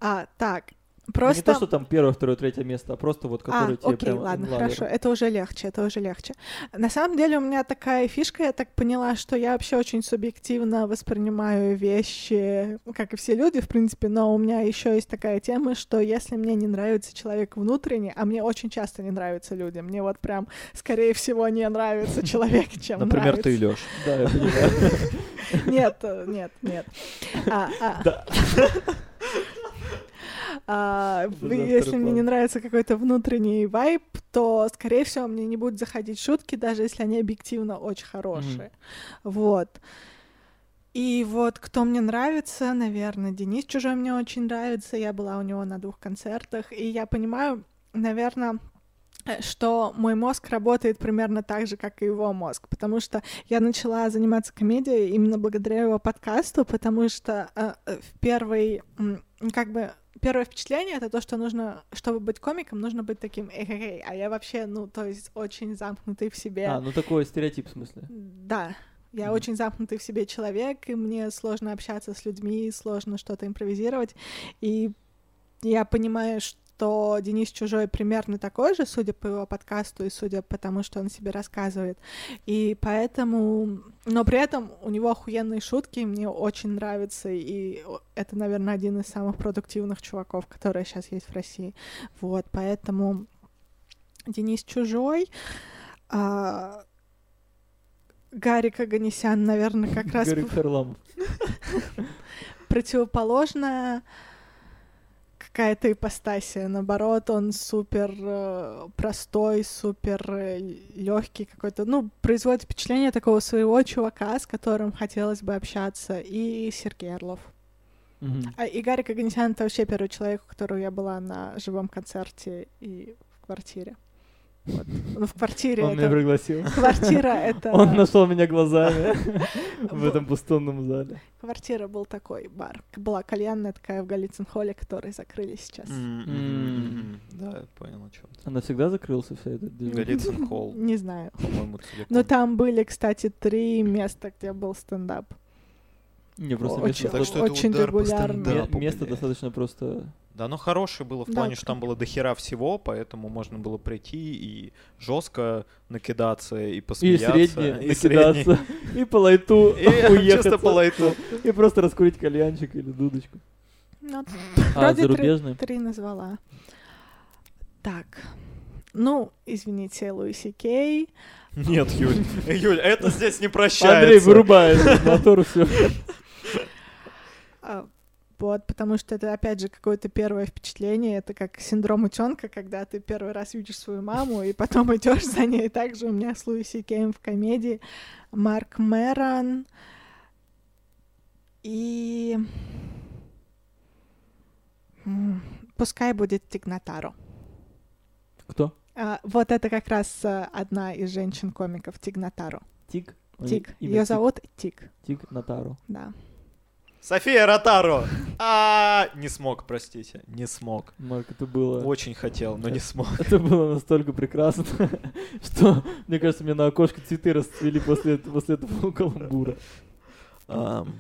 Speaker 3: А, так,
Speaker 1: Не то,
Speaker 3: просто...
Speaker 1: что там первое, второе, третье место, а просто вот
Speaker 3: А,
Speaker 1: которые тебе
Speaker 3: окей,
Speaker 1: прям
Speaker 3: ладно,
Speaker 1: инлайнеры.
Speaker 3: хорошо, это уже легче, это уже легче. На самом деле у меня такая фишка, я так поняла, что я вообще очень субъективно воспринимаю вещи, ну, как и все люди, в принципе, но у меня еще есть такая тема, что если мне не нравится человек внутренне, а мне очень часто не нравятся люди, мне вот прям, скорее всего, не нравится человек, чем
Speaker 2: Например,
Speaker 3: нравится.
Speaker 2: ты, Лёш.
Speaker 1: Да, я понимаю.
Speaker 3: Нет, э, нет, нет. А, а. А,
Speaker 1: Это
Speaker 3: вы-
Speaker 1: завтра
Speaker 3: если мне не
Speaker 1: план.
Speaker 3: нравится какой-то внутренний вайб, то, скорее всего, мне не будут заходить шутки, даже если они объективно очень хорошие. Вот. И вот кто мне нравится, наверное, Денис Чужой мне очень нравится. Я была у него на двух концертах, и я понимаю, наверное, э, что мой мозг работает примерно так же, как и его мозг, потому что я начала заниматься комедией именно благодаря его подкасту, потому что э, э, в первый, м, как бы, первое впечатление — это то, что нужно, чтобы быть комиком, нужно быть таким эй а я вообще, ну, то есть очень замкнутый в себе.
Speaker 1: А, ну такой стереотип в смысле.
Speaker 3: Да, я
Speaker 1: Мгм.
Speaker 3: очень замкнутый в себе человек, и мне сложно общаться с людьми, сложно что-то импровизировать. И я понимаю, что Денис Чужой примерно такой же, судя по его подкасту и судя по тому, что он себе рассказывает. И поэтому... Но при этом у него охуенные шутки, и мне очень нравится, и о- это, наверное, один из самых продуктивных чуваков, которые сейчас есть в России. Вот, поэтому Денис Чужой... а, Гарик Аганесян, наверное, как раз...
Speaker 1: Гарик Харламов.
Speaker 3: противоположная какая-то ипостасия. Наоборот, он супер э, простой, супер легкий какой-то. Ну, производит впечатление такого своего чувака, с которым хотелось бы общаться. И Сергей Орлов.
Speaker 1: Мгм.
Speaker 3: А, и Гарик Аганесян — это вообще первый человек, у которого я была на живом концерте и в квартире. Вот. Ну, в квартире
Speaker 1: Он меня
Speaker 3: это...
Speaker 1: пригласил.
Speaker 3: Квартира — это...
Speaker 1: Он нашел меня глазами в этом пустынном зале.
Speaker 3: Квартира был такой бар. Была кальянная такая в Голицын-холле, которые закрыли сейчас.
Speaker 2: М, м, м. М-м-м. Да, я понял, о чем ты.
Speaker 1: Она всегда закрылся вся эта движуха?
Speaker 2: Голицын холл,
Speaker 3: Не знаю.
Speaker 2: по-моему, целиком.
Speaker 3: Но Ну, там были, кстати, три места, где был стендап.
Speaker 1: Не, просто
Speaker 3: Очень-
Speaker 1: место,
Speaker 3: Так
Speaker 1: до-
Speaker 3: что это очень удар по регулярно.
Speaker 1: ме-
Speaker 3: стендапу,
Speaker 1: место
Speaker 2: блядь.
Speaker 1: достаточно просто...
Speaker 2: Да, оно хорошее было в
Speaker 3: Да,
Speaker 2: плане, что там было дохера всего, поэтому можно было прийти и жестко накидаться и
Speaker 1: И
Speaker 2: посмеяться.
Speaker 1: средний
Speaker 2: и средний.
Speaker 1: накидаться, и по лайту
Speaker 2: И чисто
Speaker 1: уехаться,
Speaker 2: по лайту.
Speaker 1: и просто раскурить кальянчик или дудочку.
Speaker 3: Ну,
Speaker 1: А
Speaker 3: Вроде три-
Speaker 1: зарубежный?
Speaker 3: три назвала. Так. Ну, извините, Луиси Кей.
Speaker 2: Нет, Юль. Юль, это здесь не прощается.
Speaker 1: Андрей вырубает мотор, все.
Speaker 3: А, Вот, потому что это, опять же, какое-то первое впечатление. Это как синдром утенка, когда ты первый раз видишь свою маму, и потом идешь за ней. Также у меня с Луиси Кейм в комедии. Марк Мэрон. И... м, Пускай будет Тигнатару.
Speaker 1: Кто?
Speaker 3: А, Вот это как раз а, одна из женщин-комиков, Тигнатару.
Speaker 1: Тик?
Speaker 3: Тик.
Speaker 1: Имя
Speaker 3: Ее
Speaker 1: Тик.
Speaker 3: зовут Тик,
Speaker 1: Тик Натару.
Speaker 3: да.
Speaker 2: София Ротару. А, не смог, простите. Не смог.
Speaker 1: Марк, это было...
Speaker 2: Очень хотел, но не смог.
Speaker 1: Это было настолько прекрасно, что, мне кажется, мне на окошке цветы расцвели после, эт- после этого каламбура.
Speaker 2: Ам,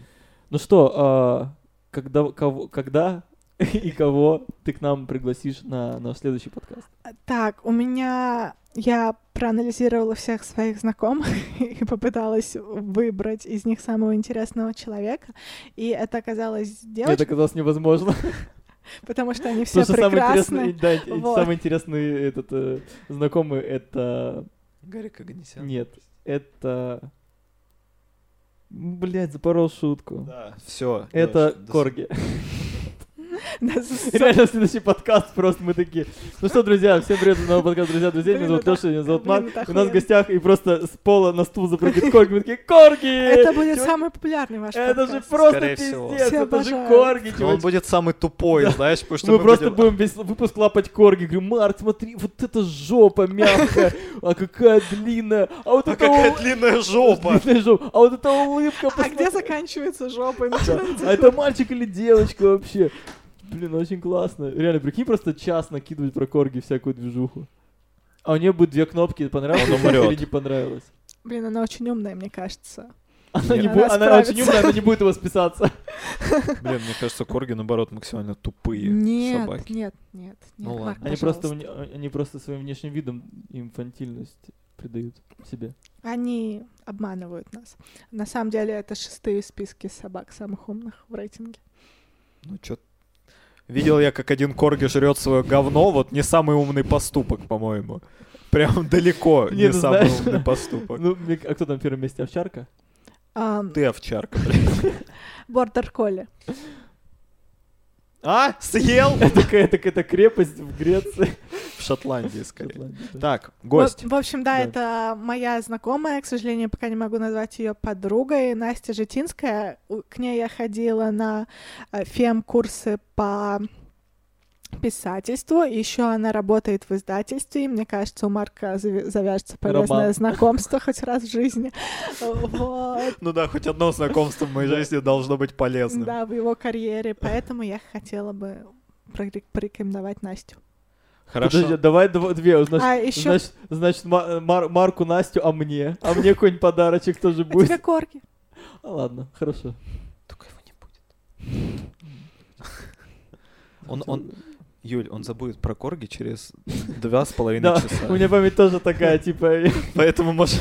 Speaker 1: Ну что, а, когда, кого, когда и кого ты к нам пригласишь на наш следующий подкаст?
Speaker 3: Так, у меня... Я проанализировала всех своих знакомых и попыталась выбрать из них самого интересного человека. И это оказалось
Speaker 1: Мне это
Speaker 3: девочка,
Speaker 1: казалось невозможно.
Speaker 3: потому что они все
Speaker 1: Потому что самый интересный,
Speaker 3: прекрасны.
Speaker 1: да, и-
Speaker 3: Вот.
Speaker 1: самый интересный этот э, знакомый это
Speaker 2: Гарик Аганесян.
Speaker 1: нет, это блять запорол шутку.
Speaker 2: Да, все.
Speaker 1: Это Корги.
Speaker 3: Да, с-
Speaker 1: Реально следующий подкаст просто мы такие. Ну что, друзья, всем привет, это новый подкаст, друзья, друзья. Меня
Speaker 3: Блин,
Speaker 1: зовут
Speaker 3: это-
Speaker 1: Леша, меня зовут
Speaker 3: блин,
Speaker 1: Марк. У
Speaker 3: это
Speaker 1: нас в
Speaker 3: охуенно.
Speaker 1: гостях и просто с пола на стул запрыгивает Корги. Мы такие, Корги!
Speaker 3: Это будет
Speaker 1: Чё-
Speaker 3: самый популярный ваш
Speaker 1: Это же
Speaker 3: подкаст.
Speaker 1: просто
Speaker 2: Скорее всего.
Speaker 1: пиздец,
Speaker 3: Все
Speaker 1: это же
Speaker 3: обожают.
Speaker 1: Корги,
Speaker 2: Он
Speaker 1: чувак.
Speaker 2: будет самый тупой, знаешь, потому что
Speaker 1: мы, просто
Speaker 2: будем-
Speaker 1: будем весь выпуск лапать корги. Говорю, Марк, смотри, вот это жопа мягкая, а какая длинная, а вот
Speaker 2: А
Speaker 1: это
Speaker 2: какая
Speaker 1: у-
Speaker 2: длинная жопа!
Speaker 1: длинная жопа, а вот эта улыбка.
Speaker 3: А где
Speaker 1: посмотри».
Speaker 3: заканчивается жопа? и
Speaker 1: Да.
Speaker 3: начинается
Speaker 1: А это мальчик или девочка вообще? Блин, очень классно. Реально, прикинь, просто час накидывать про корги всякую движуху. А у нее будет две кнопки, понравилось
Speaker 2: Он
Speaker 1: или
Speaker 2: умрёт.
Speaker 1: не понравилось.
Speaker 3: Блин, она очень умная, мне кажется.
Speaker 1: Она, не
Speaker 3: Она
Speaker 1: бу- она очень
Speaker 3: справится.
Speaker 1: умная, она не будет у вас писаться.
Speaker 2: Блин, мне кажется, корги, наоборот, максимально тупые
Speaker 3: Нет, нет,
Speaker 2: собаки.
Speaker 3: нет, нет.
Speaker 2: Ну ладно.
Speaker 3: Марк,
Speaker 1: Они просто,
Speaker 3: пожалуйста.
Speaker 1: вне- они просто своим внешним видом инфантильность придают себе.
Speaker 3: Они обманывают нас. На самом деле это шестые в списке собак самых умных в рейтинге.
Speaker 2: Ну, чё... Видел я, как один корги жрет свое говно, вот не самый умный поступок, по-моему. Прям далеко
Speaker 1: Не,
Speaker 2: не,
Speaker 1: ну,
Speaker 2: самый
Speaker 1: знаешь,
Speaker 2: умный поступок.
Speaker 1: Ну, мне- а кто там в первом месте? Овчарка?
Speaker 3: Ам,
Speaker 2: Ты овчарка, блин.
Speaker 3: Бордер Колли.
Speaker 2: А? Съел?
Speaker 1: Это какая-то какая-то крепость в Греции.
Speaker 2: В Шотландии, скорее.
Speaker 1: Шотландии, да.
Speaker 2: Так, гость.
Speaker 3: В, в общем, да,
Speaker 1: Да.
Speaker 3: это моя знакомая, к сожалению, пока не могу назвать ее подругой, Настя Житинская. У- К ней я ходила на э, фем-курсы по писательству. Еще она работает в издательстве, и мне кажется, у Марка заве- завяжется полезное
Speaker 1: Роман.
Speaker 3: знакомство хоть раз в жизни. Вот.
Speaker 2: Ну да, хоть одно знакомство в моей жизни должно быть полезным.
Speaker 3: Да, в его карьере. Поэтому я хотела бы прорек- порекомендовать Настю.
Speaker 1: Подожди,
Speaker 2: Хорошо.
Speaker 1: давай дв- две. у- Значит,
Speaker 3: а еще
Speaker 1: значит, значит, Ма- Мар- Марку, Настю, а мне. А мне какой-нибудь подарочек тоже
Speaker 3: у тебя
Speaker 1: будет.
Speaker 3: корги.
Speaker 1: А, ладно, хорошо.
Speaker 2: Только его не будет. Он, он, Юль, он забудет про корги через два с половиной
Speaker 1: Да,
Speaker 2: часа.
Speaker 1: у меня память тоже такая, типа...
Speaker 2: Поэтому можешь...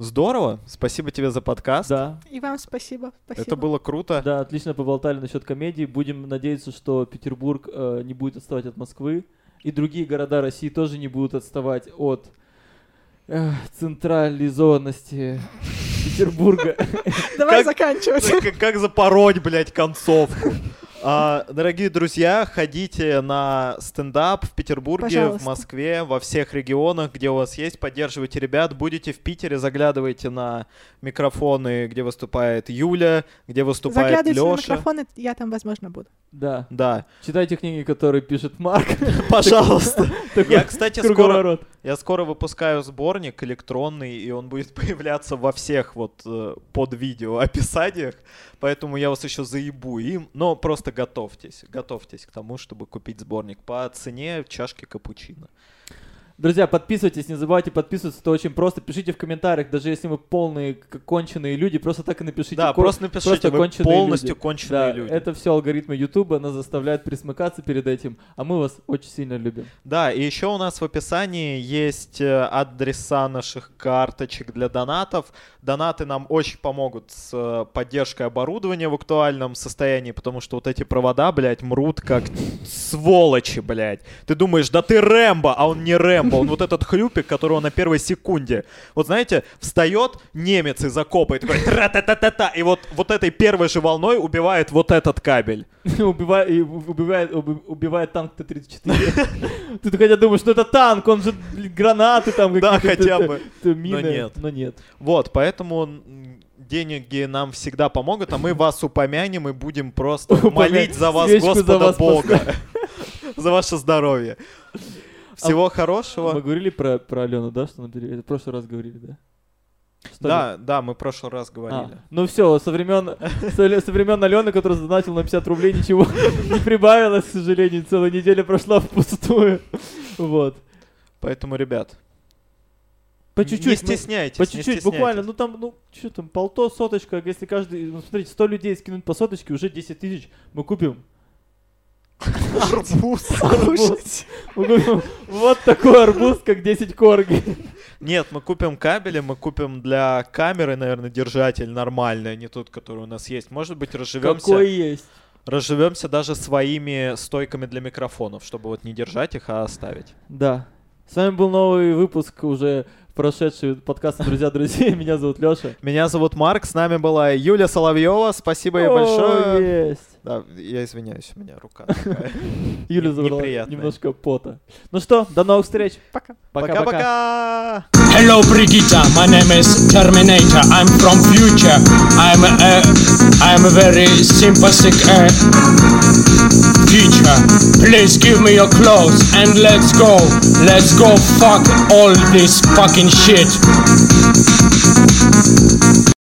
Speaker 2: Здорово. Спасибо тебе за подкаст.
Speaker 1: Да,
Speaker 3: И вам спасибо. спасибо.
Speaker 2: Это было круто.
Speaker 1: да, отлично поболтали насчет комедии. Будем надеяться, что Петербург э, не будет отставать от Москвы. И другие города России тоже не будут отставать от э, централизованности Петербурга.
Speaker 3: Давай
Speaker 2: Как-
Speaker 3: заканчивать.
Speaker 2: Как, как запороть, блядь, концовку? А, дорогие друзья, ходите на стендап в Петербурге,
Speaker 3: Пожалуйста.
Speaker 2: в Москве, во всех регионах, где у вас есть. Поддерживайте ребят. Будете в Питере, заглядывайте на микрофоны, где выступает Юля, где выступает
Speaker 3: Заглядывайте на
Speaker 2: Лёша.
Speaker 3: микрофон, и я там, возможно, буду.
Speaker 1: Да.
Speaker 2: Да,
Speaker 1: Читайте книги, которые пишет Марк.
Speaker 2: пожалуйста.
Speaker 1: Такой
Speaker 2: Я, кстати, скоро
Speaker 1: круговорот.
Speaker 2: Я скоро выпускаю сборник электронный, и он будет появляться во всех вот э, под видео описаниях, поэтому я вас еще заебу им, но просто готовьтесь, готовьтесь к тому, чтобы купить сборник по цене чашки капучино.
Speaker 1: Друзья, подписывайтесь, не забывайте подписываться, это очень просто. Пишите в комментариях, даже если вы полные, к- конченые люди, просто так и напишите.
Speaker 2: да,
Speaker 1: Ко-
Speaker 2: просто напишите,
Speaker 1: просто
Speaker 2: вы
Speaker 1: конченые
Speaker 2: полностью
Speaker 1: люди.
Speaker 2: конченые
Speaker 1: Да,
Speaker 2: люди.
Speaker 1: это все алгоритмы Ютуба, нас заставляет присмыкаться перед этим, а мы вас очень сильно любим.
Speaker 2: Да, и еще у нас в описании есть э, адреса наших карточек для донатов. Донаты нам очень помогут с э, поддержкой оборудования в актуальном состоянии, потому что вот эти провода, блядь, мрут как сволочи, блядь. Ты думаешь, да ты Рэмбо, а он не Рэмбо, он вот этот хлюпик, которого на первой секунде. Вот знаете, встает немец из окопа и такой тра-та-та-та-та, и вот, вот этой первой же волной убивает вот этот кабель.
Speaker 1: Убивает, и уб- убивает, уб- убивает танк Т-34. Ты хотя думаешь, что это танк, он же блин, гранаты там
Speaker 2: Да,
Speaker 1: какие-то.
Speaker 2: хотя
Speaker 1: т-
Speaker 2: бы.
Speaker 1: т- мины.
Speaker 2: нет.
Speaker 1: Но нет.
Speaker 2: Вот, поэтому м, деньги нам всегда помогут, а мы вас упомянем и будем просто молить за вас
Speaker 1: Свечку за
Speaker 2: Господа
Speaker 1: вас А
Speaker 2: Бога. За ваше здоровье. Всего
Speaker 1: Мы
Speaker 2: хорошего.
Speaker 1: говорили про, про Алену, да, что она переедет? В прошлый раз говорили, да? Что ли?
Speaker 2: Да, да, мы в прошлый раз говорили.
Speaker 1: А, ну все, со времен со, со времен Алены, который задонатил на 50 рублей, ничего не прибавилось, к сожалению, целая неделя прошла впустую. Вот.
Speaker 2: Поэтому, ребят,
Speaker 1: По
Speaker 2: не
Speaker 1: чуть-чуть. ну,
Speaker 2: стесняйтесь.
Speaker 1: По
Speaker 2: не
Speaker 1: чуть-чуть,
Speaker 2: стесняйтесь.
Speaker 1: буквально, ну там, ну, что там, полто, соточка, если каждый, ну, смотрите, 100 людей скинут по соточке, уже 10 тысяч, мы купим,
Speaker 2: Арбуз.
Speaker 3: Слушайте.
Speaker 1: мы купим вот такой арбуз, как 10 корги.
Speaker 2: Нет, мы купим кабели, мы купим для камеры, наверное, держатель нормальный, а не тот, который у нас есть. Может быть,
Speaker 1: Какой
Speaker 2: разживемся,
Speaker 1: есть.
Speaker 2: разживемся даже своими стойками для микрофонов, чтобы вот не держать их, а оставить.
Speaker 1: Да. С вами был новый выпуск уже прошедший подкаста «Друзья друзей». Меня зовут Леша.
Speaker 2: Меня зовут Марк, с нами была Юля Соловьева. Спасибо ей большое.
Speaker 1: Есть.
Speaker 2: Да, я извиняюсь, у меня рука. такая.
Speaker 1: Юля
Speaker 2: Не-
Speaker 1: забрала
Speaker 2: неприятная.
Speaker 1: немножко пота. Ну что, до новых встреч.
Speaker 3: Пока.
Speaker 1: Пока-пока.
Speaker 2: Пока-пока.
Speaker 4: Hello, Brigitta. My name is Terminator. I'm from future. I'm a, I'm a very sympathetic uh, teacher. Please give me your clothes and let's go. Let's go fuck all this fucking shit.